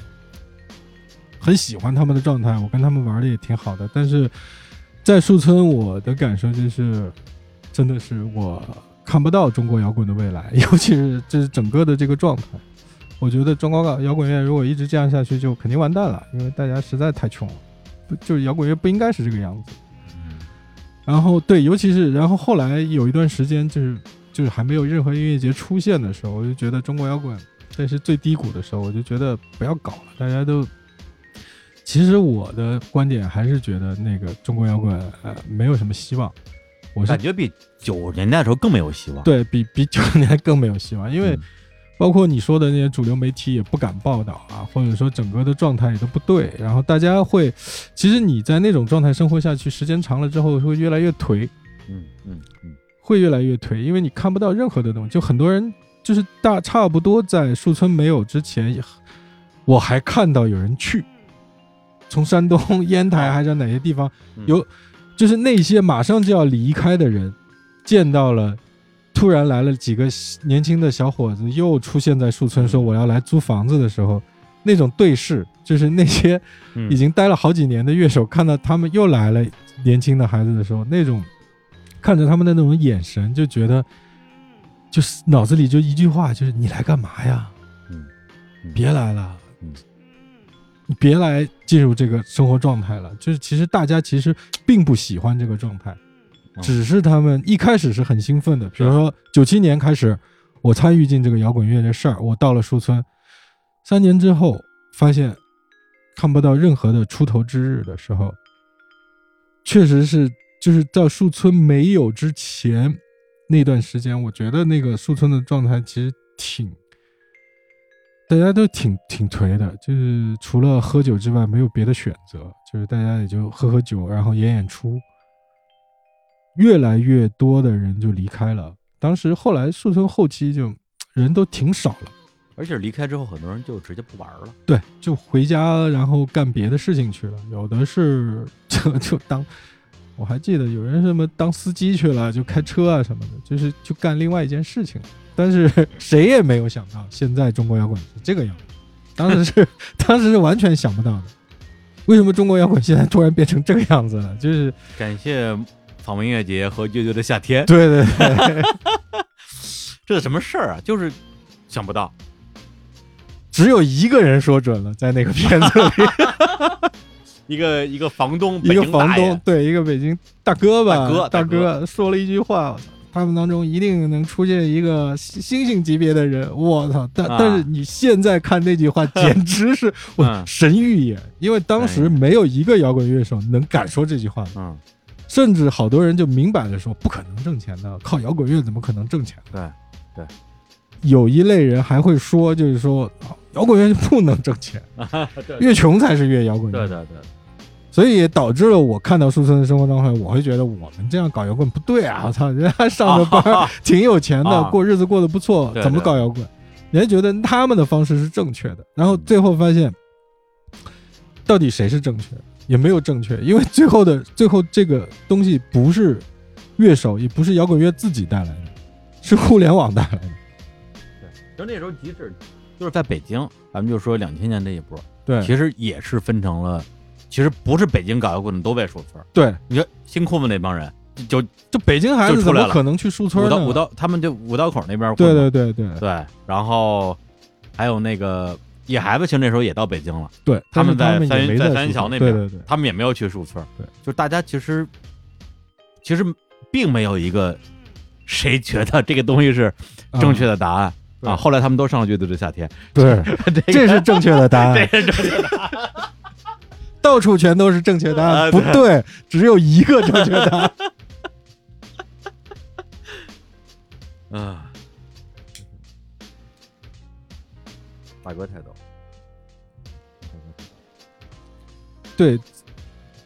Speaker 2: 很喜欢他们的状态，我跟他们玩的也挺好的。但是在树村，我的感受就是，真的是我看不到中国摇滚的未来， 尤其是这是整个的这个状态。我觉得中国摇滚乐如果一直这样下去，就肯定完蛋了，因为大家实在太穷了，不就是摇滚乐不应该是这个样子。嗯然后对，尤其是然后后来有一段时间，就是就是还没有任何音乐节出现的时候，我就觉得中国摇滚这是最低谷的时候，我就觉得不要搞了，大家都。其实我的观点还是觉得那个中国摇滚呃没有什么希望，我是
Speaker 1: 感觉比九十年代的时候更没有希望。，
Speaker 2: 对比比九十年代更没有希望，因为包括你说的那些主流媒体也不敢报道啊，或者说整个的状态也都不对，然后大家会，其实你在那种状态生活下去，时间长了之后会越来越颓，
Speaker 1: 嗯嗯嗯
Speaker 2: 会越来越颓，因为你看不到任何的东西。就很多人就是大差不多在树村没有之前，我还看到有人去，从山东烟台还是哪些地方，
Speaker 1: 嗯，
Speaker 2: 有就是那些马上就要离开的人，见到了。突然来了几个年轻的小伙子，又出现在树村，说我要来租房子的时候，那种对视，就是那些
Speaker 1: 嗯
Speaker 2: 已经待了好几年的乐手，看到他们又来了年轻的孩子的时候，那种看着他们的那种眼神，就觉得就是脑子里就一句话，就是你来干嘛呀？
Speaker 1: 嗯嗯
Speaker 2: 别来了，
Speaker 1: 嗯
Speaker 2: 你别来进入这个生活状态了。就是其实大家其实并不喜欢这个状态，
Speaker 1: 嗯
Speaker 2: 只是他们一开始是很兴奋的。比如说九七年开始，我参与进这个摇滚乐这事儿，我到了树村，三年之后发现看不到任何的出头之日的时候，确实是就是到树村没有之前那段时间，我觉得那个树村的状态其实挺。大家都挺挺颓的，就是除了喝酒之外没有别的选择，就是大家也就喝喝酒，然后演演出。越来越多的人就离开了，当时后来树村后期就人都挺少了，
Speaker 1: 而且离开之后，很多人就直接不玩了。
Speaker 2: 对，就回家然后干别的事情去了，有的是就 就当。我还记得有人什么当司机去了，就开车啊什么的，就是就干另外一件事情。但是 谁也没有想到，现在中国摇滚是这个样子，当时是 当时是完全想不到的。为什么中国摇滚现在突然变成这个样子了？就是
Speaker 1: 感谢草莓音乐节和乐队的夏天，
Speaker 2: 对对对，
Speaker 1: 这是什么事儿啊？就是想不到，
Speaker 2: 只有一个人说准了，在那个片子里，
Speaker 1: 一个一个房东，
Speaker 2: 一个
Speaker 1: 北京
Speaker 2: 房
Speaker 1: 大爷
Speaker 2: 东，对一个北京大哥吧，
Speaker 1: 大哥
Speaker 2: 大
Speaker 1: 大哥
Speaker 2: 说了一句话，我操他们当中一定能出现一个星星级别的人，我操！但、
Speaker 1: 啊
Speaker 2: 但是你现在看那句话，简直 是我、
Speaker 1: 嗯
Speaker 2: 神预言，因为当时
Speaker 1: 神
Speaker 2: 没有一个摇滚乐手能敢说这句话的，
Speaker 1: 嗯，
Speaker 2: 甚至好多人就明摆着说不可能挣钱的，靠摇滚乐怎么可能挣钱？
Speaker 1: 对对，
Speaker 2: 有一类人还会说，就是说啊摇滚乐就不能挣 钱，越穷才是越摇滚乐。
Speaker 1: 对对对，
Speaker 2: 所以也导致了我看到树村的生活状态，我会觉得我们这样搞摇滚不对啊！我操，人家上着班、挺有钱的，
Speaker 1: 啊
Speaker 2: 过日子过得不错，
Speaker 1: 对
Speaker 2: 怎么搞摇滚？人家觉得他们的方式是正确的，然后最后发现，到底谁是正确的？也没有正确，因为最后的最后这个东西不是乐手，也不是摇滚乐自己带来的，是互联网带来的。
Speaker 1: 就那时候即使就是在北京，咱们就说两千年这一波，
Speaker 2: 对
Speaker 1: 其实也是分成了，其实不是北京搞摇滚的都被树村，
Speaker 2: 对，
Speaker 1: 你看新裤子那帮人，就就
Speaker 2: 就北京孩
Speaker 1: 就
Speaker 2: 子
Speaker 1: 出
Speaker 2: 怎
Speaker 1: 来
Speaker 2: 么
Speaker 1: 了
Speaker 2: 可能去树村
Speaker 1: 五
Speaker 2: 呢？
Speaker 1: 道五道，他们就五道口那边
Speaker 2: 对
Speaker 1: 混嘛
Speaker 2: 对对对
Speaker 1: 对，然后还有那个野孩子，其实那时候也到北京了，
Speaker 2: 对，
Speaker 1: 他们
Speaker 2: 但是
Speaker 1: 在三
Speaker 2: 他们也没
Speaker 1: 在
Speaker 2: 在
Speaker 1: 三
Speaker 2: 树
Speaker 1: 桥
Speaker 2: 村
Speaker 1: 那边
Speaker 2: 对对对。
Speaker 1: 他们也没有去树村，
Speaker 2: 对，
Speaker 1: 就是大家其实其实并没有一个谁觉得这个东西是
Speaker 2: 啊
Speaker 1: 正确的答案。
Speaker 2: 嗯
Speaker 1: 啊！
Speaker 2: 对
Speaker 1: 后来他们都上了乐队的夏 天，
Speaker 2: 对，这是正确的答案，
Speaker 1: 这是正确的
Speaker 2: 到处全都是正确答案，
Speaker 1: 啊
Speaker 2: 不
Speaker 1: 对
Speaker 2: 对，只有一个正确答案。
Speaker 1: 啊，大哥太逗，
Speaker 2: 对，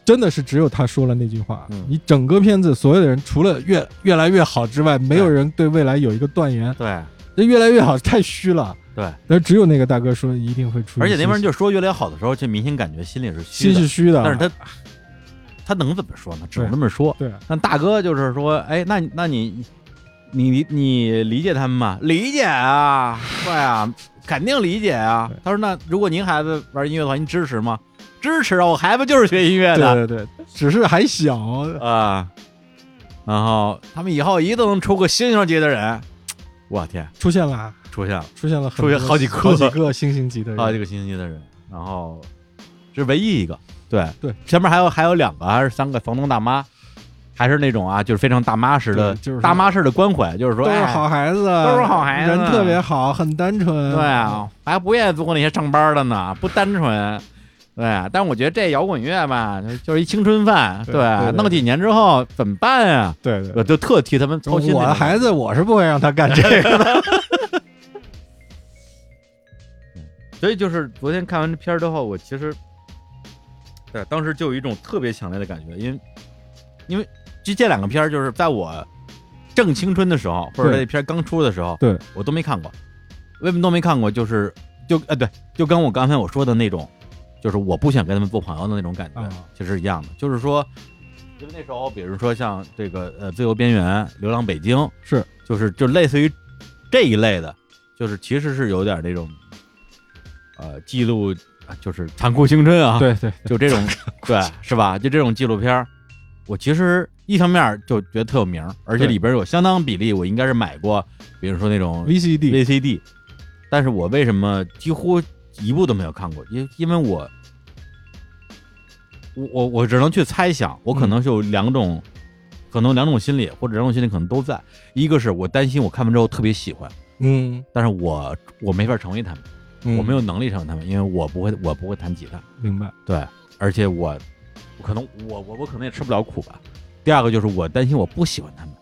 Speaker 2: 真的是只有他说了那句话。
Speaker 1: 嗯
Speaker 2: 你整个片子所有的人，除了越越来越好之外，没有人对未来有一个断言。
Speaker 1: 对
Speaker 2: 这越来越好太虚了，
Speaker 1: 对，
Speaker 2: 那只有那个大哥说一定会出。
Speaker 1: 而且那边人就说越来越好的时候，这明星感觉心里是虚
Speaker 2: 心
Speaker 1: 的，
Speaker 2: 是虚的，啊
Speaker 1: 但是他他能怎么说呢？只能
Speaker 2: 对
Speaker 1: 这么说。
Speaker 2: 对
Speaker 1: 但大哥就是说，哎，那你那你你你你理解他们吗？理解啊，对啊，肯定理解啊
Speaker 2: 对。
Speaker 1: 他说，那如果您孩子玩音乐的话，您支持吗？支持啊，我孩子就是学音乐的，
Speaker 2: 对对对，只是还小，
Speaker 1: 啊，然后他们以后一定能出个星星级的人。我天，
Speaker 2: 出现了啊，
Speaker 1: 出现了
Speaker 2: 出现了很
Speaker 1: 出现
Speaker 2: 多
Speaker 1: 好几个
Speaker 2: 好几个星星级的人，
Speaker 1: 啊，这个星星级的人，然后这是唯一一个。对
Speaker 2: 对，
Speaker 1: 前面还有还有两个还是三个房东大妈，还是那种啊，就是非常大妈式的，
Speaker 2: 对就是
Speaker 1: 大妈式的关怀，就是说
Speaker 2: 都是
Speaker 1: 哎
Speaker 2: 好嗯孩子，
Speaker 1: 都是好孩子
Speaker 2: 人特别好，很单纯。
Speaker 1: 对啊，还不愿意做那些上班的呢，不单纯。对啊，但我觉得这摇滚乐吧，就就是一青春饭。
Speaker 2: 对
Speaker 1: 对啊，
Speaker 2: 对对
Speaker 1: 弄几年之后怎么办啊？
Speaker 2: 对
Speaker 1: 我
Speaker 2: 对
Speaker 1: 就特替他们操心那种。
Speaker 2: 我的孩子，我是不会让他干这个的。
Speaker 1: 所以就是昨天看完这片儿之后，我其实，对，当时就有一种特别强烈的感觉，因为因为这这两个片儿就是在我正青春的时候，或者
Speaker 2: 对
Speaker 1: 这片儿刚出的时候，
Speaker 2: 对
Speaker 1: 我都没看过，为什么都没看过？就是就呃对，就跟我刚才我说的那种，就是我不想跟他们做朋友的那种感觉，
Speaker 2: 啊
Speaker 1: 其实是一样的，就是说。因为那时候，比如说像这个呃《自由边缘》《流浪北京》
Speaker 2: 是，
Speaker 1: 就是就类似于这一类的，就是其实是有点那种呃记录，啊就是残酷青春啊，，
Speaker 2: 对对
Speaker 1: 就 这种对是吧？就这种纪录片儿，我其实一方面儿就觉得特有名儿，而且
Speaker 2: 对
Speaker 1: 里边儿有相当比例，我应该是买过，比如说那种
Speaker 2: ，VCD
Speaker 1: VCD，但是我为什么几乎一部都没有看过？因因为我，嗯我我我只能去猜想，我可能是有两种可能两种心理，或者两种心理可能都在。一个是我担心我看完之后特别喜欢，
Speaker 2: 嗯，
Speaker 1: 但是我我没法成为他们，
Speaker 2: 嗯
Speaker 1: 我没有能力成为他们，因为我不会我不会弹吉他，
Speaker 2: 明白，
Speaker 1: 对，而且我我可能我我我可能也吃不了苦吧。第二个就是我担心我不喜欢他们，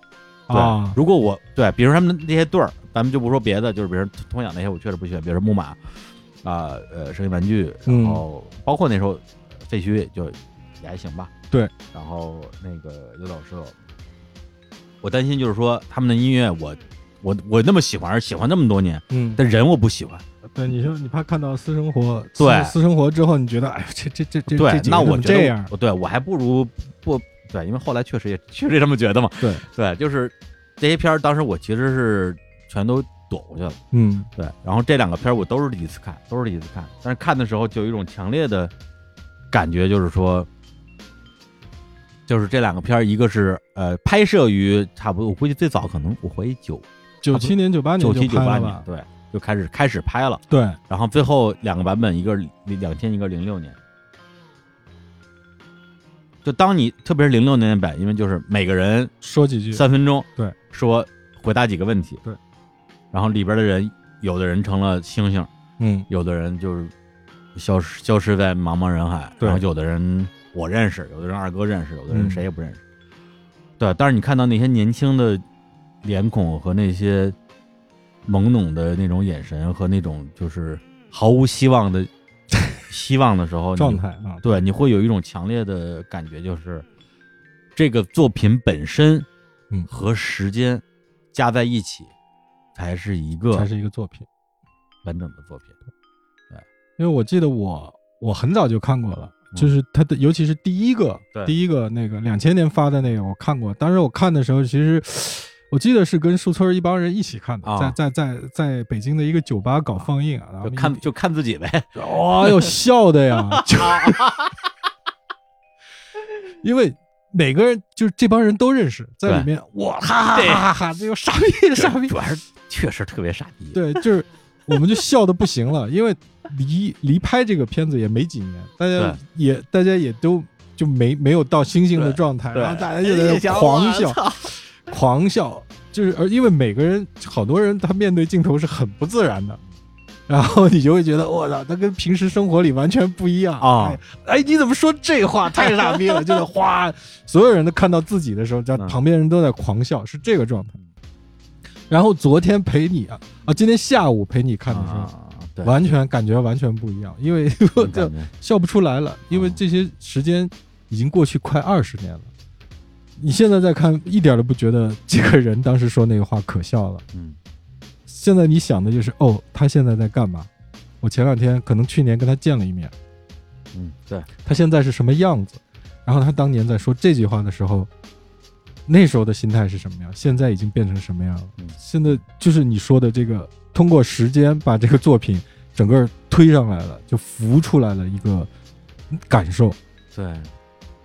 Speaker 1: 对，
Speaker 2: 啊，
Speaker 1: 如果我对，比如他们那些队儿，咱们就不说别的，就是比如通养那些，我确实不喜欢，比如说木马啊，呃，声音玩具，
Speaker 2: 嗯
Speaker 1: 然后包括那时候呃废墟就也还行吧，
Speaker 2: 对，
Speaker 1: 然后那个有老师，我担心就是说他们的音乐我。我我那么喜欢，而喜欢那么多年，
Speaker 2: 嗯，
Speaker 1: 但人我不喜欢。
Speaker 2: 对，你说你怕看到私生活，私
Speaker 1: 对
Speaker 2: 私生活之后，你觉得，哎呦，这这这这这
Speaker 1: 对，
Speaker 2: 几个
Speaker 1: 那
Speaker 2: 人
Speaker 1: 我
Speaker 2: 怎么
Speaker 1: 觉得
Speaker 2: 这样，
Speaker 1: 我对我还不如不对，因为后来确实也确实也这么觉得嘛。
Speaker 2: 对
Speaker 1: 对，就是这些片儿，当时我其实是全都躲过去了。
Speaker 2: 嗯
Speaker 1: 对，然后这两个片儿我都是第一次看，都是第一次看，但是看的时候就有一种强烈的感觉，就是说，就是这两个片儿，一个是呃拍摄于差不多，我估计最早可能我怀疑九
Speaker 2: 九七年、九八年
Speaker 1: 九
Speaker 2: 就
Speaker 1: 七九
Speaker 2: 拍
Speaker 1: 八
Speaker 2: 了
Speaker 1: 年
Speaker 2: 吧，？
Speaker 1: 对，就开始开始拍了，
Speaker 2: 对，
Speaker 1: 然后最后两个版本，一个两千，一个零六年。就当你特别是零六年版，因为就是每个人
Speaker 2: 说几句，
Speaker 1: 三分钟，
Speaker 2: 对，
Speaker 1: 说回答几个问题，
Speaker 2: 对，
Speaker 1: 然后里边的人，有的人成了星星。
Speaker 2: 嗯
Speaker 1: 有的人就是消失消失在茫茫人海，
Speaker 2: 对
Speaker 1: 然后有的人我认识，有的人二哥认识，有的人
Speaker 2: 嗯
Speaker 1: 谁也不认识。对，但是你看到那些年轻的脸孔和那些懵懂的那种眼神和那种就是毫无希望 的希望的时候，你
Speaker 2: 状态啊，
Speaker 1: 对你会有一种强烈的感觉，就是这个作品本身，
Speaker 2: 嗯
Speaker 1: 和时间加在一起，才是一个
Speaker 2: 才是一个作品。
Speaker 1: 完整的作品。
Speaker 2: 因为我记得我我很早就看过了，
Speaker 1: 嗯
Speaker 2: 就是他的，尤其是第一个
Speaker 1: 对
Speaker 2: 第一个那个两千年发的那个，我看过。当时我看的时候，其实我记得是跟树村一帮人一起看的，
Speaker 1: 啊
Speaker 2: 在在在在北京的一个酒吧搞放映啊，然后
Speaker 1: 就看啊就看自己呗，
Speaker 2: 哇哟笑的呀， 就因为。每个人就是这帮人都认识，在里面哇哈哈哈哈哈，这个傻逼傻逼
Speaker 1: 主，要是确实特别傻逼。
Speaker 2: 对， 就是我们就笑的不行了，因为离离拍这个片子也没几年，大家
Speaker 1: 对
Speaker 2: 也大家也都就没没有到星星的
Speaker 1: 对
Speaker 2: 状态，
Speaker 1: 对
Speaker 2: 然后大家就在那狂笑，狂笑，就是而因为每个人好多人他面对镜头是很不自然的。然后你就会觉得，我操，他跟平时生活里完全不一样
Speaker 1: 啊
Speaker 2: 哎！哎，你怎么说这话？太傻逼了！就是哗， 所有人都看到自己的时候，然
Speaker 1: 嗯
Speaker 2: 后旁边人都在狂笑，是这个状态。然后昨天陪你啊，啊，今天下午陪你看的时候，
Speaker 1: 啊，对，
Speaker 2: 完全感觉完全不一样，因为我
Speaker 1: 我
Speaker 2: 就
Speaker 1: 感觉
Speaker 2: 笑不出来了，因为
Speaker 1: 嗯
Speaker 2: 这些时间已经过去快二十年了。你现在再看，一点都不觉得这个人当时说那个话可笑了。
Speaker 1: 嗯，
Speaker 2: 现在你想的就是，哦，他现在在干嘛？我前两天可能去年跟他见了一面，
Speaker 1: 嗯，对，
Speaker 2: 他现在是什么样子？然后他当年在说这句话的时候，那时候的心态是什么样？现在已经变成什么样了？
Speaker 1: 嗯
Speaker 2: 现在就是你说的这个，通过时间把这个作品整个推上来了，就浮出来了一个感受。
Speaker 1: 对，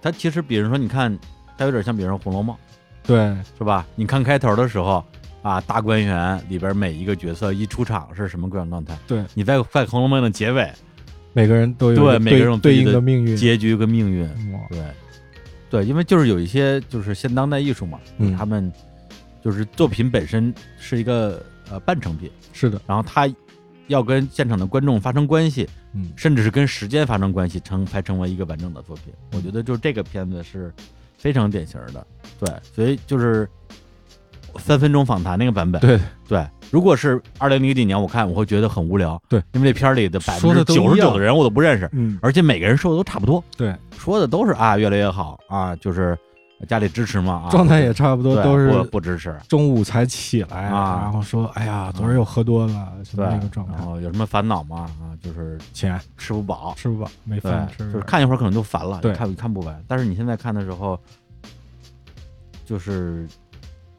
Speaker 1: 它其实比如说，你看，它有点像，比如说《红楼梦
Speaker 2: 对，》，
Speaker 1: 是吧？你看开头的时候啊，大观园里边每一个角色一出场是什么各种状态，
Speaker 2: 对，
Speaker 1: 你在在《红楼梦》的结尾，
Speaker 2: 每个人都有一个
Speaker 1: 对每个人有
Speaker 2: 对
Speaker 1: 自己
Speaker 2: 对
Speaker 1: 的
Speaker 2: 应命运。
Speaker 1: 结局跟命运，
Speaker 2: 嗯
Speaker 1: 对，对，因为就是有一些就是现当代艺术嘛，
Speaker 2: 嗯
Speaker 1: 他们就是作品本身是一个呃半成品，
Speaker 2: 是的，
Speaker 1: 然后它要跟现场的观众发生关系，
Speaker 2: 嗯，
Speaker 1: 甚至是跟时间发生关系，成才成为一个完整的作品。我觉得就是这个片子是非常典型的，对，所以就是三分钟访谈那个版本，
Speaker 2: 对，
Speaker 1: 对。如果是二零零几年，我看我会觉得很无聊，
Speaker 2: 对，
Speaker 1: 因为这片儿里的百
Speaker 2: 说
Speaker 1: 分
Speaker 2: 的
Speaker 1: 之
Speaker 2: 都
Speaker 1: 九
Speaker 2: 一
Speaker 1: 十
Speaker 2: 样
Speaker 1: 九的人我都不认识，
Speaker 2: 嗯，
Speaker 1: 而且每个人说的都差不多，
Speaker 2: 对，
Speaker 1: 说的都是啊越来越好啊，就是家里支持嘛，啊、
Speaker 2: 状态也差不
Speaker 1: 对
Speaker 2: 多，都是
Speaker 1: 不不支持，
Speaker 2: 中午才起来，
Speaker 1: 啊
Speaker 2: 然后说，哎呀，昨儿又喝多了，什
Speaker 1: 对
Speaker 2: 么那个状，态
Speaker 1: 然，后有什么烦恼吗？啊，就是
Speaker 2: 钱
Speaker 1: 吃不饱，
Speaker 2: 吃不饱，没
Speaker 1: 对
Speaker 2: 饭，吃，啊
Speaker 1: 就是看一会儿可能就烦了，
Speaker 2: 对
Speaker 1: 看看不完。但是你现在看的时候，就是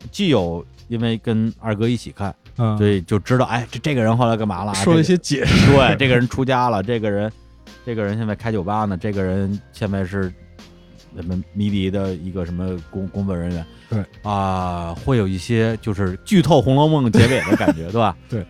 Speaker 1: 既有因为跟二哥一起看，
Speaker 2: 嗯，
Speaker 1: 所以就知道，哎，这这个人后来干嘛了？啊
Speaker 2: 说了一些解释，
Speaker 1: 这个、对，这个人出家了，这个人，这个人现在开酒吧呢，这个人现在是什么迷笛的一个什么工工作人员，
Speaker 2: 对
Speaker 1: 啊、会有一些就是剧透《红楼梦》结尾的感觉，对吧？
Speaker 2: 对，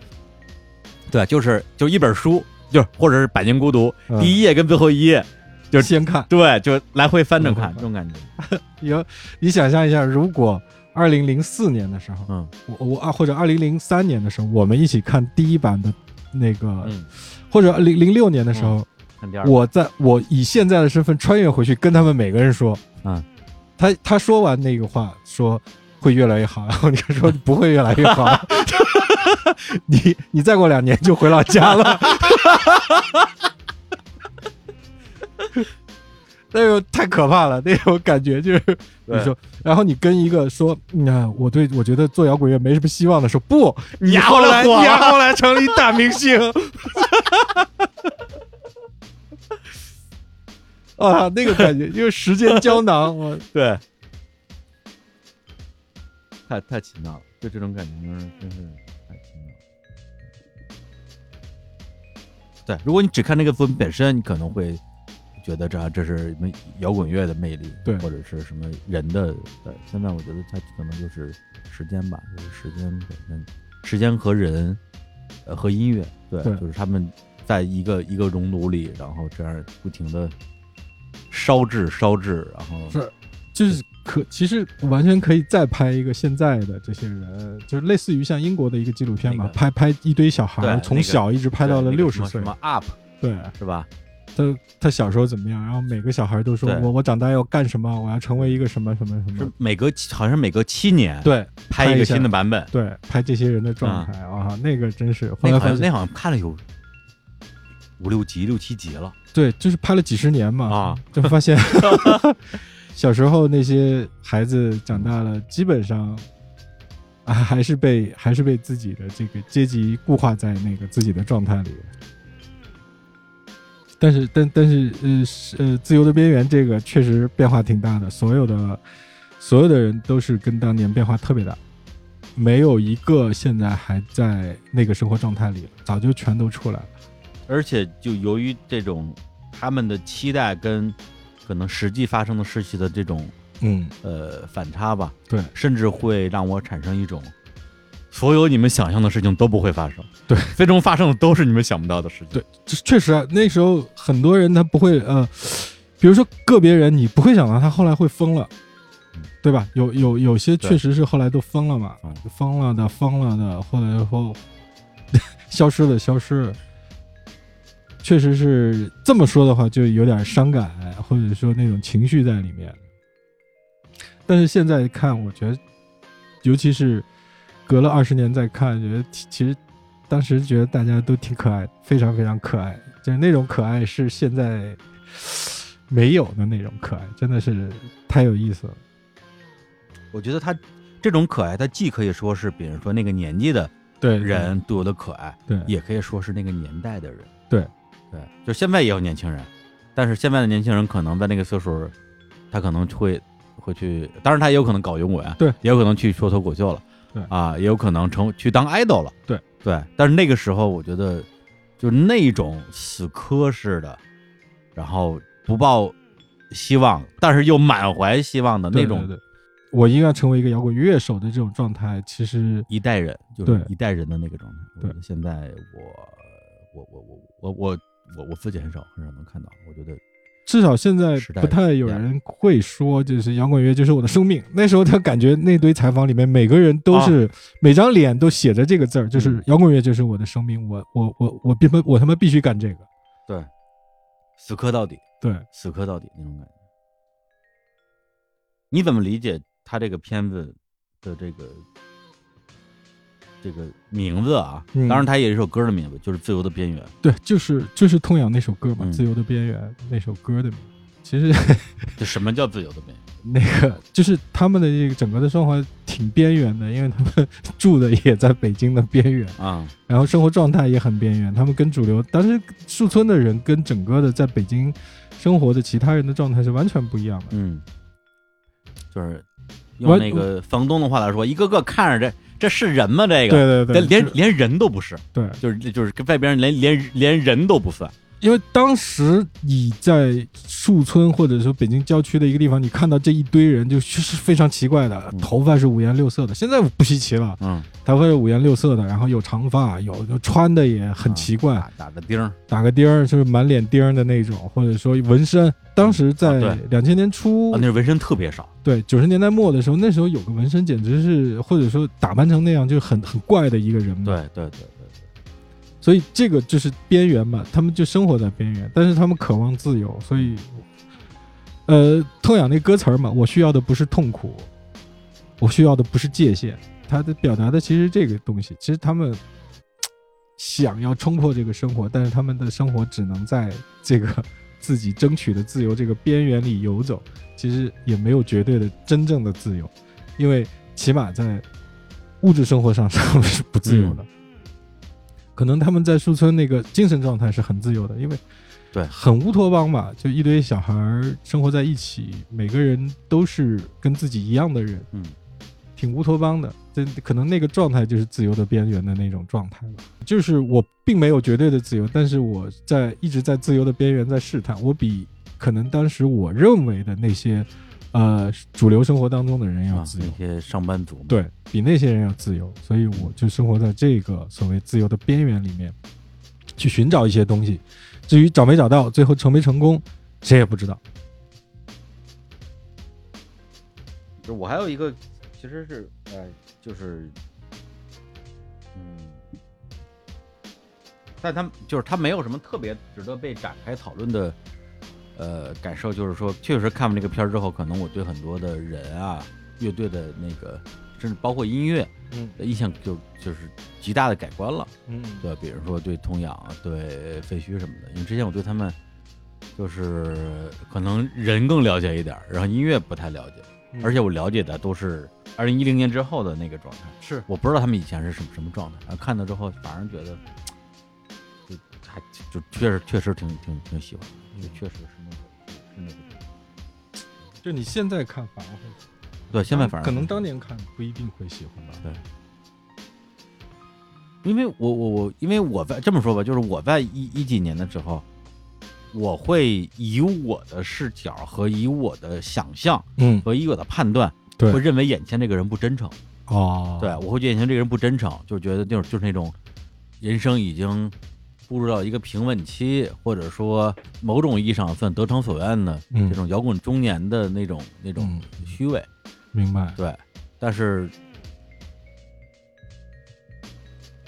Speaker 1: 对，就是就一本书，就是或者是《百年孤独》
Speaker 2: 嗯
Speaker 1: 第一页跟最后一页就
Speaker 2: 先看。
Speaker 1: 对，就来回翻着看
Speaker 2: 嗯
Speaker 1: 这种感觉。
Speaker 2: 有你想象一下，如果二零零四年的时候，
Speaker 1: 嗯
Speaker 2: 我我啊，或者二零零三年的时候，我们一起看第一版的那个，
Speaker 1: 嗯，
Speaker 2: 或者零零六年的时候，
Speaker 1: 看第二个，
Speaker 2: 我在我以现在的身份穿越回去，跟他们每个人说，
Speaker 1: 嗯，
Speaker 2: 他他说完那个话，说会越来越好，然后你说不会越来越 好，你你再过两年就回老 家了。那种太可怕了，那种感觉就是
Speaker 1: 对
Speaker 2: 你说，然后你跟一个说，嗯啊、我对我觉得做摇滚乐没什么希望的说，不，
Speaker 1: 你
Speaker 2: 你
Speaker 1: 丫
Speaker 2: 后
Speaker 1: 后
Speaker 2: 来
Speaker 1: 来火
Speaker 2: 你丫
Speaker 1: 了
Speaker 2: 后来成了一大明星。 啊，那个感觉就是时间胶囊， 我
Speaker 1: 对，太太奇妙了，就这种感觉，就是真是太奇妙了。对，如果你只看这个作品本身，你可能会觉得这啊这是什么摇滚乐的魅力，
Speaker 2: 对
Speaker 1: 或者是什么人的。对，现在我觉得它可能就是时间吧，就是时间本身，时间和人，呃，和音乐，对，
Speaker 2: 对
Speaker 1: 就是他们在一个一个熔炉里，然后这样不停的烧制烧制，然后
Speaker 2: 是就是可其实完全可以再拍一个现在的这些人，就是类似于像英国的一个纪录片嘛，
Speaker 1: 那个
Speaker 2: 拍拍一堆小孩
Speaker 1: 对
Speaker 2: 儿
Speaker 1: 那个
Speaker 2: 从小一直拍到了
Speaker 1: 对那个
Speaker 2: 六
Speaker 1: 什
Speaker 2: 十
Speaker 1: 么
Speaker 2: 岁
Speaker 1: 什，么 up
Speaker 2: 对
Speaker 1: 是吧？
Speaker 2: 他他小时候怎么样，然后每个小孩都说
Speaker 1: 对
Speaker 2: 我我长大要干什么，我要成为一个什么什么什
Speaker 1: 是
Speaker 2: 么，
Speaker 1: 每隔七好像是每隔七年
Speaker 2: 嗯对
Speaker 1: 拍
Speaker 2: 拍
Speaker 1: 一
Speaker 2: 一
Speaker 1: 个
Speaker 2: 下
Speaker 1: 新的版本，
Speaker 2: 对，拍这些人的状态啊，那个真是后
Speaker 1: 嗯那
Speaker 2: 来
Speaker 1: 个好
Speaker 2: 发
Speaker 1: 像
Speaker 2: 现
Speaker 1: 那，好像看了有五六集六七集了
Speaker 2: 对，就是拍了几十年嘛，
Speaker 1: 啊，
Speaker 2: 就发现小时候那些孩子长大了，基本上啊还是被还是被自己的这个阶级固化在那个自己的状态里。但是，但但是，呃，是呃，自由的边缘这个确实变化挺大的，所有的所有的人都是跟当年变化特别大，没有一个现在还在那个生活状态里了，早就全都出来了。
Speaker 1: 而且就由于这种他们的期待跟可能实际发生的事情的这种
Speaker 2: 嗯，
Speaker 1: 呃反差吧，
Speaker 2: 对，
Speaker 1: 甚至会让我产生一种。所有你们想象的事情都不会发生，
Speaker 2: 对，
Speaker 1: 最终发生的都是你们想不到的事情。
Speaker 2: 对这确实啊，那时候很多人他不会呃，比如说个别人你不会想到他后来会疯了
Speaker 1: 嗯，
Speaker 2: 对吧？有有有些
Speaker 1: 对
Speaker 2: 确实是后来都疯了嘛
Speaker 1: 嗯，
Speaker 2: 疯了的疯了的，后来后 消失的消失了，确实是这么说的话就有点伤感，或者说那种情绪在里面。但是现在看，我觉得，尤其是隔了二十年再看，觉得其其实当时觉得大家都挺可爱，非常非常可爱，就是那种可爱是现在没有的那种可爱，真的是太有意思了。
Speaker 1: 我觉得他这种可爱，他既可以说是比如说那个年纪的
Speaker 2: 对，
Speaker 1: 人对我的可爱，
Speaker 2: 对
Speaker 1: 也可以说是那个年代的人。
Speaker 2: 对，
Speaker 1: 对，就现在也有年轻人，但是现在的年轻人可能在那个岁数，他可能会会去，当然他也有可能搞摇滚，
Speaker 2: 对
Speaker 1: 也有可能去说脱口秀了，
Speaker 2: 对
Speaker 1: 啊，也有可能成去当 idol 了，
Speaker 2: 对
Speaker 1: 对。但是那个时候，我觉得就是那种死磕似的，然后不抱希望，但是又满怀希望的
Speaker 2: 对
Speaker 1: 那种
Speaker 2: 对对我应该成为一个摇滚乐手的这种状态，其实
Speaker 1: 一代人，就是
Speaker 2: 对
Speaker 1: 一代人的那个状态。我
Speaker 2: 对
Speaker 1: 觉得现在我我我我我我我我自己很少很少能看到，我觉得
Speaker 2: 至少现在
Speaker 1: 时代
Speaker 2: 不太有人会说，就是摇滚乐就是我的生命。那时候他感觉那堆采访里面每个人都是、每张脸都写着这个字儿，就是
Speaker 1: 嗯
Speaker 2: 摇滚乐就是我的生命，我我我我必我他妈必须干这个。
Speaker 1: 对死磕到底，
Speaker 2: 对，
Speaker 1: 死磕到底那种感觉。你怎么理解他这个片子的这个这个名字啊？
Speaker 2: 嗯
Speaker 1: 当然，它也有一首歌的名字，就是《自由的边缘》。
Speaker 2: 对，就是就是痛痒那首歌嘛，
Speaker 1: 嗯
Speaker 2: 自由的边缘》那首歌的名字。其实
Speaker 1: 这什么叫自由的边缘？
Speaker 2: 那个就是他们的这个整个的生活挺边缘的，因为他们 住的也在北京的边缘，
Speaker 1: 啊、
Speaker 2: 然后生活状态也很边缘。他们跟主流当时树村的人跟整个的在北京生活的其他人的状态是完全不一样的。
Speaker 1: 嗯，就是用
Speaker 2: 我
Speaker 1: 那个房东的话来说，一个个看着这这是人吗？这个
Speaker 2: 对对对，
Speaker 1: 连
Speaker 2: 就
Speaker 1: 连连人都不是，
Speaker 2: 对
Speaker 1: 就是就是跟外边人连连连人都不算，
Speaker 2: 因为当时你在树村或者说北京郊区的一个地方，你看到这一堆人就是非常奇怪的
Speaker 1: 嗯，
Speaker 2: 头发是五颜六色的。现在不稀奇了，
Speaker 1: 嗯，
Speaker 2: 头发是五颜六色的，然后有长发，有有穿的也很奇怪，
Speaker 1: 打啊打个钉儿，
Speaker 2: 打个钉儿就是满脸钉儿的那种，或者说纹身。当时在
Speaker 1: 啊
Speaker 2: 两千年初
Speaker 1: 啊，那，是纹身特别少，
Speaker 2: 对九十年代末的时候，那时候有个纹身简直是，或者说打扮成那样，就是很很怪的一个人嘛。
Speaker 1: 对对对对，
Speaker 2: 所以这个就是边缘嘛，他们就生活在边缘，但是他们渴望自由，所以，呃，痛痒那歌词儿嘛，我需要的不是痛苦，我需要的不是界限，他的表达的其实这个东西，其实他们想要冲破这个生活，但是他们的生活只能在这个自己争取的自由这个边缘里游走，其实也没有绝对的真正的自由，因为起码在物质生活上，他们是不自由的。可能他们在树村那个精神状态是很自由的，因为
Speaker 1: 对
Speaker 2: 很乌托邦吧，就一堆小孩儿生活在一起，每个人都是跟自己一样的人，
Speaker 1: 嗯，
Speaker 2: 挺乌托邦的。这可能那个状态就是自由的边缘的那种状态吧。就是我并没有绝对的自由，但是我在一直在自由的边缘在试探。我比可能当时我认为的那些，呃，主流生活当中的人要
Speaker 1: 啊，
Speaker 2: 自由。
Speaker 1: 那些上班族，，
Speaker 2: 对比那些人要自由，所以我就生活在这个所谓自由的边缘里面，去寻找一些东西。至于找没找到，最后成没成功，谁也不知道。
Speaker 5: 就我还有一个，其实是呃，就是，嗯，
Speaker 1: 但他们就是他没有什么特别值得被展开讨论的，呃，感受就是说，确实看完这个片儿之后，可能我对很多的人啊、乐队的那个，甚至包括音乐
Speaker 2: 嗯
Speaker 1: 的印象就就是极大的改观了。
Speaker 2: 嗯，
Speaker 1: 对，比如说对童养啊、对废墟什么的，因为之前我对他们就是可能人更了解一点儿，然后音乐不太了解，
Speaker 2: 嗯
Speaker 1: 而且我了解的都是二零一零年之后的那个状态，
Speaker 2: 是
Speaker 1: 我不知道他们以前是什么什么状态，然后看到之后反而觉得，就还就确实确实挺挺挺喜欢，就确实是那个是那个。
Speaker 2: 嗯就你现在看反而会，
Speaker 1: 对，现在反而
Speaker 2: 嗯可能当年看不一定会喜欢吧。
Speaker 1: 因为我我我，因为我在这么说吧，就是我在一一几年的时候，我会以我的视角和以我的想象
Speaker 2: 嗯，
Speaker 1: 和以我的判断，
Speaker 2: 对
Speaker 1: 会认为眼前这个人不真诚。
Speaker 2: 哦，
Speaker 1: 对，我会觉得眼前这个人不真诚，就觉得就是就是那种人生已经步入到一个平稳期，或者说某种意义上算得偿所愿的
Speaker 2: 嗯
Speaker 1: 这种摇滚中年的那种那种
Speaker 2: 嗯
Speaker 1: 虚伪。
Speaker 2: 明白。
Speaker 1: 对，但是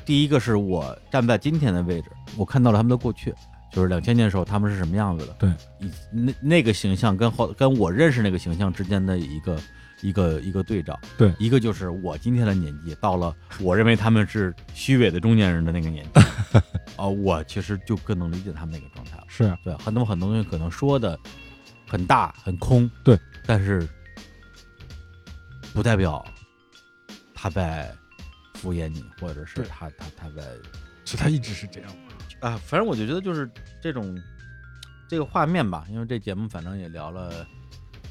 Speaker 1: 第一个是我站在今天的位置，我看到了他们的过去，就是两千年的时候他们是什么样子的。
Speaker 2: 对
Speaker 1: 以，那那个形象跟后跟我认识那个形象之间的一个一个一个对照。
Speaker 2: 对
Speaker 1: 一个就是我今天的年纪到了，我认为他们是虚伪的中年人的那个 年纪。哦，我其实就更能理解他们那个状态了。
Speaker 2: 是啊
Speaker 1: 对，很多很多东西可能说的很大很空，
Speaker 2: 对，
Speaker 1: 但是不代表他在敷衍你，或者是
Speaker 2: 对
Speaker 1: 他他他在
Speaker 2: 是他一直是这样。
Speaker 1: 啊，反正我就觉得就是这种这个画面吧，因为这节目反正也聊了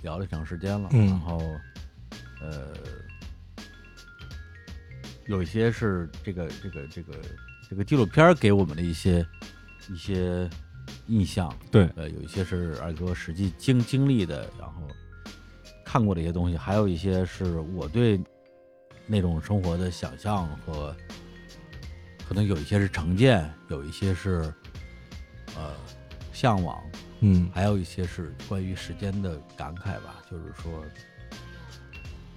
Speaker 1: 聊了长时间了，
Speaker 2: 嗯
Speaker 1: 然后呃，有一些是这个这个这个这个纪录片儿给我们的一些一些印象，
Speaker 2: 对，
Speaker 1: 呃，有一些是二哥实际经经历的，然后看过的一些东西，还有一些是我对那种生活的想象和，可能有一些是成见，有一些是呃向往，
Speaker 2: 嗯
Speaker 1: 还有一些是关于时间的感慨吧，就是说，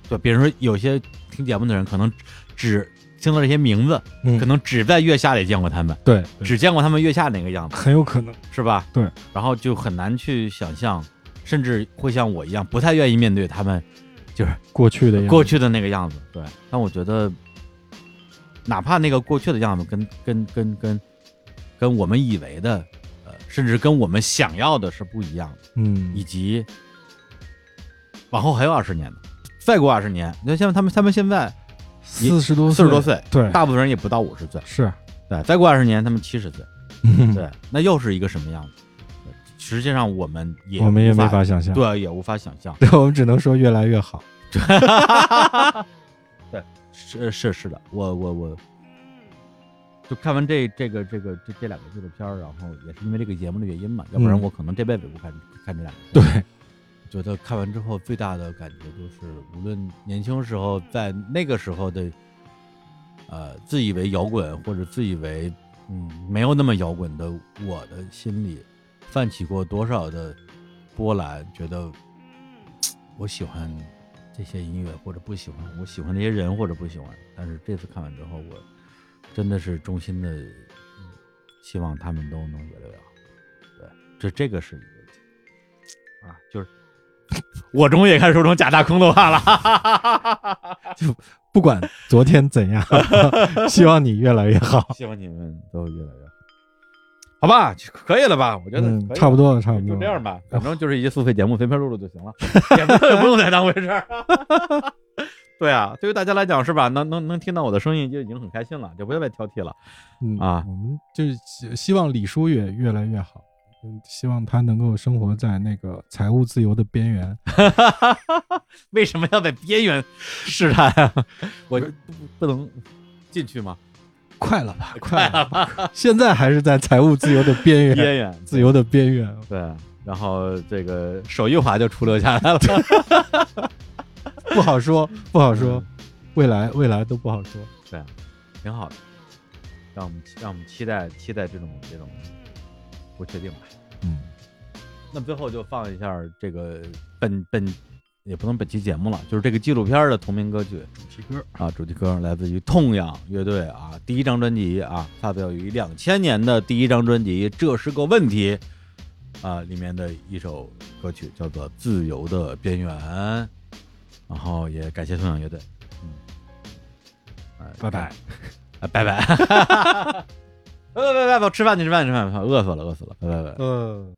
Speaker 1: 对，比如说有些听节目的人可能只听到这些名字，
Speaker 2: 嗯，
Speaker 1: 可能只在月下里见过他们，
Speaker 2: 对，对
Speaker 1: 只见过他们月下那个样子。
Speaker 2: 很有可能。
Speaker 1: 是吧？
Speaker 2: 对，
Speaker 1: 然后就很难去想象，甚至会像我一样不太愿意面对他们
Speaker 2: 过去的样子
Speaker 1: 过去的那个样子。对，但我觉得，哪怕那个过去的样子跟跟跟跟跟我们以为的，呃，甚至跟我们想要的是不一样的，
Speaker 2: 嗯
Speaker 1: 以及往后还有二十年呢，再过二十年，你看现在他们他们现在
Speaker 2: 四十多
Speaker 1: 四十多岁，
Speaker 2: 对
Speaker 1: 大部分人也不到五十岁，
Speaker 2: 是嗯
Speaker 1: 对，再过二十年他们七十岁，
Speaker 2: 对
Speaker 1: 对，那又是一个什么样子？对实际上我们也
Speaker 2: 我们也
Speaker 1: 无法
Speaker 2: 没法想象。
Speaker 1: 对，啊也无法想象。
Speaker 2: 对，我们只能说越来越好。
Speaker 1: 呃是是是的，我我我，就看完这这个这个这这两个纪录片儿，然后也是因为这个节目的原因嘛，要不然
Speaker 2: 嗯
Speaker 1: 我可能这辈子不看看这两个。
Speaker 2: 对，
Speaker 1: 觉得看完之后最大的感觉就是，无论年轻时候在那个时候的，呃，自以为摇滚或者自以为嗯没有那么摇滚的我的心里，泛起过多少的波澜，觉得嘖我喜欢这些音乐，或者不喜欢，我喜欢这些人，或者不喜欢。但是这次看完之后，我真的是衷心的嗯希望他们都能越来越好。对，这这个是一个啊，就是。我终于也开始说这种假大空的话了，
Speaker 2: 不管昨天怎样， 希望你越来越好，
Speaker 1: 希望你们都越来越好，好吧？可以了吧？我觉得
Speaker 2: 嗯
Speaker 1: 可，以
Speaker 2: 差不多了，差不多了，
Speaker 1: 就这样吧，反正就是一些付费节目，随便录录就行了，也不哎 也不用太当回事儿。 对啊，对于大家来讲是吧？能能能听到我的声音就已经很开心了，就不要再挑剔了。
Speaker 2: 嗯
Speaker 1: 啊
Speaker 2: 我们就是希希望李叔也越来越好，嗯，希望他能够生活在那个财务自由的边缘。
Speaker 1: 为什么要在边缘试探啊？ 我不不能进去吗？
Speaker 2: 快了吧， 快了吧！现在还是在财务自由的边缘，
Speaker 1: 边缘
Speaker 2: 自由的边缘。
Speaker 1: 对，然后这个手一滑就出溜下来了。
Speaker 2: 不好说，不好说，未来未来都不好说。
Speaker 1: 对啊，挺好的，让我们期让我们期待期待这种这种不确定吧。
Speaker 2: 嗯，
Speaker 1: 那最后就放一下这个本本也不能本期节目了，就是这个纪录片的同名歌曲
Speaker 2: 主题歌，
Speaker 1: 啊，主题歌来自于痛仰乐队啊，第一张专辑啊，发表于两千年的第一张专辑《这是个问题》啊，里面的一首歌曲叫做《自由的边缘》，然后也感谢痛仰乐队，嗯，呃
Speaker 2: 拜拜。
Speaker 1: 啊，拜 拜。拜拜拜拜拜，吃饭去吃饭去吃饭去，饿死了饿死了，拜拜拜拜。
Speaker 2: 嗯。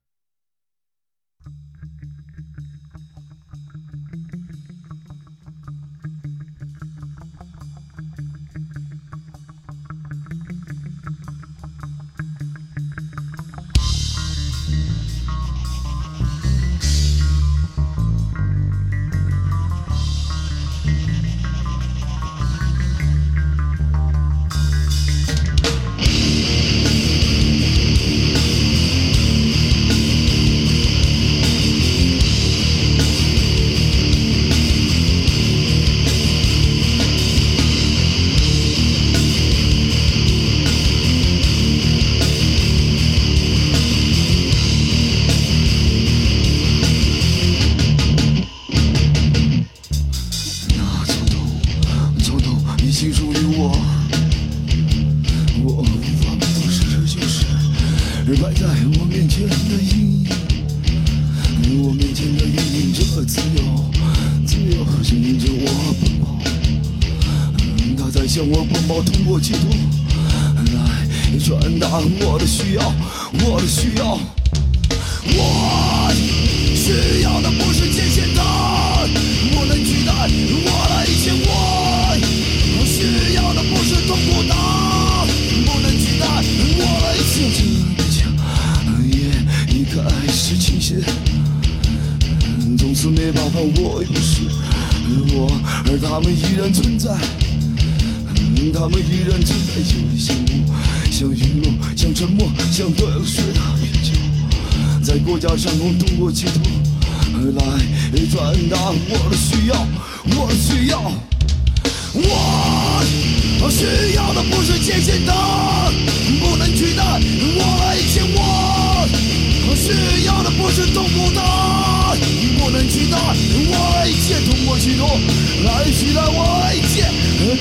Speaker 6: 那冲动，冲动已经属于我，我无法不做，事实就是摆在我面前的阴影，我面前的阴影，这自由，自由指引着我奔跑，嗯它在向我奔跑，通过悸动来传达我的需要，我的需要，我需要的不是界限感。不能取代我的一切我需要的不是痛苦的，不能取代我的一切。这也已开始倾斜，从此没办法，我又是我，而他们依然存在，他们依然存在，有一像雾，像雨露，像沉默，像掉水的眼球，在国家上空通过祈祷。来传达我的需要，我的需要。我需要的不是界限的，不能取代我的一切我。需要的不是痛苦的，不能取代我的一切。通过祈祷来取代我的一切，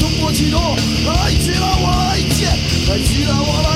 Speaker 6: 通过祈祷来取代我的一切，来取代我的一切。